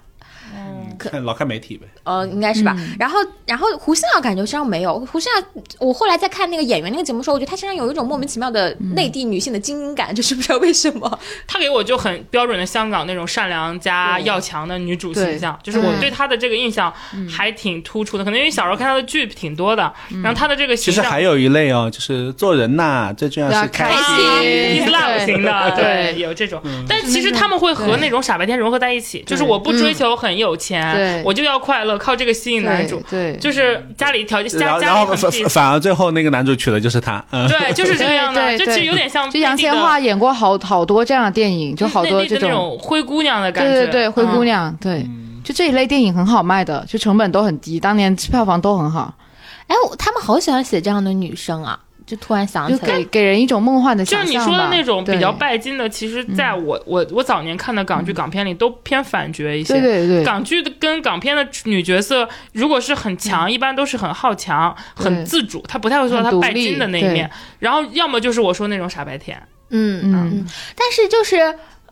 D: 看老看媒体呗。
A: 呃，应该是吧。然后然后胡杏儿感觉身上没有，胡杏儿我后来在看那个演员那个节目的时候，我觉得她身上有一种莫名其妙的内地女性的精英感，就是不知道为什么。
B: 她给我就很标准的香港那种善良加要强的女主形象，就是我对她的这个印象还挺突出的。可能因为小时候看她的剧挺多的，然后她的这个
D: 其
B: 形
D: 实
B: 象
D: 还有一类哦，就是做人呐，最重
C: 对啊
D: 要是开
C: 开
D: 心。
C: 心
B: Islam 型的，
C: 对嗯
B: 对，有这种。但其实他们会和那种傻白甜融合在一起，就是我不追求很有钱
C: 嗯对，
B: 我就要快乐，靠这个吸引男主。
C: 对，
B: 就是家里条件，
D: 然
B: 家
D: 后
B: 家
D: 然
B: 里
D: 后
B: 很
D: 反
B: 屁
D: 反反而最后那个男主娶的就是她，嗯，
B: 对，就是这个样的，
C: 对
B: 就
C: 对
B: 其实
C: 对
B: 有点像
C: 就杨
B: 内地
C: 千
B: 的
C: 嬅演过好好多这样的电影，就好多
B: 内地
C: 这
B: 的那种灰姑娘的感
C: 对
B: 觉，
C: 对对，灰姑
B: 嗯。
C: 娘，对，就这一类电影很好卖的，就成本都很低，当年票房都很好，
A: 哎，我他们好喜欢写这样的女生啊，就突然想
C: 就
A: 起来
C: 给。给人一种梦幻的
B: 嗯就
C: 想
B: 是你
C: 象
B: 说的
C: 吧。
B: 那种比较
C: 对嗯
B: 拜金的，其实在我我我早年看的港剧、港片里都偏反角一些。
C: 对对对，
B: 港剧的跟港片的女角色，如果是很强，一般都是很好强、
C: 嗯对
B: 很自主，她不太会说
C: 很
B: 她
C: 独
B: 拜
C: 立
B: 金的那一面。然后要么就是我说那种傻白甜，
A: 嗯
C: 嗯
A: 嗯，但是就是。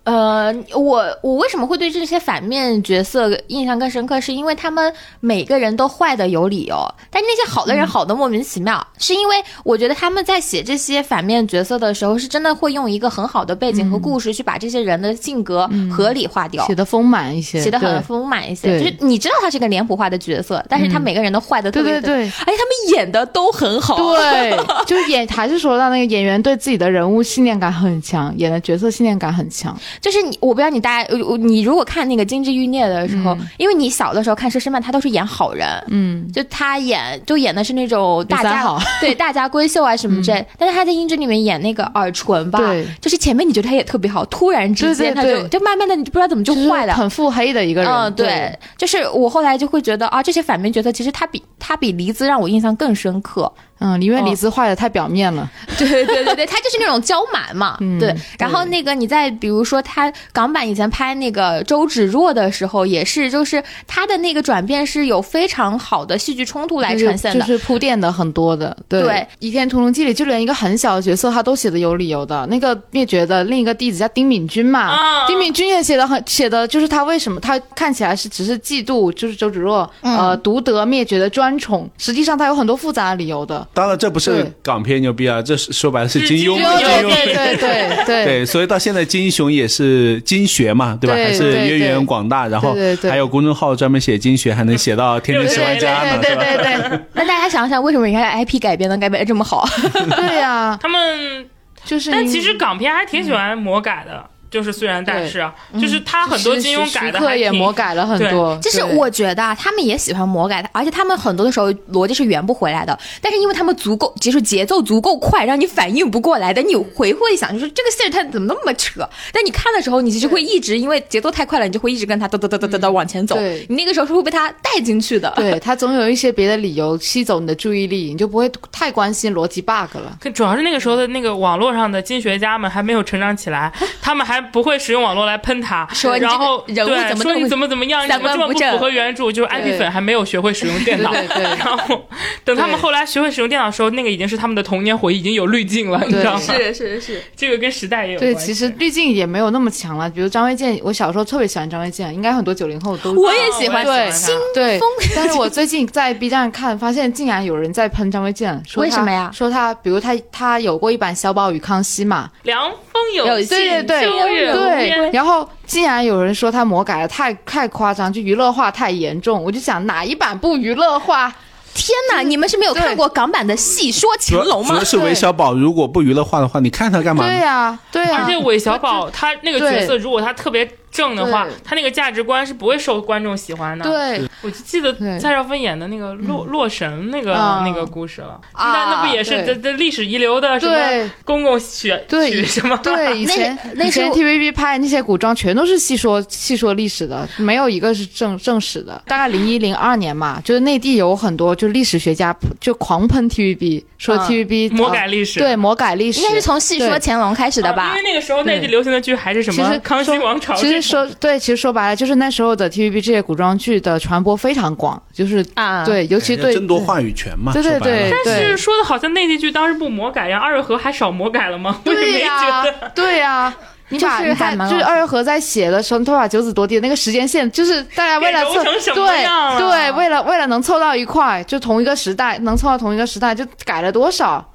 A: 呃，我我为什么会对这些反面角色印象更深刻？是因为他们每个人都坏的有理由，但是那些好的人好的莫名其妙。是因为我觉得他们在写这些反面角色的时候，是真的会用一个很好的背景和故
C: 嗯
A: 事去把这些人的性格合理化掉，
C: 写的丰满一些，
A: 写的很
C: 对
A: 丰满一些。
C: 对
A: 就是你知道他是个脸谱化的角色，但是他每个人都坏的特
C: 对
A: 别
C: 对
A: 的，
C: 对
A: 而且他们演的都很好。
C: 对，就是演还是说到那个演员对自己的人物信念感很强，演的角色信念感很强，
A: 就是你，我不知道你大家，呃你如果看那个《金枝欲孽》的时候，因为你小的时候看佘诗曼，她都是演好人，
C: 嗯，
A: 就她演就演的是那种大
C: 刘三
A: 家
C: 好
A: 对大家闺秀啊什么之类，但是她在《英剧》里面演那个耳唇吧
C: 对，
A: 就是前面你觉得她也特别好，突然之间她
C: 对
A: 就
C: 对对
A: 就慢慢的你就不知道怎么就
C: 就是
A: 坏了。
C: 嗯
A: 嗯
C: 很腹黑的一个人。
A: 嗯，对，就是我后来就会觉得啊，这些反面角色其实他比他比黎姿让我印象更深刻。
C: 嗯，因为李子画的太表面了，
A: 对对对对，他就是那种娇蛮嘛。
C: 嗯
A: 对，然后那个你再比如说他港版以前拍那个周芷若的时候，也是就是他的那个转变是有非常好的戏剧冲突来
C: 就是
A: 呈现的。
C: 就是铺垫的很多的。对，
A: 对
C: 倚天屠龙记》里就连一个很小的角色，他都写的有理由的。那个灭绝的另一个弟子叫丁敏君嘛，
A: 嗯
B: 啊
C: 丁敏君也写的很写的，就是他为什么他看起来是只是嫉妒，就是周芷若、
A: 嗯
C: 呃独得灭绝的专宠，实际上他有很多复杂的理由的。
D: 当然，这不是
C: 对
D: 港片牛逼啊，这是说白了是
B: 是
D: 金
A: 嗯
D: 庸，
B: 金
D: 金
B: 庸
D: 庸
C: 对对对对
D: 对，所以到现在金雄也是金学嘛，对吧？
C: 对
D: 还是
C: 对
D: 渊源广大，然后
C: 对对对
D: 还有公众号专门写金学，还能写到 天津十万家呢，
C: 对
D: 是吧？
C: 对对 对
A: 那大家想想，为什么人家的 IP 改编能改编得这么好？
C: 对呀，
B: 他们
C: 就是
B: 但
C: 你
B: 其实港片还挺喜欢魔改的，就是虽然但是啊，就是
C: 嗯
B: 他很多金庸改的
C: 徐克
B: 还
C: 也
B: 挺
C: 魔改了很多，
A: 就是
C: 对
A: 我觉得啊他们也喜欢魔改的，而且他们很多的时候逻辑是圆不回来的。但是因为他们足够，就是节奏足够快，让你反应不过来的，你回过一想，就是这个戏儿它怎么那么扯？但你看的时候，你其实会一直因为节奏太快了，你就会一直跟他哒哒哒哒哒哒往前走
C: 对。
A: 你那个时候是会被他带进去的。
C: 对他总有一些别的理由吸走你的注意力，你就不会太关心逻辑 bug 了。
B: 可主要是那个时候
A: 嗯
B: 的那个网络上的金学家们还没有成长 起来，他们还不会使用网络来喷他，
A: 说你这个
B: 然后
A: 人物
B: 对
A: 怎么
B: 说
A: 这么
B: 你怎么怎么样，你
A: 三
B: 怎么
A: 观
B: 这么
A: 不
B: 不
A: 正
B: 符合原著，就是 IP
C: 对
B: 粉还没有学会使用电脑。
C: 对对对
B: 然后等他们后来学会使用电脑的时候，那个已经是他们的童年回忆，已经有滤镜了，你知道吗？
A: 是是是，
B: 这个跟时代也有
C: 对，
B: 关
C: 其
B: 系。
C: 实滤镜也没有那么强了。比如张卫健，我小时候特别喜欢张卫健，应该很多九零后都
A: 我也喜欢
B: 啊我也
C: 对
B: 喜欢他
C: 对。但是我最近在 B 站看，发现竟然有人在喷张卫健，说
A: 为
C: 他
A: 什么呀
C: 说他，比如他他有过一版《小宝与康熙》嘛，
B: 凉风有
A: 有
B: 信，
C: 对对
B: 秋月
C: 对
B: 无
C: 对，
B: 边。
C: 然后竟然有人说他魔改的太太夸张，就娱乐化太严重，我就想哪一版不娱乐化？
A: 天哪！你们是没有看过港版的戏说
D: 主
A: 乾
D: 要
A: 隆
D: 主
A: 吗
D: 要？是韦小宝，如果不娱乐化的话，你看他干嘛
C: 对
D: 呢？
C: 呀、对呀、
B: 啊而且韦小宝他那个角色，如果他特别正的话
C: 对，
B: 他那个价值观是不会受观众喜欢的。
C: 对，
B: 我就记得
C: 对嗯
B: 蔡少芬演的那个《洛洛神》那个、
C: 啊
B: 那个故事了，
A: 啊
B: 那那不也是
C: 对
B: 这这历史遗留的什
C: 对
B: 么公公娶
C: 对
B: 娶什么？
C: 对，以前
A: 那
C: 以
A: 是
C: 前 TVB 拍那些古装全都是戏说戏说历史的，没有一个是正正史的。大概零一零二年嘛，就是内地有很多就历史学家就狂喷 TVB，说
A: 嗯
C: TVB、
B: 魔改历史
C: 呃对魔改历史，
A: 应该是从戏说
C: 对
A: 乾隆开始的
B: 啊
A: 吧
B: 因为？那个时候内地
C: 对
B: 流行的剧还是什
C: 其
B: 么
C: 实
B: 《康熙
C: 说
B: 王朝》
C: 其
B: 这
C: 实
B: 种。
C: 说对，其实说白了就是那时候的 TVB 这些古装剧的传播非常广，就是、
A: 啊，
C: 对，尤其对嗯
D: 争夺 话语权嘛，
C: 对对
D: 说白了
C: 对
B: 但是说的好像内地剧当时不魔改，然后二月河还少魔改了吗？ 我也
C: 对
B: 没觉
C: 呀、
B: 得。
C: 对呀、你
A: 就
C: 把
A: 是
C: 你
A: 还
C: 在
A: 蛮
C: 就是
A: 好
C: 二月河在写的时候，他把九子夺嫡的那个时间线，就是大家为了
B: 给揉
C: 凑
B: 成什么
C: 对
B: 样了啊
C: 对，为了为了能凑到一块，就同一个时代能凑到同一个时代，就改了多少？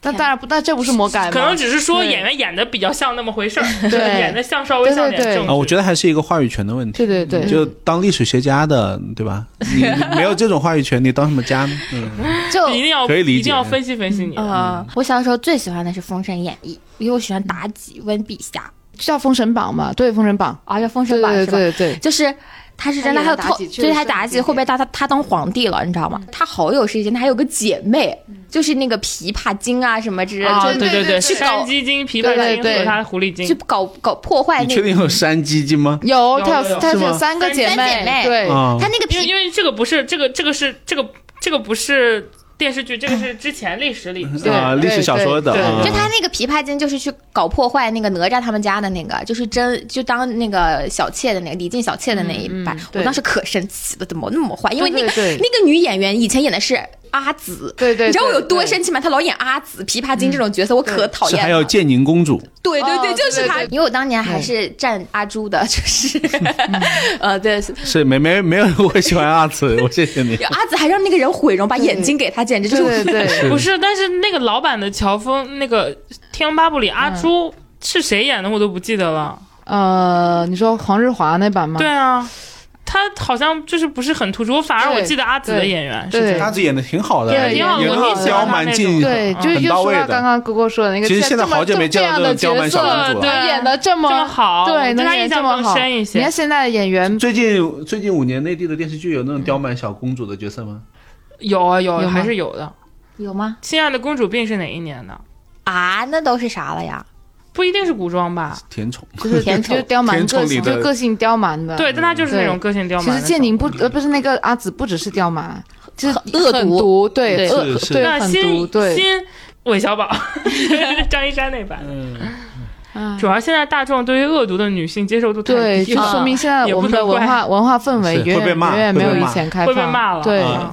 C: 但
A: 天
C: 当然不，但这不是魔改吗？
B: 可能只是说
C: 对
B: 演员演的比较像那么回事儿，就是
C: 对
B: 演的像稍微像点
C: 对对对
B: 正
D: 啊，我觉
B: 得
D: 得还是一个话语权的问题。
C: 对对对，
B: 嗯
D: 就当历史学家的，对吧？你你没有这种话语权，你当什么家呢？嗯，
A: 就
B: 一定要
D: 可以理解
B: 一定要分析分析
C: 嗯
B: 你。
A: 啊、我小时候最喜欢的是《封神演义》，因为我喜欢妲己、温碧霞，
C: 叫《封神榜》嘛，对，《封神榜
A: 而且啊《封》神
C: 对
A: 榜》
C: 对
A: 是吧？
C: 对对，
A: 就是他是真的，
C: 他
A: 还有
C: 演妲
A: 后
C: 己确
A: 对他
C: 实是嗯很
A: 妲己
C: 经
A: 后被
C: 典
A: 他他他当皇帝了，你知道吗？他好有事情，他还有个姐妹，
C: 嗯
A: 就是那个琵琶精啊什么之类的，
B: 啊，
A: 就
B: 对
C: 对
B: 对，
C: 对
A: 去搞
B: 山鸡精、琵琶
C: 嗯对
B: 精
C: 对
B: 和
C: 对
B: 他的狐狸精
A: 去，搞搞破坏
D: 你
A: 哎那
D: 确
A: 个。
D: 定有山鸡精吗？
C: 有他
B: 有有嗯
C: 有他
D: 是吗
C: 有三个
B: 三
C: 姐
A: 三姐妹
C: 对，
D: 啊
A: 他，那个
B: 因为
A: 琵
B: 因为这个不是这个这个是这个这个不是电视剧，这个是之前历史里。
C: 对
D: 啊，历史小说的
C: 对对
D: 啊
A: 就他那个琵琶精，就是去搞破坏那个哪吒他们家的那个，就是真就当那个小妾的那个李靖小妾的那一版，我
C: 嗯对
A: 当时可生气了，怎么那么坏？因为那
C: 对
A: 个
C: 对对
A: 那个女演员以前演的是阿紫，
C: 对对
A: 你知道我有
C: 对嗯
A: 多
C: 对
A: 生气吗？她老演阿紫、琵琶精这种角色，我可讨
D: 是
A: 厌
D: 还
A: 了。
D: 有建宁公主，
A: 对对对，
C: 哦
A: 就是
C: 对
A: 她，
C: 对
A: 因为我当年还是站阿朱的， 就是呃，
C: 嗯
A: 对，
D: 是没没没有人会喜欢阿紫，我谢谢你。
A: 阿紫还让那个人毁容，把眼睛给她，简直就是
C: 对对对。
B: 不是，但是那个老版的乔峰，那个《天龙八部》里阿
C: 嗯
B: 朱是谁演的，我都不记得了。
C: 呃，你说黄日华那版吗？
B: 对啊，他好像就是不是很突出，我反而我
C: 对
B: 记得阿紫的
C: 对
B: 演员是
C: 对
B: 这样
D: 阿紫演的挺好的，
C: 对
B: 挺好
D: 演
B: 我挺
D: 得
B: 喜
D: 刁
B: 欢她
D: 蛮
B: 那
D: 劲
B: 种，
C: 对，就
D: 很
C: 又
D: 到
C: 说
D: 位
C: 到
D: 的
C: 刚刚哥哥说的那个，
D: 其实
C: 这
D: 现在
C: 这么
D: 好久没见到
C: 这么样的
D: 这种
C: 角
D: 刁蛮小
C: 色，
D: 公主了
C: 对，演的这
B: 这么
C: 么
B: 好
C: 对，
B: 对
C: 能
B: 她
C: 演
B: 印象
C: 这么
B: 更
C: 好
B: 深一些
C: 你看现在的演员，
D: 最近最近五年内地的电视剧有那种刁蛮小公主的角色吗？
B: 有啊有啊
C: 有吗
B: 还是有的。
A: 有吗？
B: 《亲爱的公主病》是哪一年的？
A: 啊，那都是啥了呀？
B: 不一定是古装吧？
D: 甜宠，
C: 就是
A: 甜
C: 就
A: 宠
C: 是刁蛮
D: 甜宠
C: 个
D: 里
C: 性，
D: 的
C: 就个性刁蛮的。
B: 对，，但她就是那
C: 嗯对
B: 种个性刁蛮
C: 其
B: 的那
C: 实
B: 种。
C: 建宁不呃不是那个阿紫，不只是刁蛮，就是
A: 恶
C: 很
A: 毒
C: 毒，对
A: 对
C: 恶
D: 是是
C: 对
B: 那
C: 很
B: 新
C: 毒，对
B: 新韦小宝， 张一山那版。
D: 嗯，
C: 啊
B: 主要现在大众对于恶毒的女性接受度太
C: 对，
B: 低
C: 就
B: 了，
C: 说明现在
B: 也不
C: 我们的
B: 能怪
C: 文化文化氛围
D: 是
C: 远
D: 会被
C: 远
D: 骂
C: 远远没有
D: 会被
C: 以
D: 骂
C: 前开
B: 会
C: 放，
B: 被骂了
C: 对，
D: 啊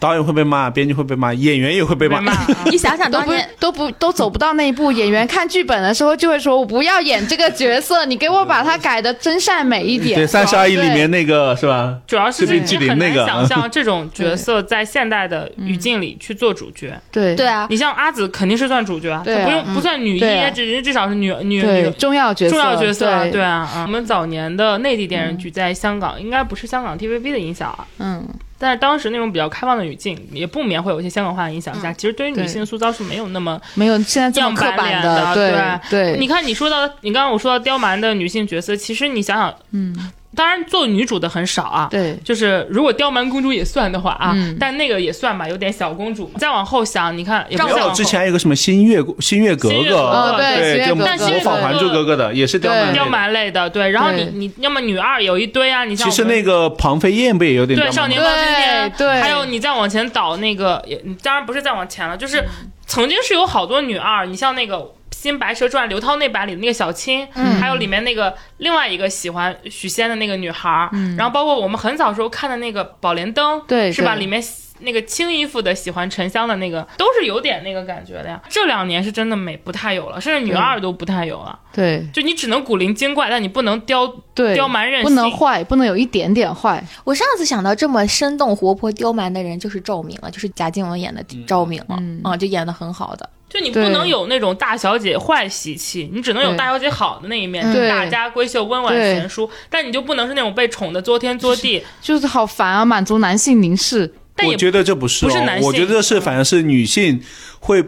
D: 导演会被骂，编剧会被骂，演员也会被
B: 被
D: 骂。
B: 骂啊。
A: 你想想
C: 都
A: 当
C: 不
A: 年。
C: 都不都走不到那一步。演员看剧本的时候就会说：“我不要演这个角色，你给我把它改的真善美一点。”
D: 对，三十二亿
C: 对
D: 里面那个是吧？
B: 主要是
D: 这
B: 你
D: 边纪
B: 你
D: 灵
B: 很
D: 那
B: 难
D: 个
B: 想 象这种角色在现代的语
C: 嗯
B: 境里去做主角。
C: 对
A: 对啊，
B: 你像阿紫肯定是算主角，啊，
C: 对
B: 她
C: 啊
B: 不用不算女一，
C: 对啊
B: 人家至少是女女
C: 对
B: 女
C: 重要角色
B: 重要角色啊，
C: 对
B: 对啊。啊我们早年的内地电视剧在香港，应该不是香港 TVB 的影响啊，
C: 嗯
B: 但是当时那种比较开放的语境，也不免会有一些香港化的影响下，其实对于女
C: 嗯对
B: 性的塑造是没有那么
C: 没有现在这
B: 样
C: 么刻
B: 板脸
C: 板的，
B: 对
C: 对
B: 你看，你说到你刚刚我说到刁蛮的女性角色，其实你想想，嗯，当然做女主的很少啊，
C: 对
B: 就是如果刁蛮公主也算的话啊，
C: 嗯
B: 但那个也算吧，有点小公主嘛。再往后想，你看，也不
A: 张
B: 是再
A: 小
B: 往
D: 哦，
B: 后
D: 之前还有个什么新月新月格
B: 新月
D: 格，
B: 格格
C: 哦对新月
D: 就
C: 格格
D: 模仿《还珠格格》的，也是刁蛮
B: 刁
C: 对
D: 类的。
B: 蛮类的，对。然后你
C: 对
B: 你要么女二有一堆啊，你像
D: 其实
B: 我们
D: 那个庞飞燕不也有点刁
B: 对
D: 蛮
B: 少年
D: 吗
B: 包青天，
C: 对对
B: 还有你再往前倒那个，也当然不是再往前了，就是
C: 嗯
B: 曾经是有好多女二，你像那个《新白蛇传》刘涛那版里的那个小青，
C: 嗯
B: 还有里面那个另外一个喜欢许仙的那个女孩，嗯、然后包括我们很早时候看的那个《宝莲灯》，
C: 对
B: 是吧？
C: 对
B: 里面。那个青衣服的喜欢沉香的那个，都是有点那个感觉的呀。这两年是真的没不太有了，甚至女二都不太有了。
C: 对
B: 就你只能古灵精怪，但你不能刁
C: 对，
B: 刁蛮任性，
C: 不能坏，不能有一点点坏。
A: 我上次想到这么生动活泼、刁蛮的人就是赵敏了，就是贾静雯演的赵敏了，
C: 嗯
A: 啊，就演的很好的。
B: 就你不
C: 对
B: 能有那种大小姐坏习气，你只能有
C: 对
B: 大小姐好的那一面，
C: 嗯
B: 就是
C: 对
B: 大家闺秀、温婉
C: 对
B: 贤淑，但你就不能是那种被宠的作天作地，
C: 就是好烦啊！满足男性凝视，
B: 但
D: 我
B: 也
D: 觉得这不是、哦，
B: 不是男性
D: 我觉得这是反而是女性会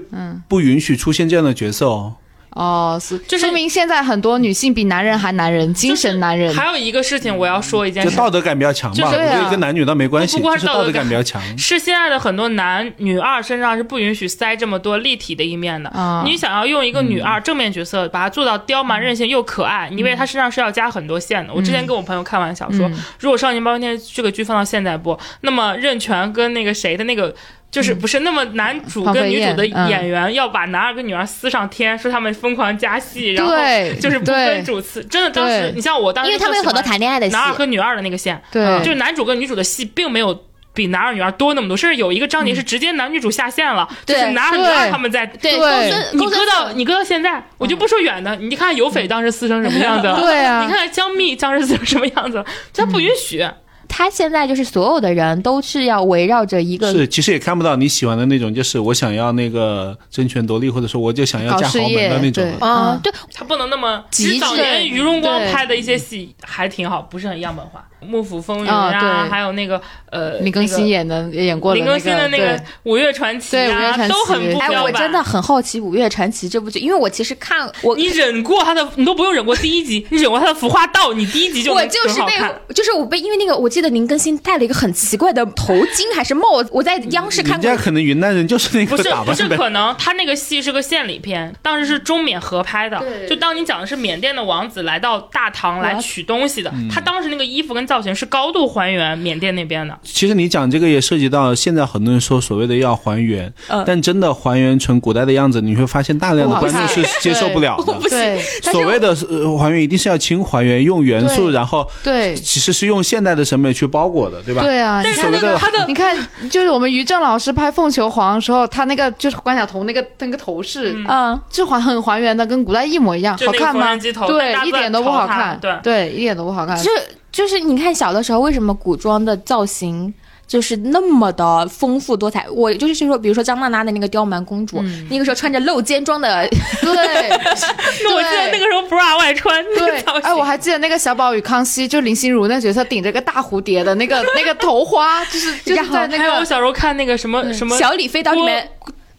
D: 不允许出现这样的角色哦。
C: 哦，是
B: 就是
C: 说明现在很多女性比男人还男人，精神男人。
B: 还有一个事情我要说一件
C: 嗯
D: 就
B: 事，
D: 道德感比较强吧，
B: 就是
D: 我觉得跟男女倒没关系，
B: 不光
D: 就是是道
B: 道德
D: 感
B: 感
D: 比较强。
B: 是现在的很多男女二身上是不允许塞这么多立体的一面的。
C: 啊
B: 你想要用一个女二正面角色，把她做到刁蛮任性又可爱，你为她身上是要加很多线的。我之前跟我朋友开玩笑说，如果《少年包青天》这个剧放到现在播，那么任泉跟那个谁的那个。就是不是那么男主
C: 庞
B: 跟
C: 飞
B: 女主
C: 燕
B: 的
C: 嗯
B: 演员要把男二跟女二撕上天，说他们疯狂加戏，然后
C: 对
B: 就是不分
C: 对
B: 主次。真的，当时
C: 对
B: 你像我当时
A: 因为他们有
B: 就喜
A: 很多
B: 欢
A: 谈恋爱的戏
B: 男，二和女二的那个线，
C: 对
B: 就是男主跟女主的戏并没有。比男二女二多那么多，甚至有一个章节是直接男女主下线了，就
A: 对
B: 是男二
C: 对
B: 女二他们在。
A: 对，
C: 对
A: 公孙
B: 你
A: 公
B: 搁
A: 孙
B: 到你搁到现在，我就不说远的，你看有
A: 嗯
B: 匪当时撕成什么样子了，
C: 对啊
B: 你看江密当时撕成什么样子了，他不允许，
A: 他现在就是所有的人都是要围绕着一个
D: 是，其实也看不到你喜欢的那种，就是我想要那个争权夺利，或者说我就想要
C: 搞
D: 嫁
C: 事
D: 豪门
C: 业
D: 的那种。
C: 对
A: 啊，对，
B: 他不能那么。
C: 极
B: 其实早年
C: 致
B: 于荣光
C: 对
B: 拍的一些戏还挺好，不是很样本化，《幕府风云》
C: 啊
B: 啊，
C: 对
B: 还有那个呃
C: 林更新
B: 那个
C: 演的演过的
B: 林更新的那个《
C: 对
B: 五月传奇》
C: 对五月
B: 啊，
C: 传奇
B: 都很不
A: 哎，
B: 标
A: 我
B: 板。
A: 真的很好奇《五岳传奇》这部剧，因为我其实看我
B: 你忍过他的，你都不用忍过第一集，你忍过他的服化道，你第一集就
A: 我
B: 能
A: 就是
B: 很好
A: 被
B: 看。
A: 就是我被因为那个我记得林更新戴了一个很奇怪的头巾还是帽子，我在央视看
D: 人
A: 过
D: 家。可能云南人就是那
B: 不
D: 个
B: 是
D: 打
B: 不
D: 扮
B: 是
D: 呗，
B: 可能，他那个戏是个献礼片，当时是中缅合拍的。
A: 对
B: 就当你讲的是缅甸的王子来到大唐来取东西的，他当时那个衣服跟造型是高度还原缅甸那边的。
D: 其实你讲这个也涉及到现在很多人说所谓的要还原，
A: 嗯
D: 但真的还原成古代的样子，你会发现大量
C: 不
D: 的
C: 好
D: 观众
C: 看
D: 是接受不了
A: 我不
D: 的。
A: 行
C: 对，
A: 但是
D: 所谓的呃还原一定是要轻还原，用元素，
C: 对
D: 然后
C: 对
D: 其实是用现代的审美去包裹的，对吧？
C: 对啊，
B: 但
C: 你
B: 是他
C: 看
D: 所谓
B: 那
D: 的
B: 个他的
C: 你看，就是我们于正老师拍《凤求凰》的时候，他那个就是关晓彤那个那个头饰，
A: 嗯，
C: 就还很还原的，跟古代一模一样，
B: 就
C: 好
B: 那个
C: 看
B: 缝
C: 吗
B: 纫机头？大家
C: 对，
B: 都
C: 一
B: 在
C: 点都不
B: 嘲
C: 好
B: 他
C: 看，
B: 对
C: 对，一点都不好看。
A: 就就是你看小的时候，为什么古装的造型就是那么的丰富多彩？我就是说，比如说张娜娜的那个刁蛮公主，那个时候穿着露肩装的，
C: 对
B: 那我记得那个时候 bra 外穿那
C: 对
B: 个造，型，
C: 哎，我还记得那个小宝与康熙，就林心如那角色顶着个大蝴蝶的那个那个头花， 就是就是在那
B: 还有我
C: 个嗯
B: 小时候看那个什么什么
A: 小李飞刀里面，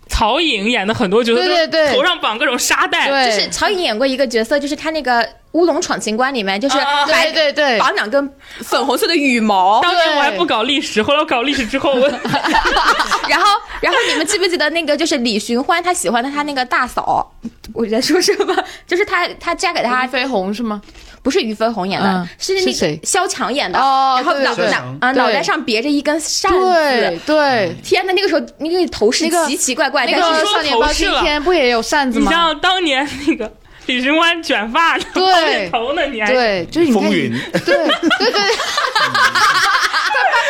B: 曹颖演的很多角色，
C: 对
B: 就是
C: 对对
B: 头上绑各种沙袋，
A: 就
C: 对
A: 是曹颖演过一个角色，就是她那个《乌龙闯情关》里面，就是
B: 啊
A: 白
C: 对对对
A: 绑两根粉红色的羽毛，
B: 当年我还不搞历史，后来我搞历史之后，我
A: 然后，然后你们记不记得那个就是李寻欢，他喜欢的他那个大嫂，我在说什么？就是她，她嫁给他
C: 飞鸿是吗？
A: 不是俞飞鸿演的，
C: 嗯
A: 是那
C: 是谁
A: 个萧蔷演的，
C: 哦
A: 然后
C: 对
A: 脑
D: 对
A: 脑啊
C: 对
A: 脑袋上别着一根扇
C: 对
A: 子。
C: 对，
A: 天呐，那个时候那个头饰
C: 那个
A: 奇奇怪怪，
C: 那
A: 哎但
C: 个
A: 是
B: 说
C: 少年
B: 头
C: 包
B: 饰
C: 青
B: 了
C: 天不也有扇 子
B: 你
C: 吗？
B: 像当年那个李寻欢卷发的
C: 对
B: 包剪头呢， 你还
C: 对，就是你看
D: 风
C: 你
D: 云，
C: 对对对对，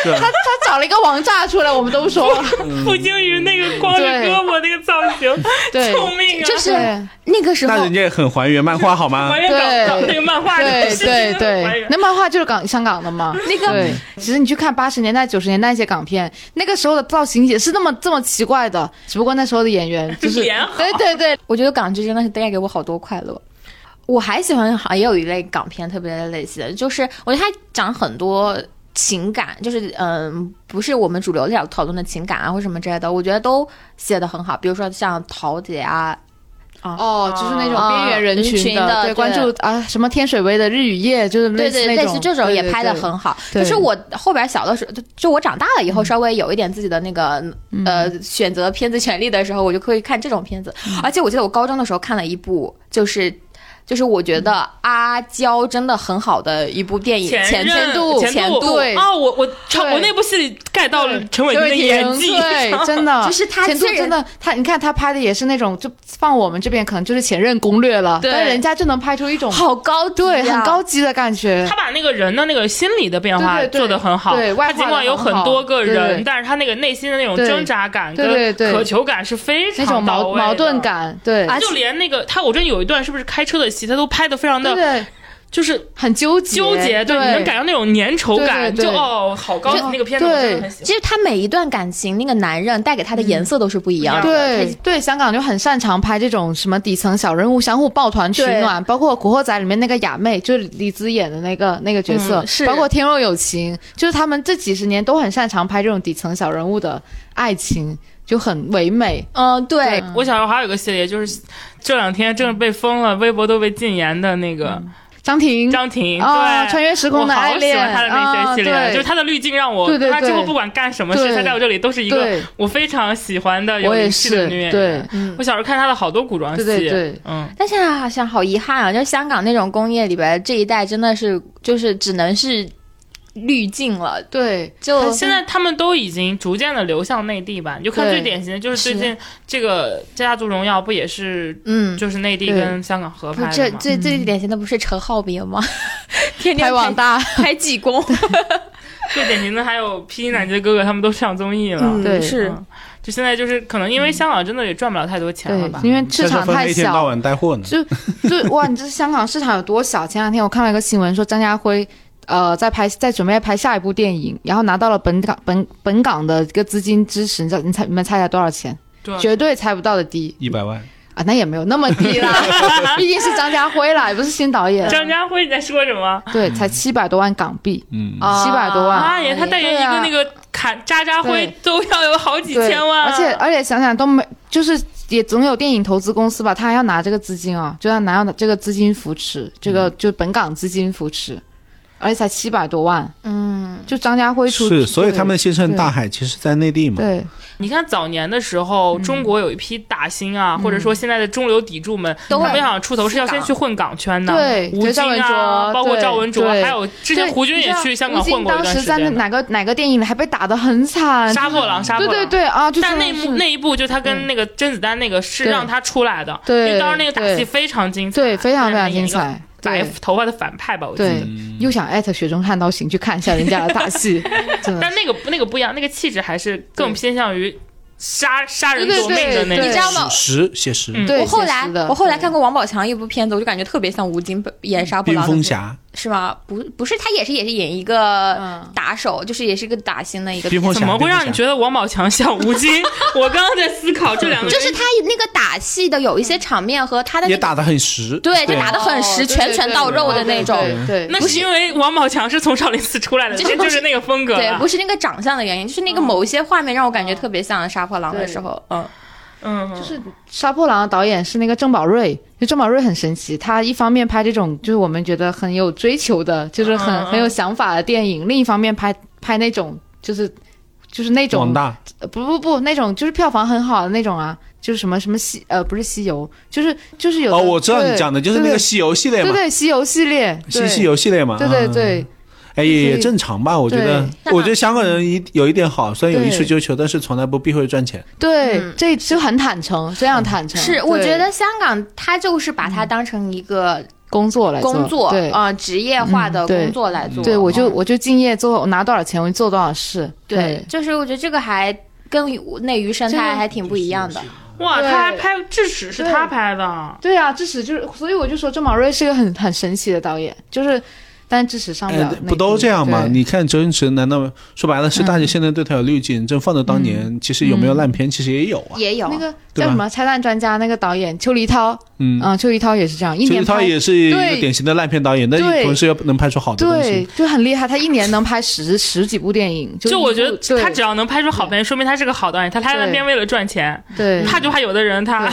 D: 对
C: 他他找了一个王炸出来，我们都说了，
B: 付京于那个光着
C: 对
B: 胳膊那个造型，
C: 对
B: 救命啊！
A: 就是
C: 对
A: 那个时候
D: 那人家也很还原漫画好吗
B: 还？原港港那个漫画里的
C: 对
B: 事
C: 对
B: 情还
C: 对
B: 原，
C: 那漫画就是港香港的嘛。
A: 那个
C: 对，其实你去看八十年代、九十年代一些港片，那个时候的造型也是那么这么奇怪的，只不过那时候的演员就是
B: 脸好
C: 对对对，
A: 我觉得港剧真的是带给我好多快乐。我还喜欢，好像也有一类港片特别的类似的，就是我觉得它讲很多情感，就是嗯，不是我们主流要讨论的情感啊或什么之类的，我觉得都写的很好。比如说像桃姐啊，
C: 哦，就是那种边缘人
A: 啊
C: 群
A: 人群的对
C: 对，关注啊什么天水围的日与夜，就是
A: 对
C: 类似
A: 对，
C: 那
A: 类
C: 种，
A: 似这种也拍的很好。
C: 对嗯
A: 就是我后边小的时候，就就我长大了以后，稍微有一点自己的那个、呃选择片子权利的时候，我就会看这种片子。
C: 嗯
A: 而且我记得我高中的时候看了一部，就是。就是我觉
C: 嗯
A: 得阿娇真的很好的一部电影，
B: 前
A: 前
B: 任
A: 度
B: 前
A: 前
B: 度
A: 度，
C: 对
B: 哦，我我超
C: 对
B: 我那部戏里 get 到了
C: 对
B: 陈伟霆的演技，
C: 对，真的
A: 就是他
C: 前度
A: 虽然
C: 真的，他你看他拍的也是那种，就放我们这边可能就是前任攻略了，
A: 对
C: 但人家就能拍出一种
A: 好高级啊
C: 对很高级的感觉
B: 他。把那个人的那个心理的变化
C: 对对对
B: 做得很好，
C: 对外化
B: 他
C: 得
B: 尽管有很多个
C: 很好对
B: 人，
C: 对
B: 但是他那个内心的那种
C: 对
B: 挣扎感
C: 对对
B: 跟
C: 对
B: 渴求感是非
C: 那
B: 常
C: 种
B: 到
C: 矛
B: 位的啊
C: 矛盾。感，对，
A: 而且
B: 就连那个他，我觉得有一段是不是开车的戏，他都拍的非常
C: 对
B: 的，
C: 对，
B: 就是
C: 很纠结，
B: 纠结，
C: 对，
B: 你能感到那种粘稠感，
C: 对对
B: 就
C: 对
B: 哦，好高级
C: 就
B: 那个片子，我真的很喜欢。
A: 其实他每一段感情，那个男人带给他的颜色都是不一样的。
C: 嗯对对，香港就很擅长拍这种什么底层小人物相互抱团取
A: 对
C: 暖，包括《古惑仔》里面那个雅妹，就是李子演的那个那个角色，
A: 嗯是
C: 包括《天若有情》，就是他们这几十年都很擅长拍这种底层小人物的爱情，就很唯美。
A: 嗯，对，
B: 我小时候还有一个系列，就是这两天正被封了，微博都被禁言的那个
C: 张庭，
B: 张庭，
C: 啊
B: 对，
C: 嗯穿越时空的爱恋
B: 我好喜欢他的那些系列，
C: 啊对
B: 就是他的滤镜让我，
C: 对对
B: 他之后
C: 对
B: 不管干什么事，
C: 对
B: 他在我这里都是一个
C: 对
B: 我非常喜欢的有
C: 我也
B: 灵气的
C: 是
B: 女演员。
C: 对
A: 嗯
B: 我小时候看他的好多古装戏，
C: 对对对
B: 嗯，
A: 但现在好像好遗憾啊，就是香港那种工业里边这一代真的是就是只能是滤镜了，
C: 对，
A: 就
B: 现在他们都已经逐渐的流向内地吧。你就看
C: 对
B: 最典型的就是最
A: 是
B: 近这个《家族荣耀》不也是，
A: 嗯，
B: 就是内地
C: 对
B: 跟香港合
A: 不
B: 拍
A: 这
B: 的吗？
A: 最最典型的不是陈浩民吗？天天
C: 拍网
A: 大拍济公，
B: 最典型的还有《披荆斩棘的哥哥》，他们都上综艺了。
C: 对
A: 是
B: 嗯就现在就是可能因为香港真的也赚不了太多钱了
C: 嗯对
B: 吧，，
C: 因为市
D: 但
C: 场
D: 是分
C: 太
D: 黑一天到
C: 小，
D: 晚带货呢。
C: 就就哇，你这香港市场有多小？前两天我看了一个新闻，说张家辉。呃，在拍在准备拍下一部电影，然后拿到了本港本本港的一个资金支持，你知道你猜你们猜一下多少钱？
B: 对
C: 绝对猜不到的低
D: 一百万，
C: 啊，那也没有那么低啦，毕竟是张家辉啦，也不是新导演，
B: 张家辉你在说什么？
C: 对，才七百多万港币，
D: 嗯，
C: 700多万
B: 妈呀，他代言一个那个砍渣渣辉
C: 啊对
B: 都要有好几
C: 对，
B: 千万，啊
C: 而且而且想想都没，就是也总有电影投资公司吧，他还要拿这个资金啊，就要拿到这个资金扶持，这个
B: 嗯
C: 就本港资金扶持，而且才七百多万，嗯，就张家辉出
D: 是，所以他们
C: 对
D: 先生大海，其实在内地嘛。
C: 对
B: 你看早年的时候，
C: 嗯
B: 中国有一批大星啊，或者说现在的中流砥柱们，
A: 都
B: 他
A: 会
B: 们想出头是要
A: 香
B: 先
A: 港
B: 去混港圈的，
C: 对
B: 吴京
C: 就赵文
B: 啊，
C: 卓
B: 包括
C: 对
B: 赵文卓，
C: 对
B: 还有之前
C: 对
B: 胡军
C: 你
B: 也
C: 知道
B: 去香港
C: 吴京
B: 混过一
C: 当
B: 段
C: 时
B: 时
C: 在
B: 间的。
C: 哪个哪个电影里还被打得很惨，
B: 杀破狼，杀破
C: 对
B: 狼。
C: 对对啊，就
B: 但那
C: 真
B: 一
C: 的
B: 幕
C: 是嗯
B: 那一部，就他跟那个甄子丹那个是
C: 对
B: 让他出来的，
C: 对
B: 因为当时那个打戏
C: 对
B: 非常精彩，
C: 对非常非常
B: 演
C: 精
B: 一个嗯
C: 彩，
B: 白
C: 对
B: 头发的反派吧，我记得。
C: 对，又想艾特雪中悍刀行去看一下人家的 大戏，真的
B: 但那个那个不一样，那个气质还是更
C: 对
B: 偏向于杀杀人
C: 对
B: 夺
C: 对
B: 命的那
C: 对对
B: 种。
A: 你知道吗？
D: 实写实，
B: 嗯
C: 对
A: 我后来
C: 写实的
A: 我后来
C: 对
A: 看过王宝强一部片子，我就感觉特别像吴京演杀破
D: 冰
A: 狼的
D: 封
A: 片子
D: 侠，
A: 是吗？不不是，他也是也是演一个
C: 嗯
A: 打手，就是也是个打星的一个。
D: 冰封侠
B: 怎么会让你
D: 得？
B: 觉得王宝强像吴 京？我刚刚在思考这两个 人，
A: 就是他那个打戏的有一些场面和他的那
D: 也
A: 个
D: 打得很实，
A: 对，就打得很实，
C: 哦
A: 拳拳到肉的那种。
C: 对对对，对
B: 那是因为王宝强是从少林寺出来的，
A: 就是
B: 这就是那个风格啊
A: 对，
B: 了
A: 不。是那个长相的原因，就是那
C: 嗯
A: 个某一些画面让我感觉特别像杀破狼的时候，嗯，
B: 嗯，就
C: 就是《杀破狼》的导演是那个郑宝瑞，就郑宝瑞很神奇，他一方面拍这种就是我们觉得很有追求的，就是很、
B: 嗯嗯
C: 很有想法的电影，另一方面拍拍那种就是就是那种
D: 广大
C: 呃不不不那种就是票房很好的那种啊，就是什么什么西呃不是西游，就是就是有的
D: 哦，我知道你讲的就是那个
C: 对
D: 西游系列
C: 对
D: 嘛，
C: 对西游系列，
D: 西
C: 对
D: 西，游系列嘛，
C: 对对
D: 嗯，
C: 对，
D: 哎
C: 所
D: 也
C: 以
D: 也正常吧，我觉得，我觉得香港人一有一点好，虽然有艺术
C: 对
D: 追求，但是从来不避讳赚钱。
C: 对，
A: 嗯
C: 这就很坦诚，非常坦诚。
A: 是，我
C: 对
A: 觉得香港它就是把它当成一个
C: 工作来做
A: 工作
C: 对、
A: 啊、职业化的
C: 嗯对
A: 工作来做。
C: 对，我就
A: 嗯
C: 我就敬业做，我拿多少钱我就做多少事。
A: 对，就是我觉得这个还跟内娱生
C: 这
A: 态
C: 个
A: 还挺不一样的。
B: 哇，
C: 对
B: 他还拍，智齿是他拍的，
C: 对啊，智齿就是，所以我就说郑宝瑞是一个很很神奇的导演，就是，但智齿上不
D: 哎
C: 了、，
D: 不都这样吗？
C: 对
D: 你看周星驰，难道说白了是大家现在对他有滤镜？真放到当年，其实有没有烂片，其实也有啊。
A: 也有
C: 那个
D: 对
C: 叫
D: 吧
C: 什么《拆弹专家》那个导演邱黎涛，
D: 嗯，
C: 嗯，邱黎涛也是这样，一
D: 其实
C: 年
D: 他
C: 拍
D: 也是一个
C: 对
D: 典型的烂片导演，但是
C: 对
D: 同时又能拍出好的东
C: 对
D: 西。
C: 就很厉害，他一年能拍十十几部电影，就
B: 就
C: 一
B: 我
C: 部
B: 觉得
C: 对
B: 他只要能拍出好片，说明他是个好导演。他拍烂片为了赚钱，
C: 对。
B: 怕就怕有的人他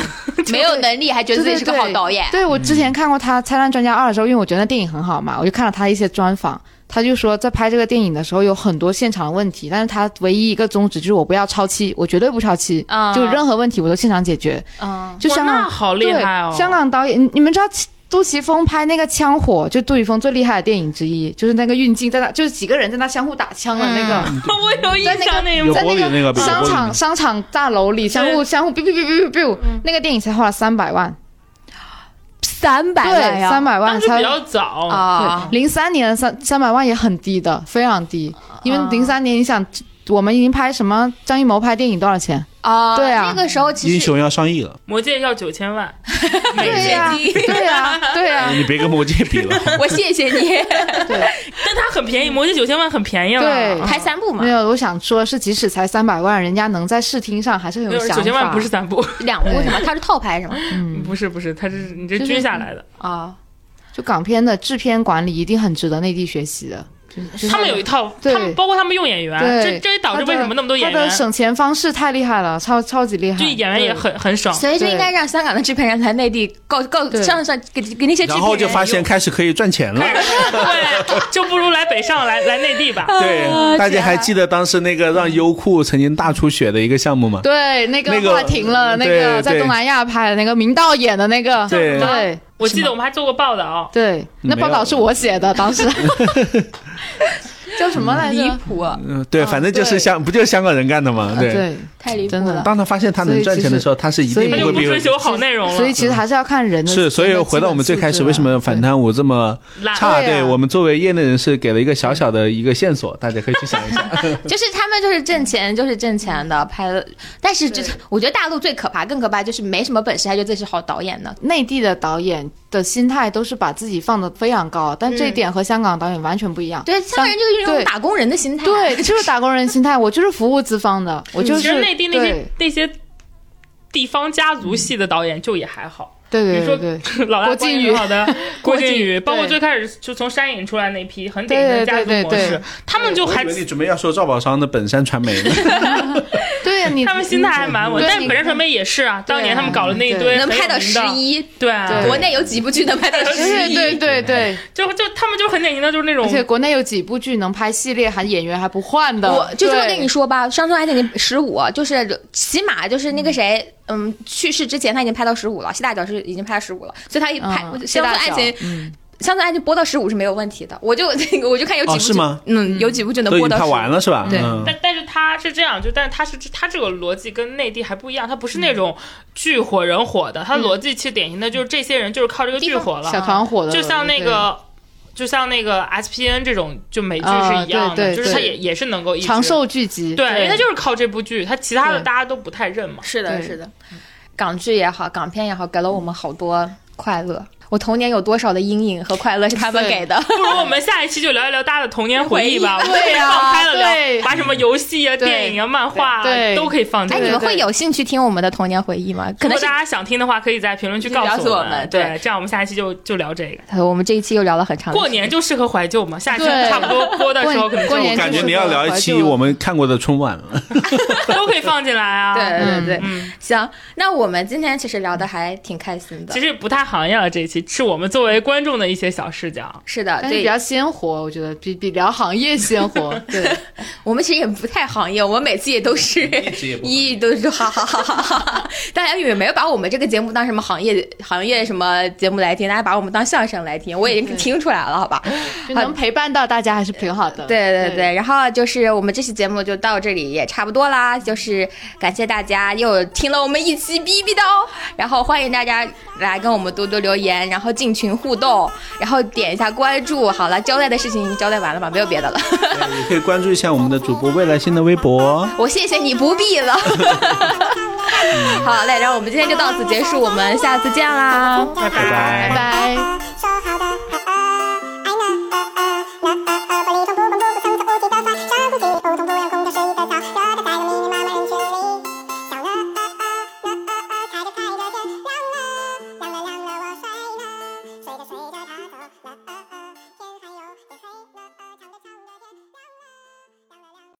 A: 没有能力还觉得自己是个好导演，
C: 对我之前看过他《拆弹专家二》的时候，因为我觉得那电影很好嘛，我就看了他一些专访，他就说在拍这个电影的时候有很多现场的问题，但是他唯一一个宗旨就是我不要超期，我绝对不超期，
A: 啊
C: 就任何问题我都现场解决。
A: 嗯，
C: 就香
B: 哇那
C: 港
B: 好厉害哦，
C: 对香港导演，你你们知道杜琪峰拍那个《枪火》，就杜琪峰最厉害的电影之一，就是那个运镜在那，就是几个人在那相互打枪的那个。
B: 我有印象那一幕
D: 有
C: 在
D: 玻璃那个，
C: 个
D: 有玻
C: 商
D: 璃那
C: 场
D: 个
C: 商场大楼里相互相互 biu biu biu biu biu，那个
A: 嗯
C: 电影才花了三百万，
A: 三百万
C: 对，
A: 呀，
C: 三百万哦
B: 当时比
C: 才
B: 较早，
A: 啊，
C: 零三年三三百万也很低的，非常低，因
A: 啊
C: 为零三年你想我们已经拍什么张艺谋拍电影多 少钱？
A: 啊，
C: 对啊
A: 那个时候其
D: 英
A: 实
D: 雄要上亿了，
B: 魔戒要九千万，
C: 对呀，对呀，对 呀，
D: 你别跟魔戒比了。
A: 我谢谢你
C: 对。
B: 但他很便宜，魔戒九千万很便宜了，
C: 对
B: 嗯
A: 拍三部嘛
C: 没，有，我想说是即使才三百万，人家能在视听上还是很
B: 没有
C: 有想
B: 九
C: 法。
B: 千万不是三部，
A: 两部是吗？它是套拍是吗？
B: 不是不是，他这是你这
C: 就是
B: 均下来的。
A: 啊，
C: 就港片的制片管理一定很值得内地学习的。就是
B: 他们有一套，
C: 对
B: 他们包括他们用演员，啊这
C: 对
B: 这也导致为什么那么多演
C: 他的
B: 员，
C: 省钱方式太厉害了，超超级厉害。
B: 就演员也
C: 对
B: 很很 省。
A: 所以就应该让香港的制片人来内地告告
C: 对
A: 上上给给那些制片
D: 然
A: 人
D: 后就发现
A: 有
D: 开始可以赚钱
B: 啊
D: 了。
B: 对，就不如来北上，来来内地 吧。
D: 对，大家还记得当时那个让优酷曾经大出血的一个项目吗？
C: 对那
D: 那个嗯
C: 个话停了，那
D: 对
C: 个在
D: 对
C: 东南亚拍的那个明道演的那个，
D: 对
C: 对
B: 我记得我们还做过报道，
C: 对，那
D: 没有
C: 报道是我写 的，当时叫什么来
A: 离
C: 着？
A: 谱，
D: 嗯，对，
C: 啊
D: 反正就是
C: 对
D: 香，不就是香港人干的吗？对。
C: 对，
A: 太离谱
C: 真的
A: 了。
D: 当他发现他能赚钱的时候，他是一定
C: 所以
B: 他
D: 不
B: 就
D: 会
B: 不
D: 避
B: 追
D: 讳。
B: 求好内容了。
C: 嗯所以其实还是要看人的。
D: 是，所以
C: 人的
D: 回到我们最开始，
C: 基本素质啊
D: 为什么反贪污这么
B: 懒
C: 对
D: 差？
C: 啊
D: 对我们作为业内人士，给了一个小小的一个线索，大家可以去想一想。
A: 就是他们就是挣钱，就是挣钱的拍了，但是这我觉得大陆最可怕，更可怕就是没什么本事，还觉得自己是好导演呢。
C: 内地的导演的心态都是把自己放得非常高，但这一点和香港导演完全不一样。
A: 对，香港人就是这种
C: 对
A: 打工人的心态，
C: 对，就是打工人心态，我就是服务资方的，我
B: 嗯
C: 就
B: 其实
C: 是
B: 内地那些
C: 对
B: 那些地方家族系的导演就也还好，
C: 对对对
B: 比如
C: 对
B: 说 老大
C: 郭
B: 关
C: 靖
B: 系
C: 宇
B: 很好 的郭靖宇，
C: 对
B: 包括最开始就从山影出来那批很典型的家族
C: 对对
B: 模
C: 对对
B: 式，他们 就
D: 我
B: 还
D: 以为你准备要说赵宝山的本山传媒 呢，
C: 对，啊你
B: 他们心态还蛮稳，
C: 对
B: 但
C: 你
B: 本山传媒也是啊，当年他们搞了那一堆
C: 对
A: 能拍到
B: 很有名
A: 十
B: 的，
A: 一，
B: 对，啊
C: 对
A: 国内有几部剧能拍到十
C: 对
A: 一？
C: 对对对，
B: 就就他们就很典型的就是那种
C: 而且国内有几部剧能拍系列，还演员还不换的。
A: 我就这么
C: 对
A: 跟你说吧，《上村爱情》已经十五，就是起码就是那个谁，嗯，去世之前他已经拍到十五了，西大脚是已经拍到十五了，所以他一拍《
C: 嗯谢
A: 乡村
C: 大
A: 爱
C: 脚
A: 情》
C: 嗯
A: 乡村爱情播到十五是没有问题的，我就我就看有几
D: 哦
A: 部
D: 是
A: 剧，
D: 吗
A: 嗯，有几部就能
D: 都已
A: 播
D: 经
A: 到
D: 拍
A: 15
D: 完了是吧？
C: 对
D: 嗯
B: 但但是他是这样，就但是他是他这个逻辑跟内地还不一样，他不是
C: 嗯
B: 那种剧火人火的，他逻辑其实典型的就是这些人就是靠这个剧火了，
C: 小团伙的，
B: 就像那个。就像那个 SPN 这种，就美剧是一样
C: 啊
B: 的，
C: 对对
B: 就是他
C: 对
B: 也也是能够一
C: 对
B: 直
C: 长寿剧集，
B: 对，因为他就是靠这部剧，他其他的
C: 对
B: 大家都不太认嘛。
A: 是的，
C: 对
A: 是的，港剧也好，港片也好，给了我们好多快乐。我童年有多少的阴影和快乐是他们
C: 对
A: 给的？
B: 不如我们下一期就聊一聊大家的童年回忆吧，我
A: 回忆
B: 们可以
C: 对啊
B: 放开了
C: 对
B: 聊，把什么游戏啊、
C: 对
B: 电影啊、漫画啊
C: 对
B: 都可以放进
A: 哎，
B: 去
A: 你。们
C: 对
A: 会有兴趣听我们的童年回忆吗？可能
B: 如果
A: 是
B: 大家想听的话，可以在评论区告
A: 告诉
B: 诉
A: 我们
B: 对
A: 对，
B: 这样我们下一期就就聊这个。
A: 呃我们这一期又聊了很长的时间。
B: 过年就适合怀旧嘛，下期
C: 对
B: 差不多播的时候可能
C: 过
B: 就
C: 年
D: 我感觉你要聊一期
C: 就
D: 我们看过的春晚 了，
B: 都可以放进来啊。
A: 对对对，
B: 嗯，
A: 行，那我们今天其实聊的还挺开心的
B: 其。实不太行业了这一期，题，是我们作为观众的一些小视角。
A: 是的，
C: 但是比
A: 对，
C: 较鲜活，我觉得比比聊行业鲜活。 对，
A: 我们其实也不太行业，我们每次也都 是
D: 一直也不行
A: 一都是哈哈哈哈哈哈， 大家也没有把我们这个节目当什么行业行业什么节目来听，大家把我们当相声来听，我已经听出来了，好吧？
C: 就能陪伴到大家还是挺好的。
A: 对对对，然后就是我们这期节目就到这里也差不多啦，就是感谢大家又听了我们一期逼逼叨，然后欢迎大家来跟我们多多留言，然后进群互动，然后点一下关注。好了，交代的事情已经交代完了吧？没有别的了。
D: 也可以关注一下我们的主播未来星的微博。哦
A: 我谢谢你，不必了。 好嘞，然后我们今天就到此结束，我们下次见啦，
B: 拜拜
A: 拜拜。